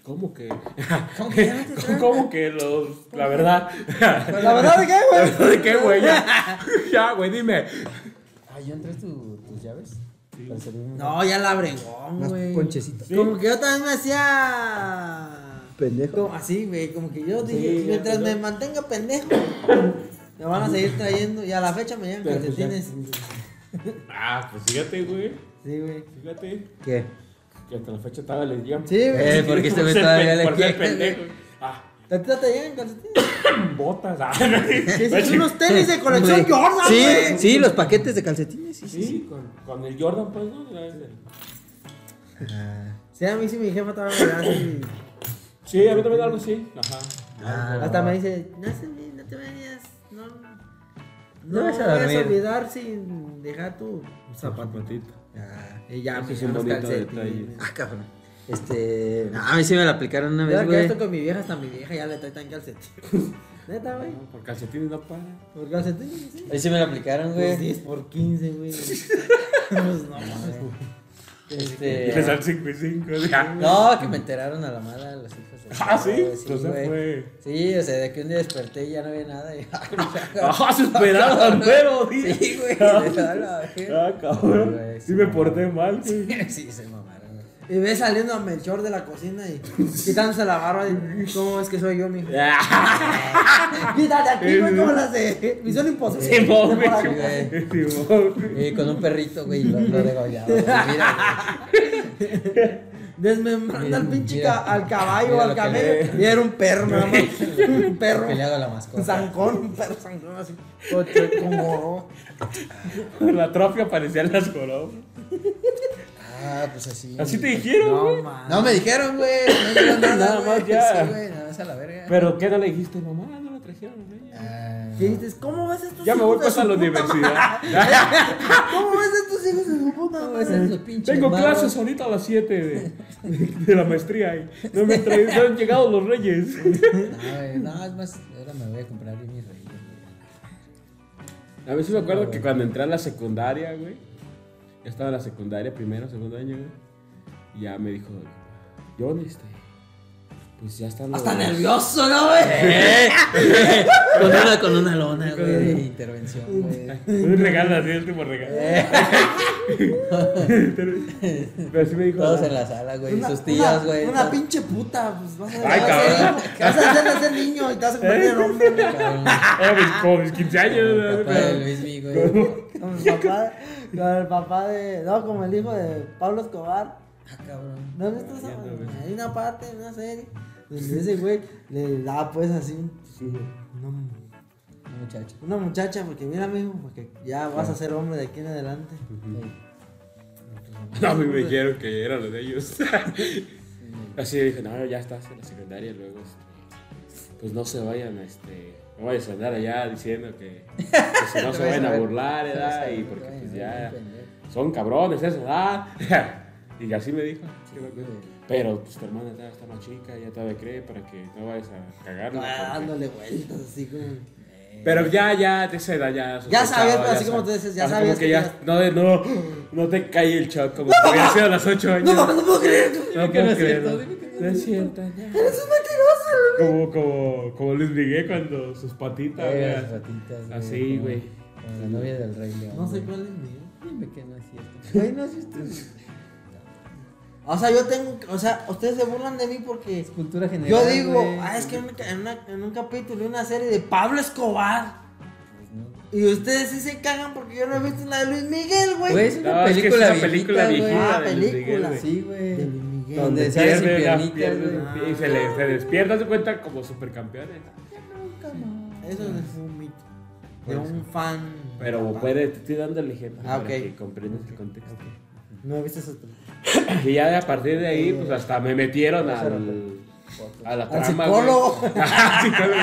¿Cómo que? ¿Cómo que ya no te traen? ¿Cómo que los.? La verdad. Pues la verdad de qué, ¿La güey. verdad de qué, güey? Ya, ya, güey, dime. Ah, yo entré tu, tus llaves. Para servir un- No, ya la bregón, Unas güey. ponchecitas. Como que yo también me hacía. Pendejo. Como- así, güey. Como que yo dije, Sí, ya, mientras pues, me mantenga pendejo, me van a seguir trayendo. Y a la fecha me llegan Pero pues ya- calcetines. Ah, pues fíjate, güey. Sí, güey. Fíjate. ¿Qué? Que hasta la fecha todavía les llegan. Sí, güey. Eh, porque este güey Por ser todavía pen- le por ser quiere- pendejo. Ah, ¿A ti no te llegan pues, calcetines? botas. Ah, Que son unos tenis de colección Güey. Jordan, Sí, güey. sí, los paquetes de calcetines. Sí, sí. Sí, con, con el Jordan, pues, ¿no? Ya es el- Ah, Sí, a mí sí mi jefa todavía me da así. Sí, a mí también algo sí. Ajá. ah, Hasta no. me dice, no, se olvide, no te vayas, no, no, No vas a vayas dormir". a olvidar sin dejar tu zapato. Zapatito. Ah. Y ya, Ese me es un los bonito calcetines. detalle. Ah, cabrón. Este. A mí sí me la aplicaron una Yo ahora vez, que ya güey. estoy con mi vieja, hasta mi vieja ya le trae tan calcetín. Neta, güey. No, Por calcetines no para. Por calcetines, sí. A mí sí me la aplicaron, güey. Pues 10 por 15, güey. pues no mames. Este. Es al 5 y 5. No, que me enteraron a la mala los hijos. de- Ah, sí. güey, o sea, güey. fue. Sí, o sea, de que un día desperté y ya no había nada. Y... Ah, se esperaba al mero día. Sí, güey. Ah. de la verga. Ah, cabrón. Güey, sí, Sí me no. porté mal, güey. Sí, se mamaron. güey. Y ve saliendo a Melchor de la cocina y quitándose la barba. Y, ¿Cómo es que soy yo, mijo? Quítate aquí, güey, como las de Misión Imposible. Sí, De güey. por Sí, güey. Sí, güey. Y con un perrito, güey, lo, lo degollaba. güey. Mira, Desmembrando Mira, al pinche mira. ca- al caballo, Mira al lo que camello. Y era un perro, nada más. un güey, perro. peleado a la Un mascota. zancón, un perro zancón así. Todo chueco, morro. La atrofia parecían las coronas. Ah, pues así. Así te dijeron, güey. mames. No me dijeron, güey. No dijeron nada, Nada güey. más ya. Sí, güey, nada más a la verga. Pero ¿qué no le dijiste, mamá? No la trajeron, güey. Ah, ¿Qué dices? ¿Cómo ves estos Ya me voy hijos de pues a su la puta universidad. madre? ¿Cómo ves estos hijos de su puta no, madre? ese es su pinche Tengo hermano. clases ahorita a las 7 de, de la maestría ahí. No me han traído- no han llegado los reyes. No, güey, no, es más, ahora me voy a comprar bien mi rey. A veces me acuerdo que cuando entré a la secundaria, güey. Ya estaba en la secundaria, primero, segundo año, güey. Y ya me dijo, John, este. Pues ya están los. Está nervioso, ¿no, güey? Con una, con una lona, güey, güey, de de intervención, güey. Un regalo así, el último regalo. Eh. Pero sí me dijo. Todos en la sala, güey, y Una- sus tías, una- güey. Una, pinche puta, pues vas a Ay, vas a ser- Vas a hacer de ser niño y te vas a convertir en hombre, güey. Era Cabrón, mis, "Ah, pues, como mis 15 años. como ¿no? el papá de Luis Mi, güey. Con el papá, con el papá de. No, como el hijo de Pablo Escobar. Ah, cabrón. ¿No has visto esa? Hay una parte, de una serie, donde ese güey le da pues así un- una- Un muchacho. una muchacha, porque mira, mijo, porque ya vas a ser hombre de aquí en adelante. No, a mí me dijeron que era lo de ellos. Así dije, no, ya estás en la secundaria, luego, este, pues no se vayan, este, no vayas a andar allá diciendo que, que si no se vayan a burlar, ¿verdad? Y porque pues ya son cabrones, eso, ¿verdad? Y así me dijo. Pero pues tu hermana está, está más chica, ya todavía cree para que no vayas a cagarla. Ah, porque- Dándole vueltas, así como. Pero ya, ya, de esa edad ya. Ya sabías, sospechaba, así como tú dices, ya Así sabías Como que que ya, ya- no, de- no, no te cae el shock, como que hubiera sido a las 8 años. No mames, no puedo creer. No puedo creerlo. No es cierto. Eres un mentiroso. Como, como, como Luis Miguel cuando sus patitas, güey. Eh, ratitas, güey. Ah, Así, como- güey. como La novia del rey León. No sé güey. cuál es mi. Dime que no es cierto. Güey, no existe. O sea, yo tengo. O sea, ustedes se burlan de mí porque. Es cultura general. Yo digo, güey. ah, es que en, una- en una- en un capítulo, en una serie de Pablo Escobar. Pues no. Y ustedes sí se cagan porque yo no he visto la de Luis Miguel, güey. Güey, es No, una es que es película una película viejita, güey. viejita Ah, de Luis Miguel, película, güey. Sí, güey. De Luis Miguel. Donde sale sin Pierde, la- piernitas, pierde, güey. y se, le, se despierta, se cuenta como supercampeones. Eso es un mito. De un fan. pues, Pero puede, te estoy dando el ejemplo Ah, para ok. que comprendas el contexto. No he visto esas películas. Y ya de- a partir de ahí, pues hasta me metieron al, a la Al trama, psicólogo. güey. Al psicólogo.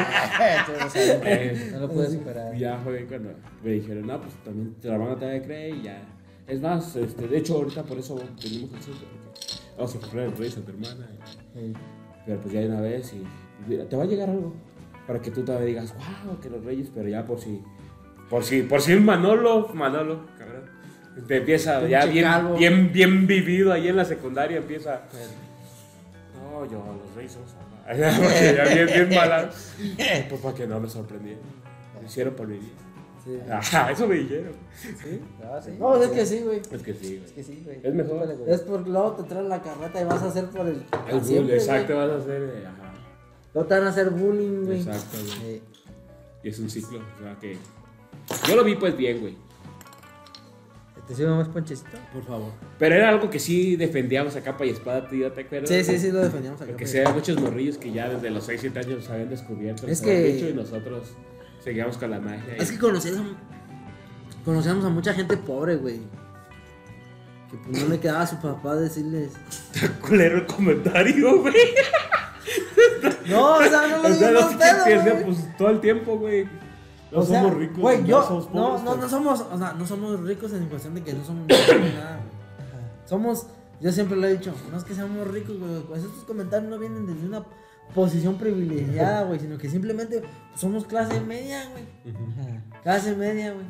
Eh, No lo puedes superar. Y ya fue cuando me dijeron, no, pues también te la van a tener que creer y ya. Es más, este, de hecho ahorita por eso tenemos el súper, porque Vamos a comprar el rey a tu hermana. Sí. Pero pues ya de una vez y mira, te va a llegar algo. Para que tú todavía digas, wow, que los reyes, pero ya por si. Por si, por si un Manolo, Manolo, cabrón. Te empieza ya bien, bien, bien vivido ahí en la secundaria, empieza. No, yo los reyes rosados. Porque ya bien, bien malas. Pues para que no me sorprendieran. Lo hicieron por mi bien. Sí. Ajá, eso me dijeron. No, sí. No, es que sí, güey. Es que sí, güey. Es que sí, güey. Es mejor. Súbale, güey. Es porque luego te traen la carreta y vas a hacer por el. El siempre, bullying, güey. exacto, vas a hacer. eh, Ajá. Luego te van a hacer bullying, güey. Eh, Exacto, güey. Sí. Y es un ciclo. O sea que. Yo lo vi pues bien, güey. ¿Te sirve más ponchecito? Por favor. Pero era algo que sí defendíamos a capa y espada, tío, ¿te acuerdas? Sí, sí, sí, lo defendíamos acá. Porque pues. sí, hay muchos morrillos que ya desde los 6, 7 años los habían descubierto. los Es habían que- hecho y nosotros seguíamos con la magia. y- Es que conocías a, conocíamos a mucha gente pobre, güey. Que pues no le quedaba a su papá decirles. culero el comentario, güey. No, o sea, no O lo sea, digo los con pedo, que güey. entienden, pues todo el tiempo, güey. No O sea, somos ricos, güey, no yo- somos no, pobres. No, no, pero- somos, o sea, no somos ricos en cuestión de que no somos ricos ni nada, güey. Somos, yo siempre lo he dicho, no es que seamos ricos, güey. pues estos comentarios no vienen desde una posición privilegiada, güey, sino que simplemente pues, somos clase media, güey. Clase media, güey.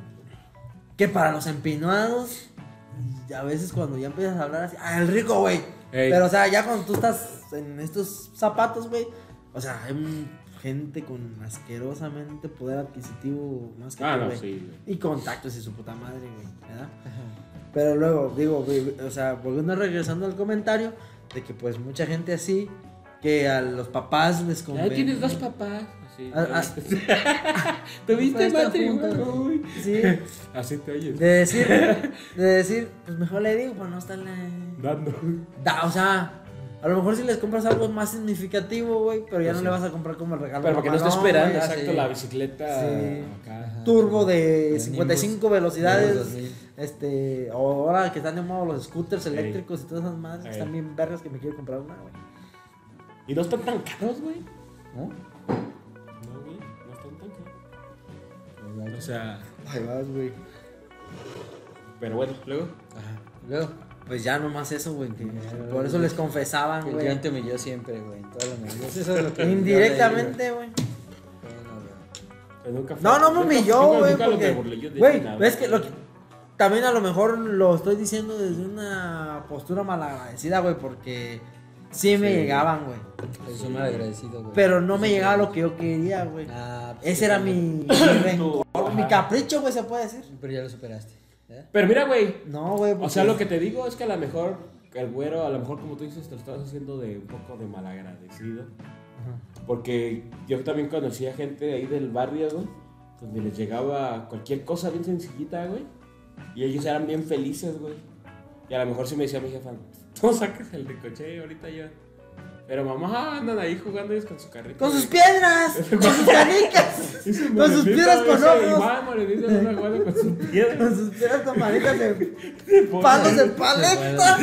Que para los empinados, y a veces cuando ya empiezas a hablar así, ah, el rico, güey. Ey. Pero, o sea, ya cuando tú estás en estos zapatos, güey, o sea, hay un- gente con asquerosamente poder adquisitivo más que Ah, tú, no, güey. sí, güey. Y contactos y su puta madre, güey, ¿verdad? Pero luego, digo, güey, o sea, volviendo, regresando al comentario, de que pues mucha gente así, que a los papás les conviene. Ya tienes dos papás. Así. Ah, Tuviste Está matrimonio. junto, uy. Sí, Así te oyes. de decir, de decir, pues mejor le digo, pues no está la... Dando. Da, o sea, a lo mejor si les compras algo más significativo, güey, pero ya no le vas a comprar como el regalo. Pues Pero porque no está mamalón, esperando, güey, exacto, así. la bicicleta. Sí. Acá. Turbo Nimbus. de 55 velocidades. Nimbus 2000. Este, ahora que están de moda los scooters eléctricos y todas esas madres, que Ey. están bien vergas que me quiero comprar una, güey. Y no están tan caros, güey. ¿No? No, güey, no están tan caros. Ahí O vas. sea, Ahí vas, güey. pero bueno, luego. Ajá. Luego, Pues ya nomás eso, güey. que Por eso les confesaban, el Ah, güey. cliente me yo siempre, güey. En todas las medidas. Eso es lo que. Indirectamente, güey. Bueno, güey. Pues nunca fue- No, no me nunca- humilló, nunca- güey. nunca lo porque- me burlé yo de Güey, nada. ves que lo que- También a lo mejor lo estoy diciendo desde una postura malagradecida, güey, porque sí me Sí. llegaban, güey. Eso es mal agradecido, güey. Pero no me llegaba lo que yo quería, güey. Ah, pues, Ese era sí, mi, mi rencor, mi capricho, güey, se puede decir. Pero ya lo superaste. ¿eh? Pero mira, güey. No, güey. O porque- sea, lo que te digo es que a lo mejor el güero, a lo mejor como tú dices, te lo estás haciendo de un poco de malagradecido. Porque yo también conocía gente de ahí del barrio, güey, donde les llegaba cualquier cosa bien sencillita, güey. Y ellos eran bien felices, güey. Y a lo mejor sí me decía mi jefa, no saques el ricoche ahorita ya. Pero mamá, andan ahí jugando ellos con su carrito. Con sus piedras, con sus canicas, con sus pues, piedras con ojos, Iván, morenito, anda jugando con sus con piedras. sus piedras con manicas de Pobre. palos de paleta.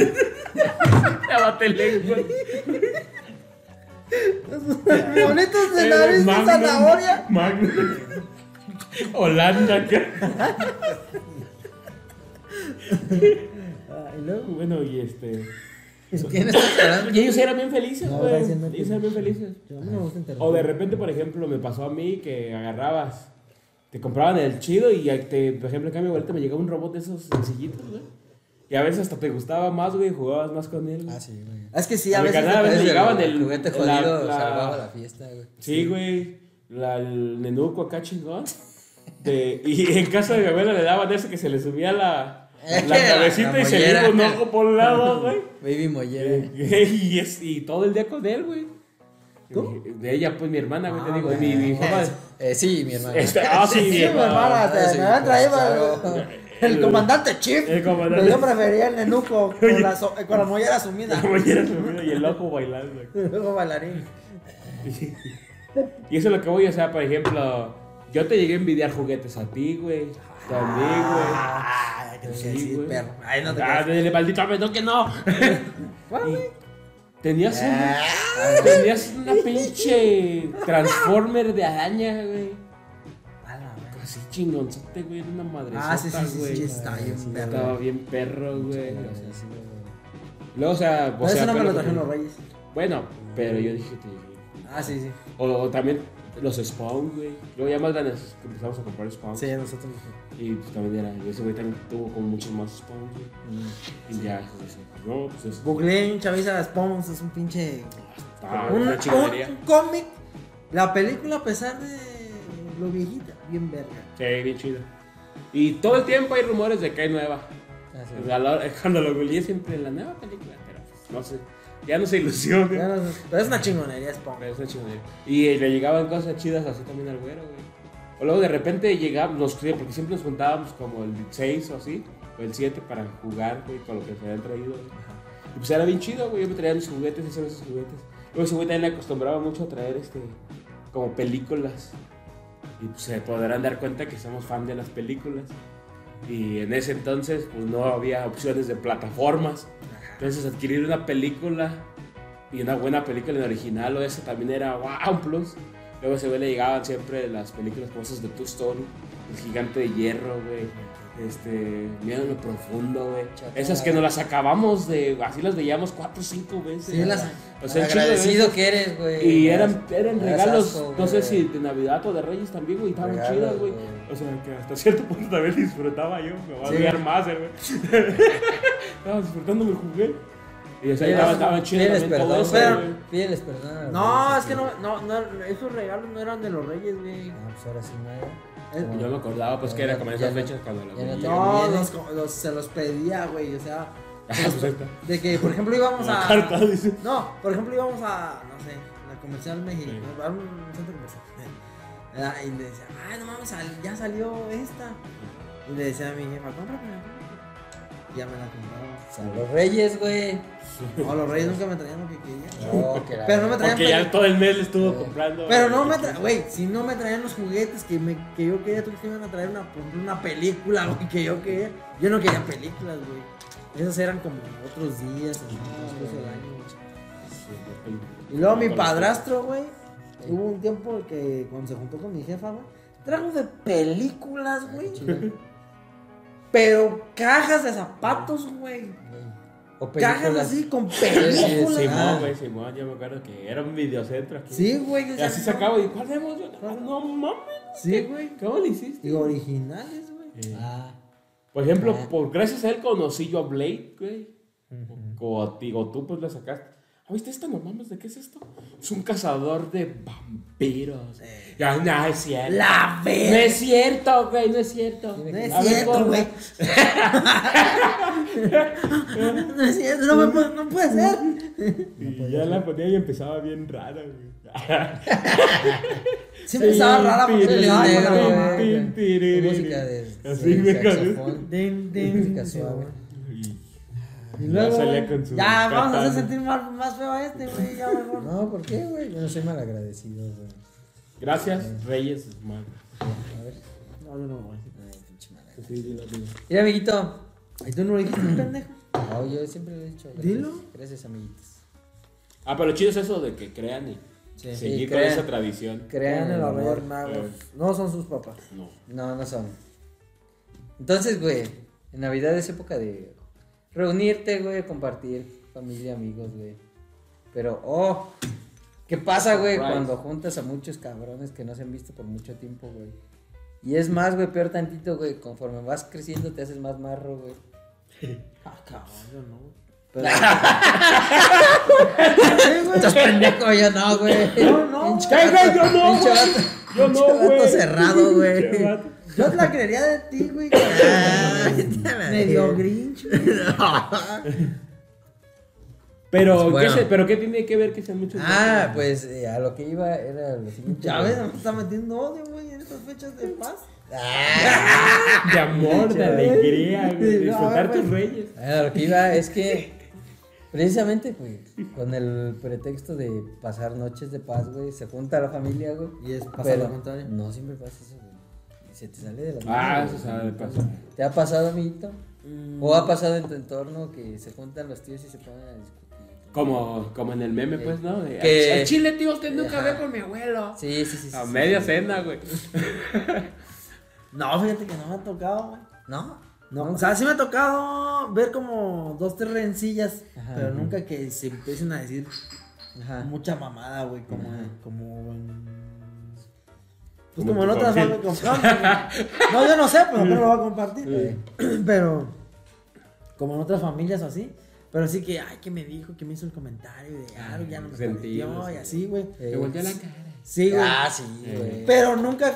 Lávate güey. Bonitos de Eh, nariz de Magnum, zanahoria. Magnum. Holanda, ¿qué? Ay, no, bueno, y este. ¿Quién está esperando? Y ellos eran bien felices, No, güey. está haciendo ellos eran bien felices. Yo no me gusta O de repente, por ejemplo, me pasó a mí que agarrabas, te compraban el chido y ahí te, por ejemplo, acá a mi abuelita me llegaba un robot de esos sencillitos, güey. Y a veces hasta te gustaba más, güey, jugabas más con él. güey. Ah, sí, güey. Es que sí, a Me veces. ganaba, te- veces Ese llegaban el el- juguete la- jodido la- salvaba la fiesta, güey. Sí, güey. La, el nenuco acá chingón. De, y en casa de mi abuela le daban ese que se le subía la, la cabecita La y se le mollera. iba un ojo por un lado, güey. Baby Mollera. Eh, y, es- y todo el día con él, güey. De ella, pues mi hermana, güey, te digo. Mi, mi jefa. Eh, sí, mi hermano. Este, ah, sí, Sí, mi mi hermana, hermana, te- sí, me habían traído claro. el- el comandante Chief. El comandante. Pero yo prefería el nenuco con la, so- eh, con la mollera sumida. La mollera subida y el ojo bailando. güey. Luego bailarín. Y eso es lo que voy, o sea, por ejemplo, yo te llegué a envidiar juguetes a ti, güey. También, güey. Ah, que Sí, sí, güey. perro. Ay, no te Ah, creas. dele, maldito, hombre, no que no. Y tenías un. Ah, Tenías una pinche Transformer de araña, güey. a la verga. Así chingonzote, güey. Era una madre. Ah, sí, sí, sí, sí, está bien perro. Estaba bien perro, güey. Sí, sí, sí, güey. Luego, o sea, No, o sea, eso no me pero- lo trajeron los reyes. Bueno, pero yo dije que te llegué. Ah, sí, sí. O, o también Los Spawn, güey. Yo ya más ganas que empezamos a comprar Spawn. Sí, nosotros. Y pues también era, ese güey también tuvo como muchos más Spawn, güey. Y ya, pues, no, pues es... Googleé un chaviza de Spawns, es un pinche. Ah, un, una chingonería. un cómic. La película, a pesar de lo viejita, bien verga. Sí, bien chido. Y todo el tiempo hay rumores de que hay nueva. Así. A la hora- Cuando lo googleé siempre la nueva película, pero pues, no sé. Ya no se ilusiona. Ya no sé, Pero es una chingonería Spawn. Pero es una chingonería. Y eh, le llegaban cosas chidas así también al güero, güey. O luego de repente llegábamos, nos, porque siempre nos juntábamos como el 6 o así, o el 7 para jugar, güey, con lo que se habían traído, güey. Y pues era bien chido, güey. Yo me traía mis juguetes, ese sus juguetes. Luego ese güey también le acostumbraba mucho a traer este, como películas. Y pues se podrán dar cuenta que somos fan de las películas. Y en ese entonces, pues no había opciones de plataformas. Entonces adquirir una película y una buena película en original o eso también era wow, un plus. Luego se ve le llegaban siempre las películas como esas de Two Story, El Gigante de Hierro, güey, este, Miedo en lo Profundo, güey. Esas que nos las acabamos de, así las veíamos cuatro o cinco veces. Sí, las- O sea, un pues, chingo de Agradecido que eres, güey. y eran, eran Me das regalos, asco, no sé güey. si de Navidad o de Reyes también, güey, estaban Regalos, chidas, güey. güey. O sea, que hasta cierto punto también disfrutaba yo, me voy a olvidar más, eh, güey. Estaba disfrutando mi juguete. Y o sea, Pídeles- estaban, estaban chidas Pídeles también todo perdón, eso, pero- güey. Pídeles perdón. No, es que no, no, no, esos regalos no eran de los reyes, güey. No, pues ahora sí no Eh, era. Yo me acordaba, pues, que era como en Ya esas no- fechas cuando Ah, las ya no veía. te- No, los, co- los- se los pedía, güey. O sea, Ah, pues, ahí está. de que, por ejemplo, íbamos La a. carta dice. No, por ejemplo, íbamos a, no sé, la comercial México, a un centro comercial. ¿verdad? Y le decía, ay, no mames, sal- ya salió esta. Y le decía a mi jefa, cómpramela. cómpramela". Y Ya me la compraba. A los reyes, güey. No, los reyes nunca me traían lo que quería. No, que la- Pero no me traían. Porque ya peli- todo el mes le estuvo Sí. comprando. Pero no eh, me traían, güey, si no me traían los juguetes que, me, que yo quería, tú que iban a traer una, por ejemplo, una película, güey, que yo quería. Yo no quería películas, güey. Esas eran como otros días, así, otras cosas del año, güey. Y luego este mi padrastro, güey, hubo un tiempo que cuando se juntó con mi jefa, güey, trajo de películas, güey. Pero cajas de zapatos, güey. O Cajas películas. así con Sí, sí, sí. películas. Ah. Simón, güey, Simón, yo me acuerdo que era un videocentro aquí. Sí, güey. yo Y así decía, se no, acabó. ¿Y cuál hemos? No mames. Sí, güey. ¿Cómo le hiciste? Digo, originales, güey. Eh, Ah, Por ejemplo, ah. por, gracias a él conocí yo a Blade, güey. O a ti, o tú pues la sacaste. Ah, ¿viste esta? No mames, ¿de qué es esto? Es un cazador de vampiros. Ya, no, es cierto. La No verga. es cierto, güey, no es cierto. No es A ver, cierto, corre. güey. No es cierto, no, me puede, no puede ser. Y ya la ponía y empezaba bien rara, güey. Siempre estaba rara pues, porque tin, le daba tin, con la tin, mamá. tin. Música música de. Así, de güey, con saxofón. Din, din, Música din. suave. Y Ya luego, salía con su ya vamos a hacer katana. sentir más, más feo a este, güey. Ya mejor. No, ¿por qué, güey? Yo no soy malagradecido, güey. Gracias, Reyes, man. A ver. No, yo no, güey. Ay, pinche malagradecido. Sí, sí, lo digo. Mira, amiguito. Ahí tú no lo dijiste, pendejo. No, yo siempre lo he dicho. Gracias. Dilo. Gracias, amiguitos. Ah, pero chido es eso de que crean y Sí. seguir Sí, con crean. esa tradición. Eh, Crean en los amor. Reyes Magos. No son sus papás. No. No, no son. Entonces, güey, en Navidad es época de reunirte, güey, compartir familia, amigos, güey. Pero, oh, ¿qué pasa, güey, Surprise. cuando juntas a muchos cabrones que no se han visto por mucho tiempo, güey? Y es más, güey, peor tantito, güey, conforme vas creciendo te haces más marro, güey. Ah, cabrón, no. Pero... Estás pendejo, yo no, güey. Yo no, Pinche güey. vato- Ay, güey, yo no, pinche güey. vato- Yo no, pinche vato güey. cerrado, güey. Qué vato. Yo te la creería de ti, güey. Medio grinch, güey. Pero, Pues, ¿qué bueno. se- pero ¿qué tiene que ver que sean muchos? Ah, pues eh, a lo que iba era lo siguiente. Ya güey. ves, me está metiendo odio, güey, en estas fechas de paz. Ah, de amor, de alegría, güey, de disfrutar tus reyes. A lo que iba es que precisamente, güey, con el pretexto de pasar noches de paz, güey, se junta la familia, güey. Y es pasa pero lo contrario. No siempre pasa eso, güey. Se te sale de las Ah, manos, eso güey. sabe de paso. ¿Te ha pasado, amiguito? Mm. ¿O ha pasado en tu entorno que se juntan los tíos y se ponen a discutir? Como, como en el meme, pues, ¿no? De, Que- "Al chile, tío, usted nunca Ajá. ve con mi abuelo. Sí, sí, sí. sí, A sí, media sí. cena, güey. No, fíjate que no me ha tocado, güey. ¿No? No, o sea, sí me ha tocado ver como dos, tres rencillas, Ajá. pero nunca que se empiecen a decir Ajá. mucha mamada, güey, como, como en Pues Como como en tu otras familia. no me comparten. No, yo no sé, pero no lo voy a compartir. Pero como en otras familias o así. Pero sí que, ay, que me dijo, que me hizo el comentario de algo, ya no me sentido, sentido y sí. así, güey. Te volteó la cara. Sí, güey. Eh, Eh. Ah, sí, güey. Pero nunca,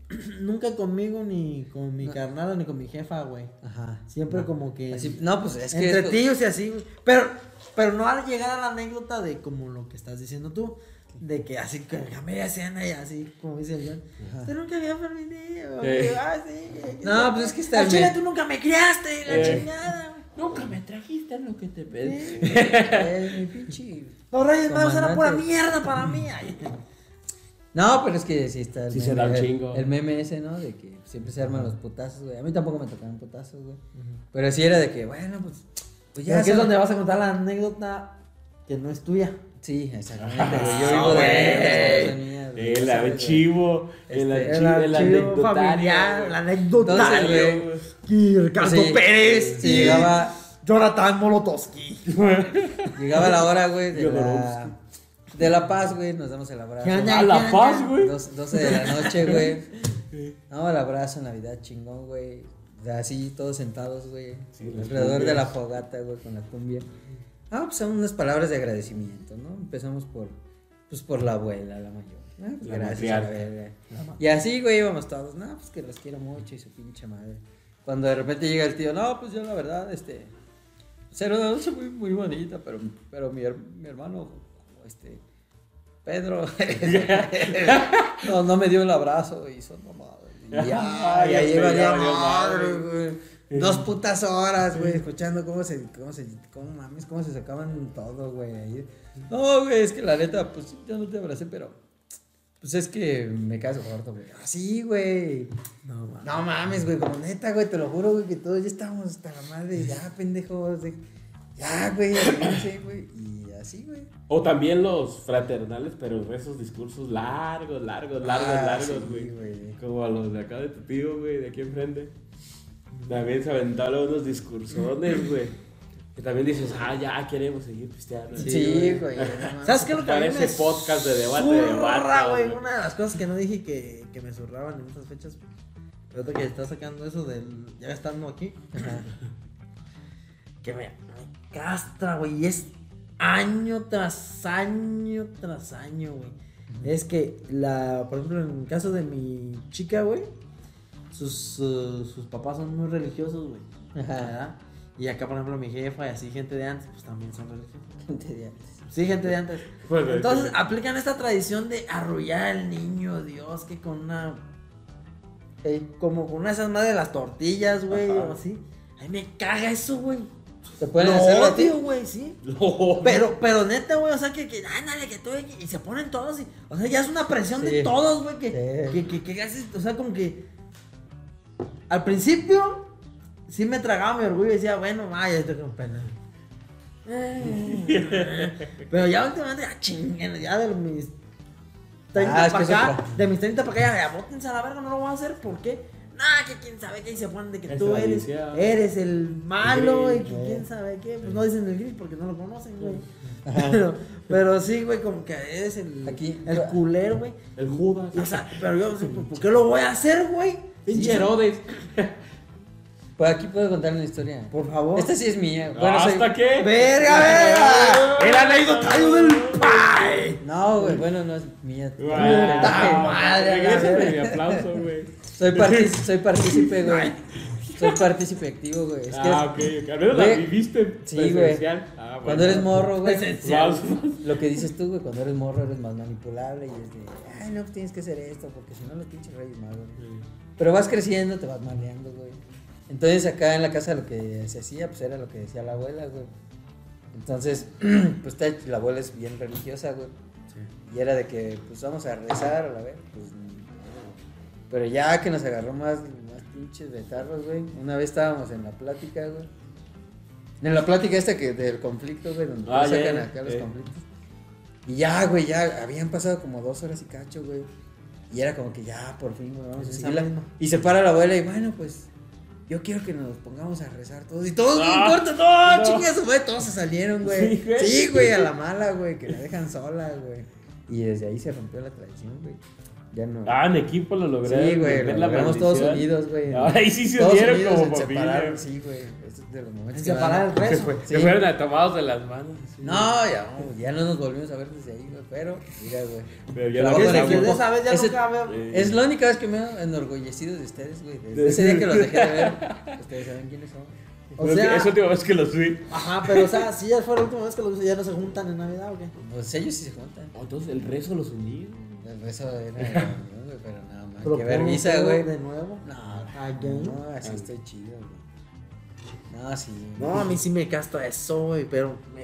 nunca conmigo, ni con mi carnal, ni con mi jefa, güey. Ajá. Siempre como Ah. que. Así- no, pues es que. entre esto- tíos y así, güey. Pero, pero no al llegar a la anécdota de como lo que estás diciendo tú. De que así, que la media cena y así, como dice el John. Usted nunca había permitido. Eh. Ah, sí. No, pues es que está Al chile bien. tú nunca me criaste, la Eh. chingada, güey. Nunca me trajiste lo que te pedí. Sí. Eh, mi pinche. Los Reyes Magos eran pura Comandante. Pues mierda para mí. Ay. No, pero es que sí está el Sí meme. se da un el- chingo. El meme ese, ¿no? De que siempre se arman los putazos, güey. A mí tampoco me tocaron putazos, güey. Pero sí era de que, bueno, pues. Pues ya. Porque es sabe- donde vas a contar la anécdota que no es tuya. Sí, exactamente. güey. Yo Ah, vivo de güey. las cosas mías, güey, El ya sabes, güey. archivo, el Este, archivo, el anecdotario. familiar, güey. la anécdota. Entonces, Dale, güey, güey. Y Ricardo Sí. Pérez. Sí, y llegaba- Jonathan Molotowski. Llegaba la hora, güey, de Yo no la, de la paz, güey. Nos damos el abrazo. ¿Qué onda? A La Paz, güey. Dos- 12 de la noche, güey. No, el abrazo en Navidad, chingón, güey. O sea, Así, todos sentados, güey. Sí, las alrededor de cumbias. la fogata, güey, con la cumbia. Ah, pues son unas palabras de agradecimiento, ¿no? Empezamos por, pues por la abuela, la mayor. Ah, pues, La gracias, matriarca. abuela. Y así, güey, íbamos todos. No, pues que los quiero mucho y su pinche madre. Cuando de repente llega el tío, no, pues yo la verdad, este. Ser una noche muy, muy bonita, pero, pero mi, her- mi hermano, este. Pedro, no, no me dio el abrazo y son mamadas. Y Ya, Ay, ya ya lleva ya valió madre, madre. güey. Dos putas horas, güey, escuchando cómo se, cómo se, cómo mames, cómo se sacaban todo, güey. ahí. No, güey, es que la neta, pues sí, yo no te abracé, pero. Pues es que me caso corto, güey. Así, güey. No, mames. No mames, güey, como neta, güey, te lo juro, güey, que todos ya estábamos hasta la madre, ya, pendejos, de- ya, güey, arréglense, güey, y así, güey. O también los fraternales, pero esos discursos largos, largos, largos, Ah, sí, largos, güey. güey. Como a los de acá de tu tío, güey, de aquí enfrente. También se aventaron unos discursones, güey. Que también dices, ah, ya queremos seguir pisteando. Sí, güey. no ¿Sabes qué es lo que a mí Parece me podcast de debate de zurra, barra, güey? güey. Una de las cosas que no dije que, que me zurraban en esas fechas. Pero ahorita que está sacando eso del. Ya estando aquí. que me, me castra, güey. Y es año tras año tras año, güey. Es que, la, por ejemplo, en el caso de mi chica, güey. Sus, eh, sus papás son muy religiosos, güey. ¿verdad? Y acá, por ejemplo, mi jefa y así, gente de antes, pues también son religiosos. mames, te di antes. Sí, gente de antes. Bueno, Entonces sí. aplican esta tradición de arrullar al niño Dios, que con una. eh, como con una de esas madres de las tortillas, güey, Ajá. o así. Ay, me caga eso, güey. ¿Te pueden Lo hacerlo a ti? odio, güey, sí. ah, No, Pero, pero neta, güey, o sea, que, que ándale, que tú, y se ponen todos, y, o sea, ya es una presión de Sí. todos, güey, que, Sí. que, que, que haces, o sea, como que, al principio, sí me tragaba mi orgullo y decía, bueno, vaya, estoy con pena. Pero ya últimamente, ya chinguen, ya de mis 30 Ah, es para que acá, eso tra- de mis 30 para acá, ya, ya bótense a la verga, no lo voy a hacer, ¿por qué? Nah, que quién sabe qué, y se ponen de que Es tú eres, tradición. eres el malo, El y grinch, que eh. quién sabe qué, pues no dicen el gris porque no lo conocen, güey. Pero, pero sí, güey, como que eres el, Aquí- el culero, güey. el Judas. O sea, pero yo, sí, ¿por por qué lo voy a hacer, güey? Pinche Herodes. Pues aquí puedo contar una historia. Por favor. Esta sí es mía. soy- ¿Hasta qué? Este ¡Verga, Ah. verga! ¡El anecdotario del pai! No, güey, bueno, no es mía. Guau. madre, Regrésame mi aplauso, güey. Soy, partic- soy partícipe, güey. Soy partícipe activo, güey. Es que Ah, ok. ok. Al menos la Güey. viviste Sí, güey. presencial. Ah, bueno. cuando eres morro, güey. Wow. Lo que dices tú, güey, cuando eres morro eres más manipulable y es de, ay, no, pues tienes que hacer esto, porque si no los pinches reyes magos. güey". Pero vas creciendo, te vas maleando, güey. Entonces acá en la casa lo que se hacía, pues era lo que decía la abuela, güey. Entonces, pues te- la abuela es bien religiosa, güey. Y era de que, pues vamos a rezar, a la vez, pues... ni pedo, güey. Pero ya que nos agarró más, más pinches betarros, güey. Una vez estábamos en la plática, güey. En la plática esta que del conflicto, güey, donde Ah, todos ya, sacan ya, acá los eh. conflictos. Y ya, güey, ya habían pasado como dos horas y cacho, güey. Y era como que ya, por fin, güey, vamos a Esa seguirla. misma. Y se para la abuela y bueno, pues yo quiero que nos pongamos a rezar todos. Y todos, Ah, no importa, no, no. chingas, güey, todos se salieron, güey. Sí, güey. Sí, güey, a la mala, güey, que la dejan sola, güey. Y desde ahí se rompió la tradición, güey. Ya no. Ah, en equipo lo logré. sí, güey, lo logramos todos unidos, güey. Ahí sí se Todos unieron unidos como eh. en familia. separar, Sí, güey. Eso es de los momentos En que separar van- el rezo. Sí. Se fueron atomados de las manos. así. No, ya, ya no nos volvimos a ver desde ahí, güey. Pero, mira, güey. Pero ya Pero no ahora Desde Ahora, que güey. de esa vez ya Ese- nunca veo. Eh, Es la única vez que me he enorgullecido de ustedes, güey. Desde ese día que los dejé de ver, ustedes saben quiénes son. O creo que sea- Es la última vez que lo subí. Ajá, pero o sea, si ya fue la última vez que los ya no se juntan en Navidad o qué. Pues ellos sí se juntan. Entonces el rezo los unió. Eso era la reunión, güey, pero nada más. Qué Propongo vergüenza, güey. De nuevo. No, Again. no, así estoy chido, güey. No, sí. Ah. No, a mí sí me casta eso, güey, pero me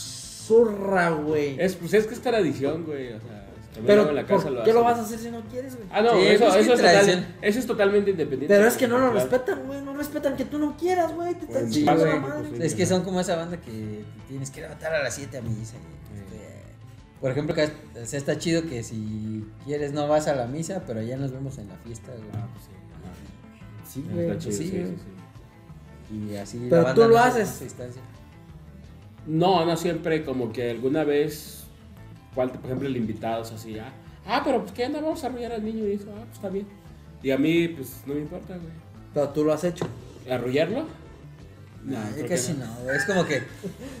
zurra, güey. Es, pues es que es tradición, güey. O sea, también Pero luego en la casa ¿por lo ¿qué lo hacen. vas a hacer si no quieres, güey? Ah, no, Sí, eso, eso, pues, ¿qué es total, tradición? eso es totalmente independiente. Pero es que no lo Claro. respetan, güey, no respetan que tú no quieras, güey, te están Bueno, Sí, chingando güey. la madre. pues, Es que son como esa banda que tienes que levantar a las 7 a misa. y, pues, eh, Por ejemplo, acá, o sea, está chido que si quieres no vas a la misa, pero ya nos vemos en la fiesta, güey. Ah, pues sí. ajá. Sí, Está güey, chido, pues sí, sí, güey. sí, sí. Y así Pero banda tú lo no se haces. hace distancia. No, no siempre, como que alguna vez, cual- por ejemplo, el invitado es así, ah, ah, pero pues que no vamos a arrullar al niño y eso, ah, pues está bien. Y a mí, pues no me importa, güey. Pero tú lo has hecho. ¿Arrullarlo? No, Ay, creo que casi no. no, güey. Es como que.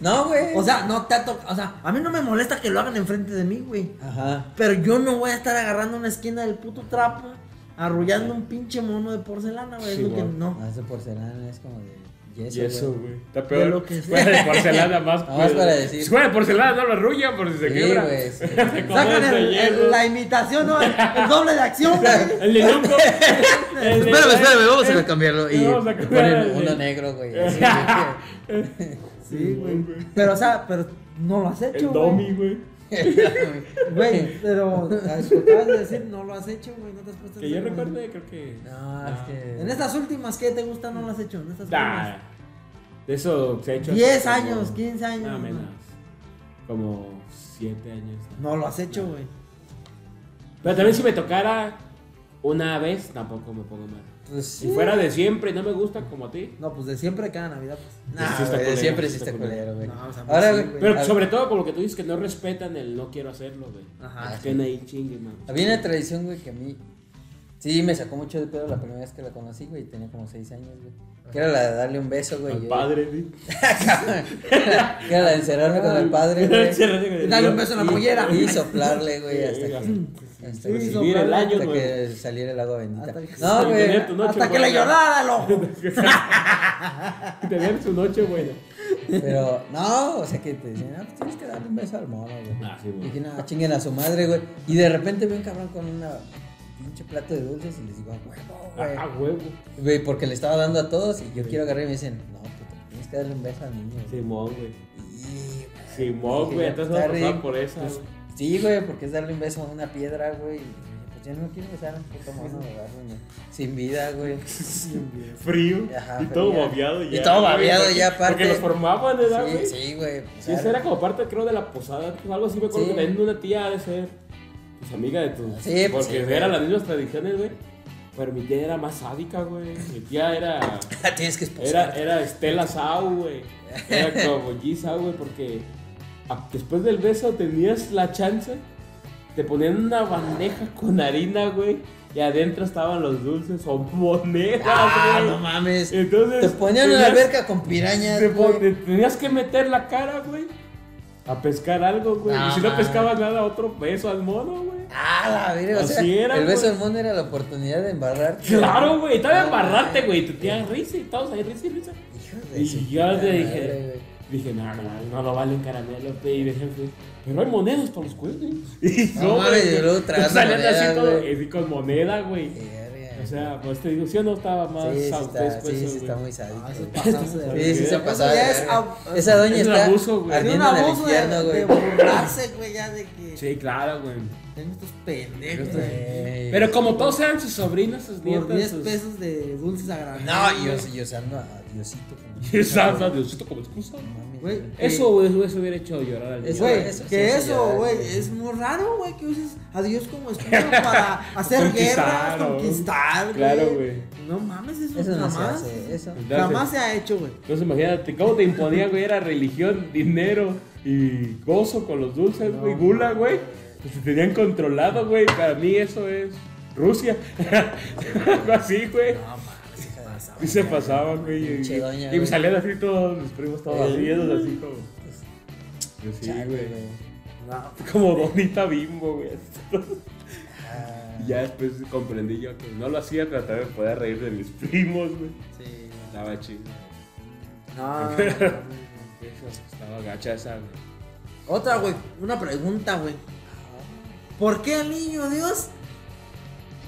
No, güey. O sea, no te ha tocado, o sea, a mí no me molesta que lo hagan enfrente de mí, güey. Ajá. Pero yo no voy a estar agarrando una esquina del puto trapo, arrullando un pinche mono de porcelana, güey. Sí, es lo que güey. no. No, Ah, ese porcelana es como de yeso. Y eso, güey. güey. Está De peor. lo que Fuera de porcelana más. Nada más pues. para decir. Si fuera de porcelana no lo arrullan por si se Sí, quiebra. güey, sí. Como Sacan ese el- el- hierro. la imitación, ¿no? El, el doble de acción, güey. El de Yumbo. El de- Espérame, espérame, vamos el- a cambiarlo. Y vamos a cambiar ponen el- uno negro, güey. así, güey. Sí, güey. Pero, o sea, pero no lo has hecho, El güey. Domi, güey. Güey, pero a eso que acabas de decir, no lo has hecho, güey. No te has puesto a Que yo hacer, güey. recuerde, creo que. Ah. No, es que. En este, estas últimas, ¿qué te gusta? No lo has hecho. En estas Nah, De eso se ha hecho. últimas. 10 hace como- años, 15 años. No, No, menos. Como 7 años. ¿no? No lo has hecho, güey. Pero también si me tocara una vez, tampoco me pongo mal. Pues Si fuera de siempre, no me gusta como a ti. No, pues de siempre cada Navidad, pues. Nah, Sí está güey, culero, siempre sí Este sí está está culero. culero, güey. No, o sea, Ahora, sí, güey. güey. Pero a- sobre todo por lo que tú dices que no respetan el no quiero hacerlo, güey. Ajá, Ah, Es que ahí chingue, man. Había una tradición, güey, que a mí. Sí, me sacó mucho de pedo la primera vez que la conocí, güey. Tenía como 6 años, güey. Que era la de darle un beso, güey. Al yo- padre, güey. Que era la de encerrarme con el padre, güey. Dale un beso en la pollera. Y soplarle, güey, hasta que. Hasta que, Sí, hizo mira el para- año, hasta güey. que saliera el agua bendita. Hasta que- No, Tener güey. tu noche Hasta que le buena. llorara al ojo. Tener su noche buena. Pero, no, o sea que te dicen, ah, pues tienes que darle un beso al mono, güey. Ah, sí, Y güey. dije, no, chinguen a su madre, güey. Y de repente ve un cabrón con una pinche plato de dulces y les digo, a huevo, güey. Ah, huevo. Güey, porque le estaba dando a todos y yo quiero agarrar y me dicen, no, puto, tienes que darle un beso al niño. güey". Simón, güey. Y, güey, Simón, dije, güey. ya Entonces vamos está a pasar rico, por esa, pues, güey. Sí, güey, porque es darle un beso a una piedra, güey. Y dije, Pues ya no quiero besar a un puto mono, güey, güey. Sin vida, güey. Frío. Ajá, y todo frío. babeado Y ya. todo güey, babeado porque- ya, aparte. Porque los formaban, ¿verdad, Sí, güey? sí, güey. pues, Sí, esa era como parte, creo, de la posada. o Algo así me acuerdo Sí. que también una tía ha de ser pues, amiga de tus. Sí, pues, Porque sí, güey. eran las mismas tradiciones, güey. Pero mi tía era más sádica, güey. Mi tía era. Tienes que esposar. Era, era Estela Sau, güey. Era como G Sau, güey, porque a- después del beso tenías la chance. Te ponían una bandeja con harina, güey. Y adentro estaban los dulces o monedas, Ah, güey. no mames. Entonces. Te ponían en la tenías- alberca con pirañas. te güey. pon- te tenías que meter la cara, güey. A pescar algo, güey. No, y si no mames. pescabas nada, otro beso al mono, güey. Ah, la verga, o sea, Así era, el beso güey. del mono era la oportunidad de embarrar. Claro, güey. Estaba No, embarrate, güey. Te tenías risa y todos ahí risa y risa. Hijo de su Y yo puta te madre, dije, güey. dije, no, no, no lo valen caramelo, pe, y dejé, fe, pero hay monedas para los cuernos. Y No, mames, güey, y luego tragas salían monedas, así todo, güey. y con moneda, güey. Verga. O sea, pues te digo, sí o no estaba más sí, sí está, sautesco sí, eso, sí está güey. muy sádico. Ah, eso güey. es pasarse Sí, de sí verga. se Eso pasaba. de ya es verga. ab- Esa doña es un está abuso, güey. Es un ardiendo en el abuso de, infierno, de güey. burlarse, güey, ya de que Sí, claro, güey. tengo estos pendejos. güey. Güey. Pero como todos eran sus sobrinos, sus Por 10 nietas, sus... pesos de dulces agradables. No, y us- y usando a Diosito. como- Exacto, Diosito como excusa. No mames, Güey, güey. Eso, güey, eso hubiera hecho llorar al Eso, niño. Güey, eso, que sí, sí, eso, ya, güey, güey. es muy raro, güey, que uses a Dios como excusa para hacer Conquistar, guerras, ¿no? conquistar, güey. Claro, güey. No mames, eso, Eso no se jamás. hace, eso. Jamás se ha hecho, güey. Entonces imagínate, ¿cómo te imponían, güey? Era religión, dinero y gozo con los dulces, güey, gula, güey. Pues te tenían controlado, güey. Para mí eso es Rusia. Algo así, güey. No mames, hija de esa. Y se pasaban, güey. Y, Pinche doña, y me güey. salían así todos mis primos, todos así, esos así como. Yo sí, Eh, Chale, güey. güey. No, Como Donita Bimbo, güey. Ah, Y ya después comprendí yo que no lo hacía, pero también podía reír de mis primos, güey. sí. Estaba chido. No. no, no. Estaba gacha esa, güey. Otra, güey. Una pregunta, güey. ¿Por qué al niño Dios?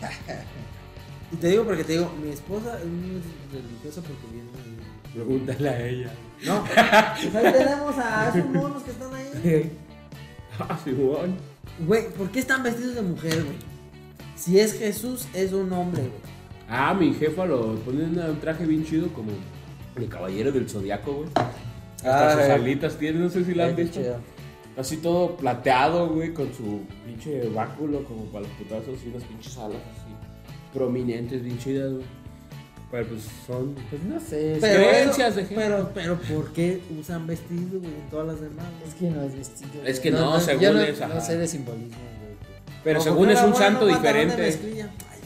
Y te digo porque te digo, mi esposa es muy religiosa porque viene. de- Pregúntale a ella. No, pues ahí tenemos a esos monos que están ahí. Ah, Simón. Güey, ¿por qué están vestidos de mujer, güey? Si es Jesús, es un hombre, güey. Ah, mi jefa lo pone en un traje bien chido como el caballero del zodiaco, güey. Hasta Ah, sus eh. alitas tiene, no sé si la eh, han qué visto. chido. Así todo plateado, güey, con su pinche báculo como para los putazos y unas pinches alas así prominentes, bien chidas, güey. Pero pues son, pues no sé, creencias eso- de gente. pero, pero, ¿por qué usan vestidos, güey, en todas las demás? güey? Es que no es vestido. Es güey. que no, según yo no, es, ajá. no sé de simbolismo, güey. Pero O según comprar es un abuelo, santo pantalón de diferente. mezclilla. Ay,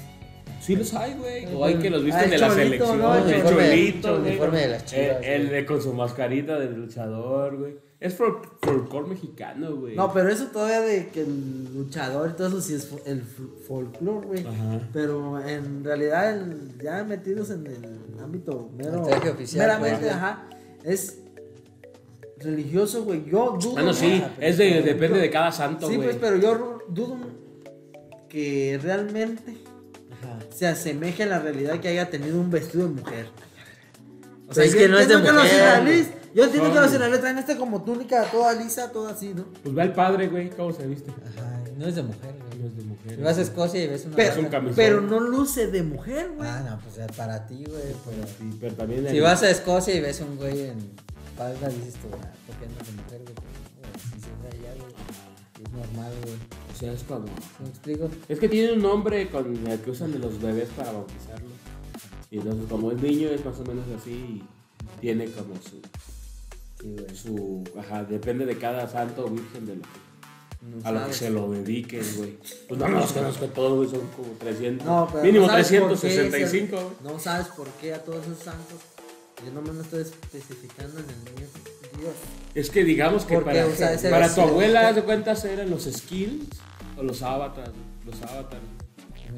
Sí los hay, güey. O hay que los Ah, visten el de la cholito, selección. ¿no? El El cholito, cholito, el güey. uniforme de las chivas, El, el güey. de- con su mascarita de luchador, güey. Es for- folclore mexicano, güey. No, pero eso todavía de que el luchador y todo eso sí es fo- el fol- folclore, güey. Ajá. Pero en realidad, el- ya metidos en el ámbito mero, El traje oficial, meramente, pues, ajá, es religioso, güey. Yo dudo. Bueno, Ah, sí, es de, depende de cada santo, Sí, güey. pues, pero yo ru- dudo que realmente se asemeje a la realidad que haya tenido un vestido de mujer. O es que no es de entiendo que los mujer, israelíes- Yo entiendo que los Son- israelíes traen este como túnica toda lisa, toda así, ¿no? Pues ve al padre, güey, cómo se viste. Ajá, no es de mujer, güey. Es de mujer. Vas a Escocia y ves una. Es un Pero, camisón. pero no luce de mujer, güey. Ah, no, pues es para ti, güey. pero- Sí, pero también Si el- vas a Escocia y ves un güey en palma, dices tú, ah, ¿por qué andas de mujer, güey? Pues, Si se ve allá, güey. Es normal, güey. O sea, es como... ¿Me explico? Es que tiene un nombre con el que usan de los bebés para bautizarlo. Y entonces, como es niño, es más o menos así. Y tiene como su... Sí, güey. su ajá, depende de cada santo o virgen de lo que, a lo que sabes. se lo dediquen, güey. Pues no, no los conozco todos, güey, son como 300. No, pero mínimo no sabes por qué 365, se- güey. No sabes por qué a todos esos santos. Yo nomás no estoy especificando en el niño. Dios. Es que digamos que Porque, para, o sea, ese para tu vestido- abuela, haz de cuentas, eran los skins o los avatars, güey, los avatars.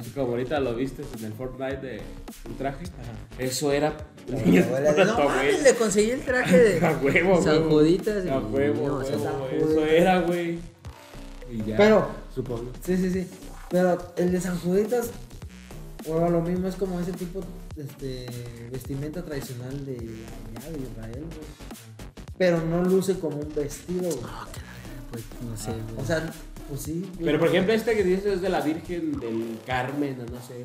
Así como ahorita lo viste en el Fortnite de un traje. Eso era abuela de, para "No tu abuela. le conseguí el traje A de huevo, güey. San Juditas. A huevo, No, o sea, huevo, güey, Eso era, güey. Y ya. Pero- Supongo. Sí, sí, sí. Pero el de San Juditas, bueno, lo mismo es como ese tipo este, vestimenta tradicional de allá de Israel, güey. Pero no luce como un vestido, güey. Pues no sé, güey. O sea, pues sí. güey. Ah, Pero por ejemplo, este que dices es de la Virgen del Carmen, o no sé.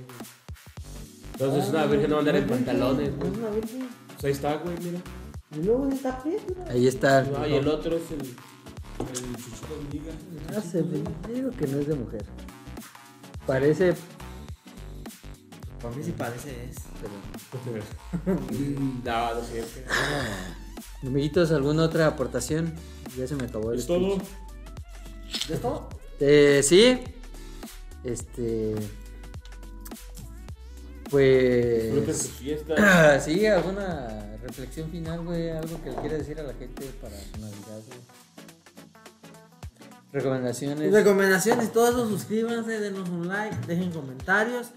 Entonces Ah, una virgen no va a andar en pantalones, güey. Es una virgen. Pues ahí está, güey, mira. Y luego en el tapete, Ahí está. Ah, y el otro es el. El Chuchito Miga. No sé, güey, yo digo que no es de mujer. Parece, Para mí sí parece es. pero... No, no es cierto. Amiguitos, ¿alguna otra aportación? Ya se me acabó el Es todo. speech. Eh, sí. Este... Disfruten sus Pues... fiestas. Sí, alguna reflexión final, güey. Algo que le quiera decir a la gente para su Navidad, güey. Recomendaciones. Recomendaciones, todo eso, suscríbanse, denos un like, dejen comentarios.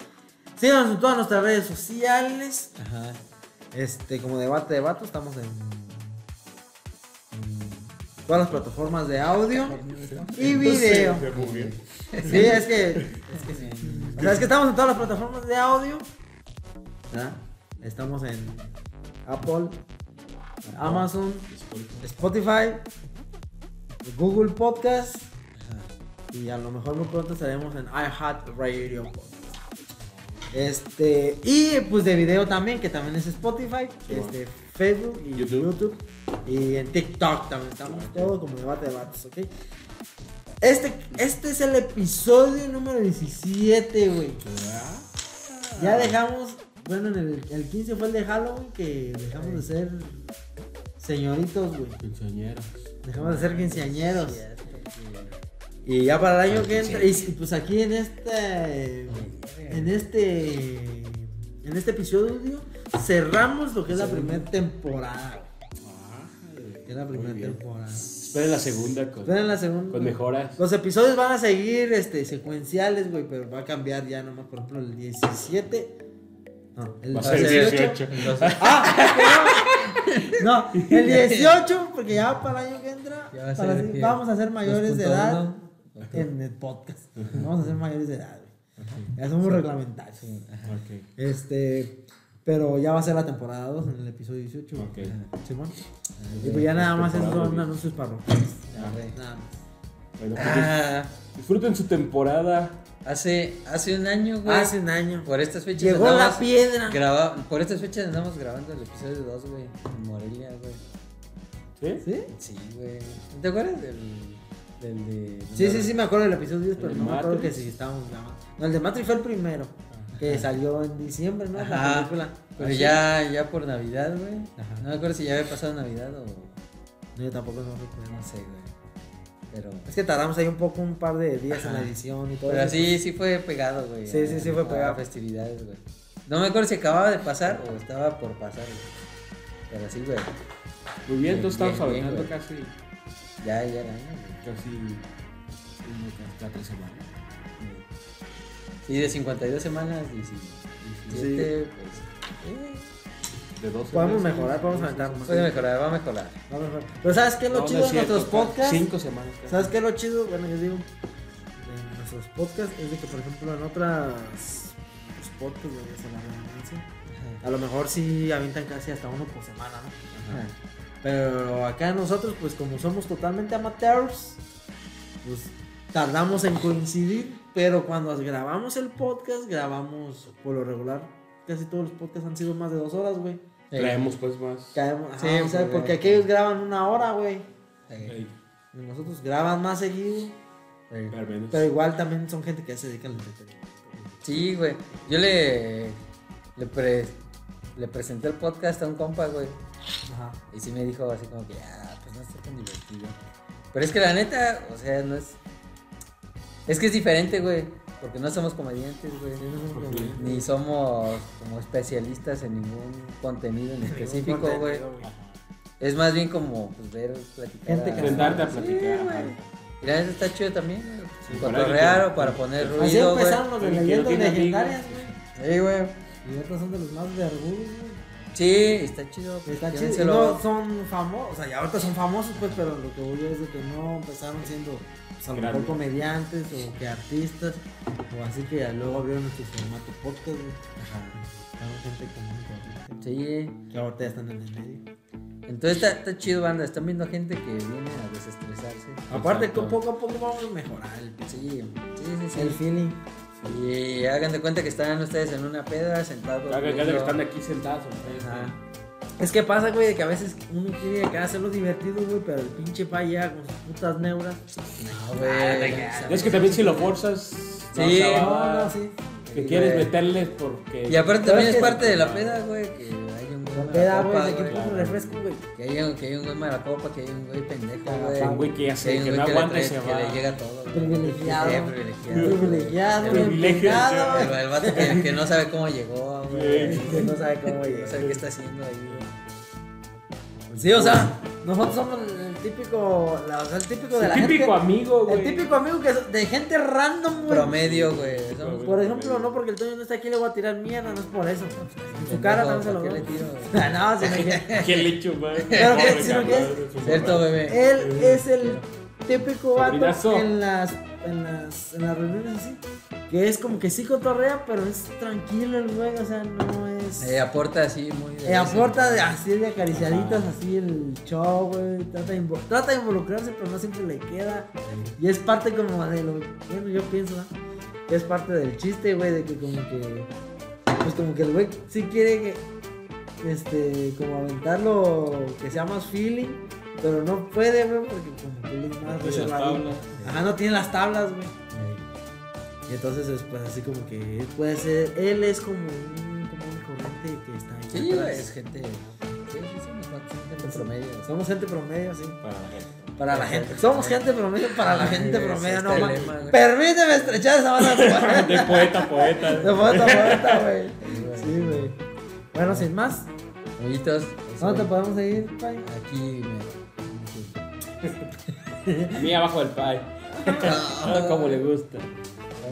Síganos en todas nuestras redes sociales. Ajá. Este, como debate de vato, estamos en, en todas las plataformas de audio y video. Sí, es que, o sea, es que estamos en todas las plataformas de audio. ¿verdad? Ah, Estamos en Apple, Amazon, Spotify, Google Podcast. Y a lo mejor muy pronto estaremos en iHeartRadio Podcast. Este, y pues de video también, que también es Spotify, este, Facebook y YouTube. YouTube. Y en TikTok también estamos todo como debate de vatos, ¿ok? Este, este es el episodio número 17, güey. Ya dejamos, bueno, en el, el 15 fue el de Halloween que dejamos de ser señoritos, güey. Quinceañeras. Dejamos de ser quinceañeros. Y ya para el año que entra, y y pues aquí en este, en este, en este episodio, digo, cerramos lo que es la primera temporada. güey. Que es la primera temporada. Esperen la segunda con, Esperen la segunda. con mejoras. Los episodios van a seguir este, secuenciales, güey, pero va a cambiar ya nomás, por ejemplo, el 17. No, el Va a ser 18. Ah, no, no, el 18, porque ya para el año que entra, Ya va a para ser sí- que vamos a ser mayores de edad 2.1. en el podcast. Vamos a ser mayores de edad, güey. Ya somos reglamentarios. Ok, Este, pero ya va a ser la temporada 2 en el episodio 18. güey. Ah, ok. Simón. Ah, Y pues ya nada más esos temporada, son güey. anuncios parroquiales. Ya, güey. Nada más. Bueno, pues, Ah, disfruten su temporada. hace, hace un año, güey. Hace un año. Por estas fechas Llegó la andamos piedra. graba- Por estas fechas andamos grabando el episodio 2, güey. En Morelia, güey. ¿Sí? ¿Sí? Sí, güey. ¿Te acuerdas del, del de. Sí, sí, sí, me acuerdo del episodio 10, pero de no me acuerdo que Matrix? si estábamos grabando. No, el de Matrix fue el primero, que salió en diciembre, ¿no? La Ajá. película. Pero Así. ya, ya por Navidad, güey. Ajá. No me acuerdo si ya había pasado Navidad o. No, yo tampoco no recuerdo. No sé, güey. Pero. Es que tardamos ahí un poco, un par de días en la Ajá. edición y todo Pero eso. sí, sí fue pegado, güey. Sí, sí, sí fue a pegado. festividades, güey. No me acuerdo si acababa de pasar o estaba por pasar, güey. Pero sí, güey. Muy bien, entonces Bien, estamos bien, hablando güey. casi, Ya, ya era año, güey. casi una ca- cada tres semanas. Sí, de 52 semanas, 17, pues. eh, De 12 Podemos mejorar, podemos aumentar más. puede mejorar, va a mejorar. Va mejor. Pero ¿sabes qué es lo chido de nuestros podcasts? 5 semanas. cada- ¿Sabes qué es lo chido? Bueno, yo digo, de nuestros podcasts es de que, por ejemplo, en otras pues, podcasts, güey, ya se la redundancia, a lo mejor sí avientan casi hasta uno por semana, ¿no? Ajá. Pero acá nosotros, pues como somos totalmente amateurs, pues tardamos en coincidir. Pero cuando grabamos el podcast, grabamos por lo regular. Casi todos los podcasts han sido más de dos horas, güey. Traemos pues más. Caemos, ajá, Sí, o sea, pues, porque güey. aquellos graban una hora, güey. Sí, Ey, Y Nosotros graban más seguido. sí. al menos. Pero igual también son gente que ya se dedica al entretenimiento. Sí, güey. Yo le. Le, pre- le presenté el podcast a un compa, güey. Ajá. Y sí me dijo así como que, ah, pues no está tan divertido. Pero es que la neta, o sea, no es. Es que es diferente, güey. Porque no somos comediantes, güey. Ni somos como especialistas en ningún contenido en específico, Ningún güey. contenido, Es más bien como pues, ver, platicar. Gente a- que- Sentarte a Sí, platicar. güey. Y la neta está chido también, güey. Sí, Cotorrear para- o para poner Así ruido, güey. empezaron los de El que no leyendas tiene legendarias, amigos. güey. Sí, güey. Y otros son de los más de orgullo, güey. Sí, está chido. pues, Está chido. y llévenselo. No son famosos, o sea, ya ahorita son famosos, pues, pero lo que voy yo es de que no empezaron siendo, pues, a lo mejor Grandes. comediantes o que artistas, o así que ya luego abrieron nuestro formato podcast, güey. Estaban gente común, común, Sí. que ahorita ya están en el medio. Entonces está, está chido, banda. Están viendo gente que viene a desestresarse. Aparte, que Exacto. poco a poco vamos a mejorar el, Sí, sí, sí. el sí. feeling. Y hagan de cuenta que están ustedes en una pedra sentados. Hagan Pues caso que viendo- están aquí sentados. ustedes, Ajá. Es que pasa, güey, de que a veces uno quiere acá hacerlo divertido, güey, pero el pinche pa ya con sus putas neuras. No, güey. ¿no? Es que también si lo forzas. no Sí. se va. No, no, Ah, sí. Que Sí, quieres güey. meterle porque. Y aparte también es ¿Sabes qué? parte de la peda, güey. Que hay un güey La peda, güey, malacopa, de que güey. puso un refresco, güey. Que hay un, que hay un güey malacopa, que hay un güey pendejo, güey. Un güey que ya sé, hay un que güey no le aguanta y trae- se Que va. le llega todo. güey. Privilegiado. Sí, privilegiado. güey. Privilegiado, El- Privilegio, empinado, El, el vato que, que no sabe cómo llegó, güey. Sí. Que no sabe cómo No llegar. sabe qué está haciendo ahí, güey. Sí, o sea, Nosotros somos el típico, la- o sea, el típico de El la típico gente. amigo, güey. el típico amigo que es de gente random, güey. promedio, güey. Somos Por ejemplo, no porque el Toño no está aquí le voy a tirar mierda, no es por eso. En su cara pendejos, también se lo ¿a qué veo. Ah, le tiro, güey? No, sino que ¿Qué le echo, güey? Pero que- Pobre sino que cabrón, su Cierto, madre. bebé. él es el típico vato Sobrinazo. en las, en las, en las reuniones así. Que es como que sí cotorrea, pero es tranquilo el güey, o sea, no es. Eh, aporta así muy. de Eh, aporta de- vez así de acariciaditas, Ajá. así el show, güey. Trata, de invo- trata de involucrarse, pero no siempre le queda. Y es parte como de lo. Bueno, yo pienso, ¿no? Que es parte del chiste, güey, de que como que. Pues como que el güey sí quiere que. Este, como aventarlo, que sea más feeling. Pero no puede, güey, porque como que él es más Las reservado. tablas. Ajá, no tiene las tablas, güey. en Y entonces es pues así como que puede ser. Él es como un, como un corriente que está ahí. Sí, atrás. güey, es gente. Sí, sí, somos gente promedio. Somos gente promedio, sí. Para la gente. Para la gente. Somos gente promedio para la gente Ay, promedio, ese no es más. el lema, güey. Permíteme estrechar esa banda de poeta. De poeta, poeta. De poeta, poeta, güey. Sí, güey. Bueno, sin más, Amiguitos, ¿dónde te podemos seguir, Pai? aquí A mí abajo del pie. Ah, como le gusta.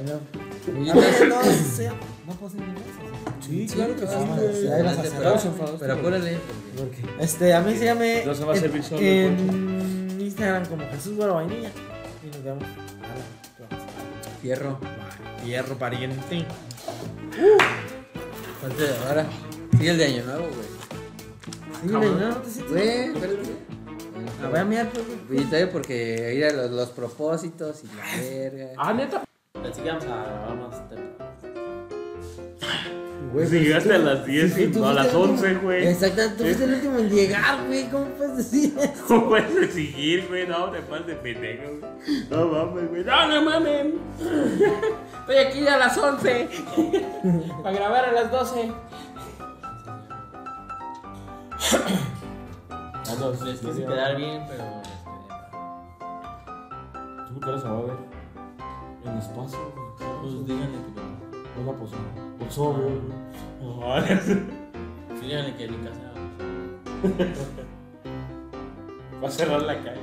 me. Amiguitos, No, sea- no puedo seguir Sí, ah, güey. sí, Ahí vas a adelante, cerrar, pero- por favor, Pero sí. apúrale. porque- Este, a mí síganme No se va a en- servir solo, en Instagram como Jesús Güero Vainilla. Y nos vemos. Fierro. Uh. Hierro pariente. Falta de ahora. Sigue el de Año Nuevo, güey. Dime, no, te sientes. Güey, espérate. Ah, voy a mirar, pues, güey. Y todavía porque ir a los, los propósitos y la verga. Ah, neta. Pensé que íbamos a ah, grabar más temprano. Güey, Si pues, llegaste a las 10 sí, y tú no a fuiste las el último. 11, güey. Exactamente, tú fuiste el último en llegar, güey. ¿Cómo puedes decir eso? ¿Cómo puedes exigir, güey? No, te pases de pendejo, güey. No mames, güey. No, no mames. Estoy aquí a las 11. Para grabar a las 12. No, no, sí, es que se quedar bien, pero. ¿Tú por qué no se va a ver? En espacio, Pues díganle que. No la posó. Posó, güey. Va Díganle que en mi casa. a cerrar la calle.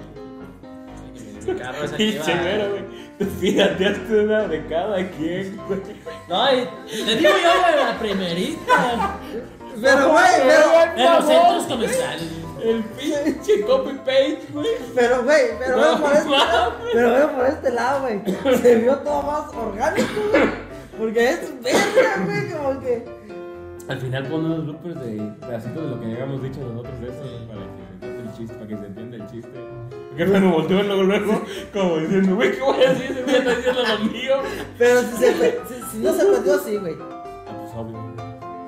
que Mi carro es aquí. Pinche güero, va. güey. Te pirateaste una de cada quien, güey. No, y te digo yo, güey, la primerita. Pero, güey, pero, En los centros comerciales. El pinche copy paste, güey. pero, güey, pero, No veo por este lado. mames. Pero, veo por este lado, güey. Se vio todo más orgánico, güey. Porque es verga, güey, como que. Al final pon unos bloopers de pedacitos de lo que habíamos dicho nosotros de eso, para que se entienda el chiste, para que se entienda el chiste. Porque cuando volteo luego, luego, como diciendo, güey, ¿qué voy a decir? Se me está diciendo lo mío. Pero si, se, pe- si, si no se perdió, sí, güey. Ah, pues obvio.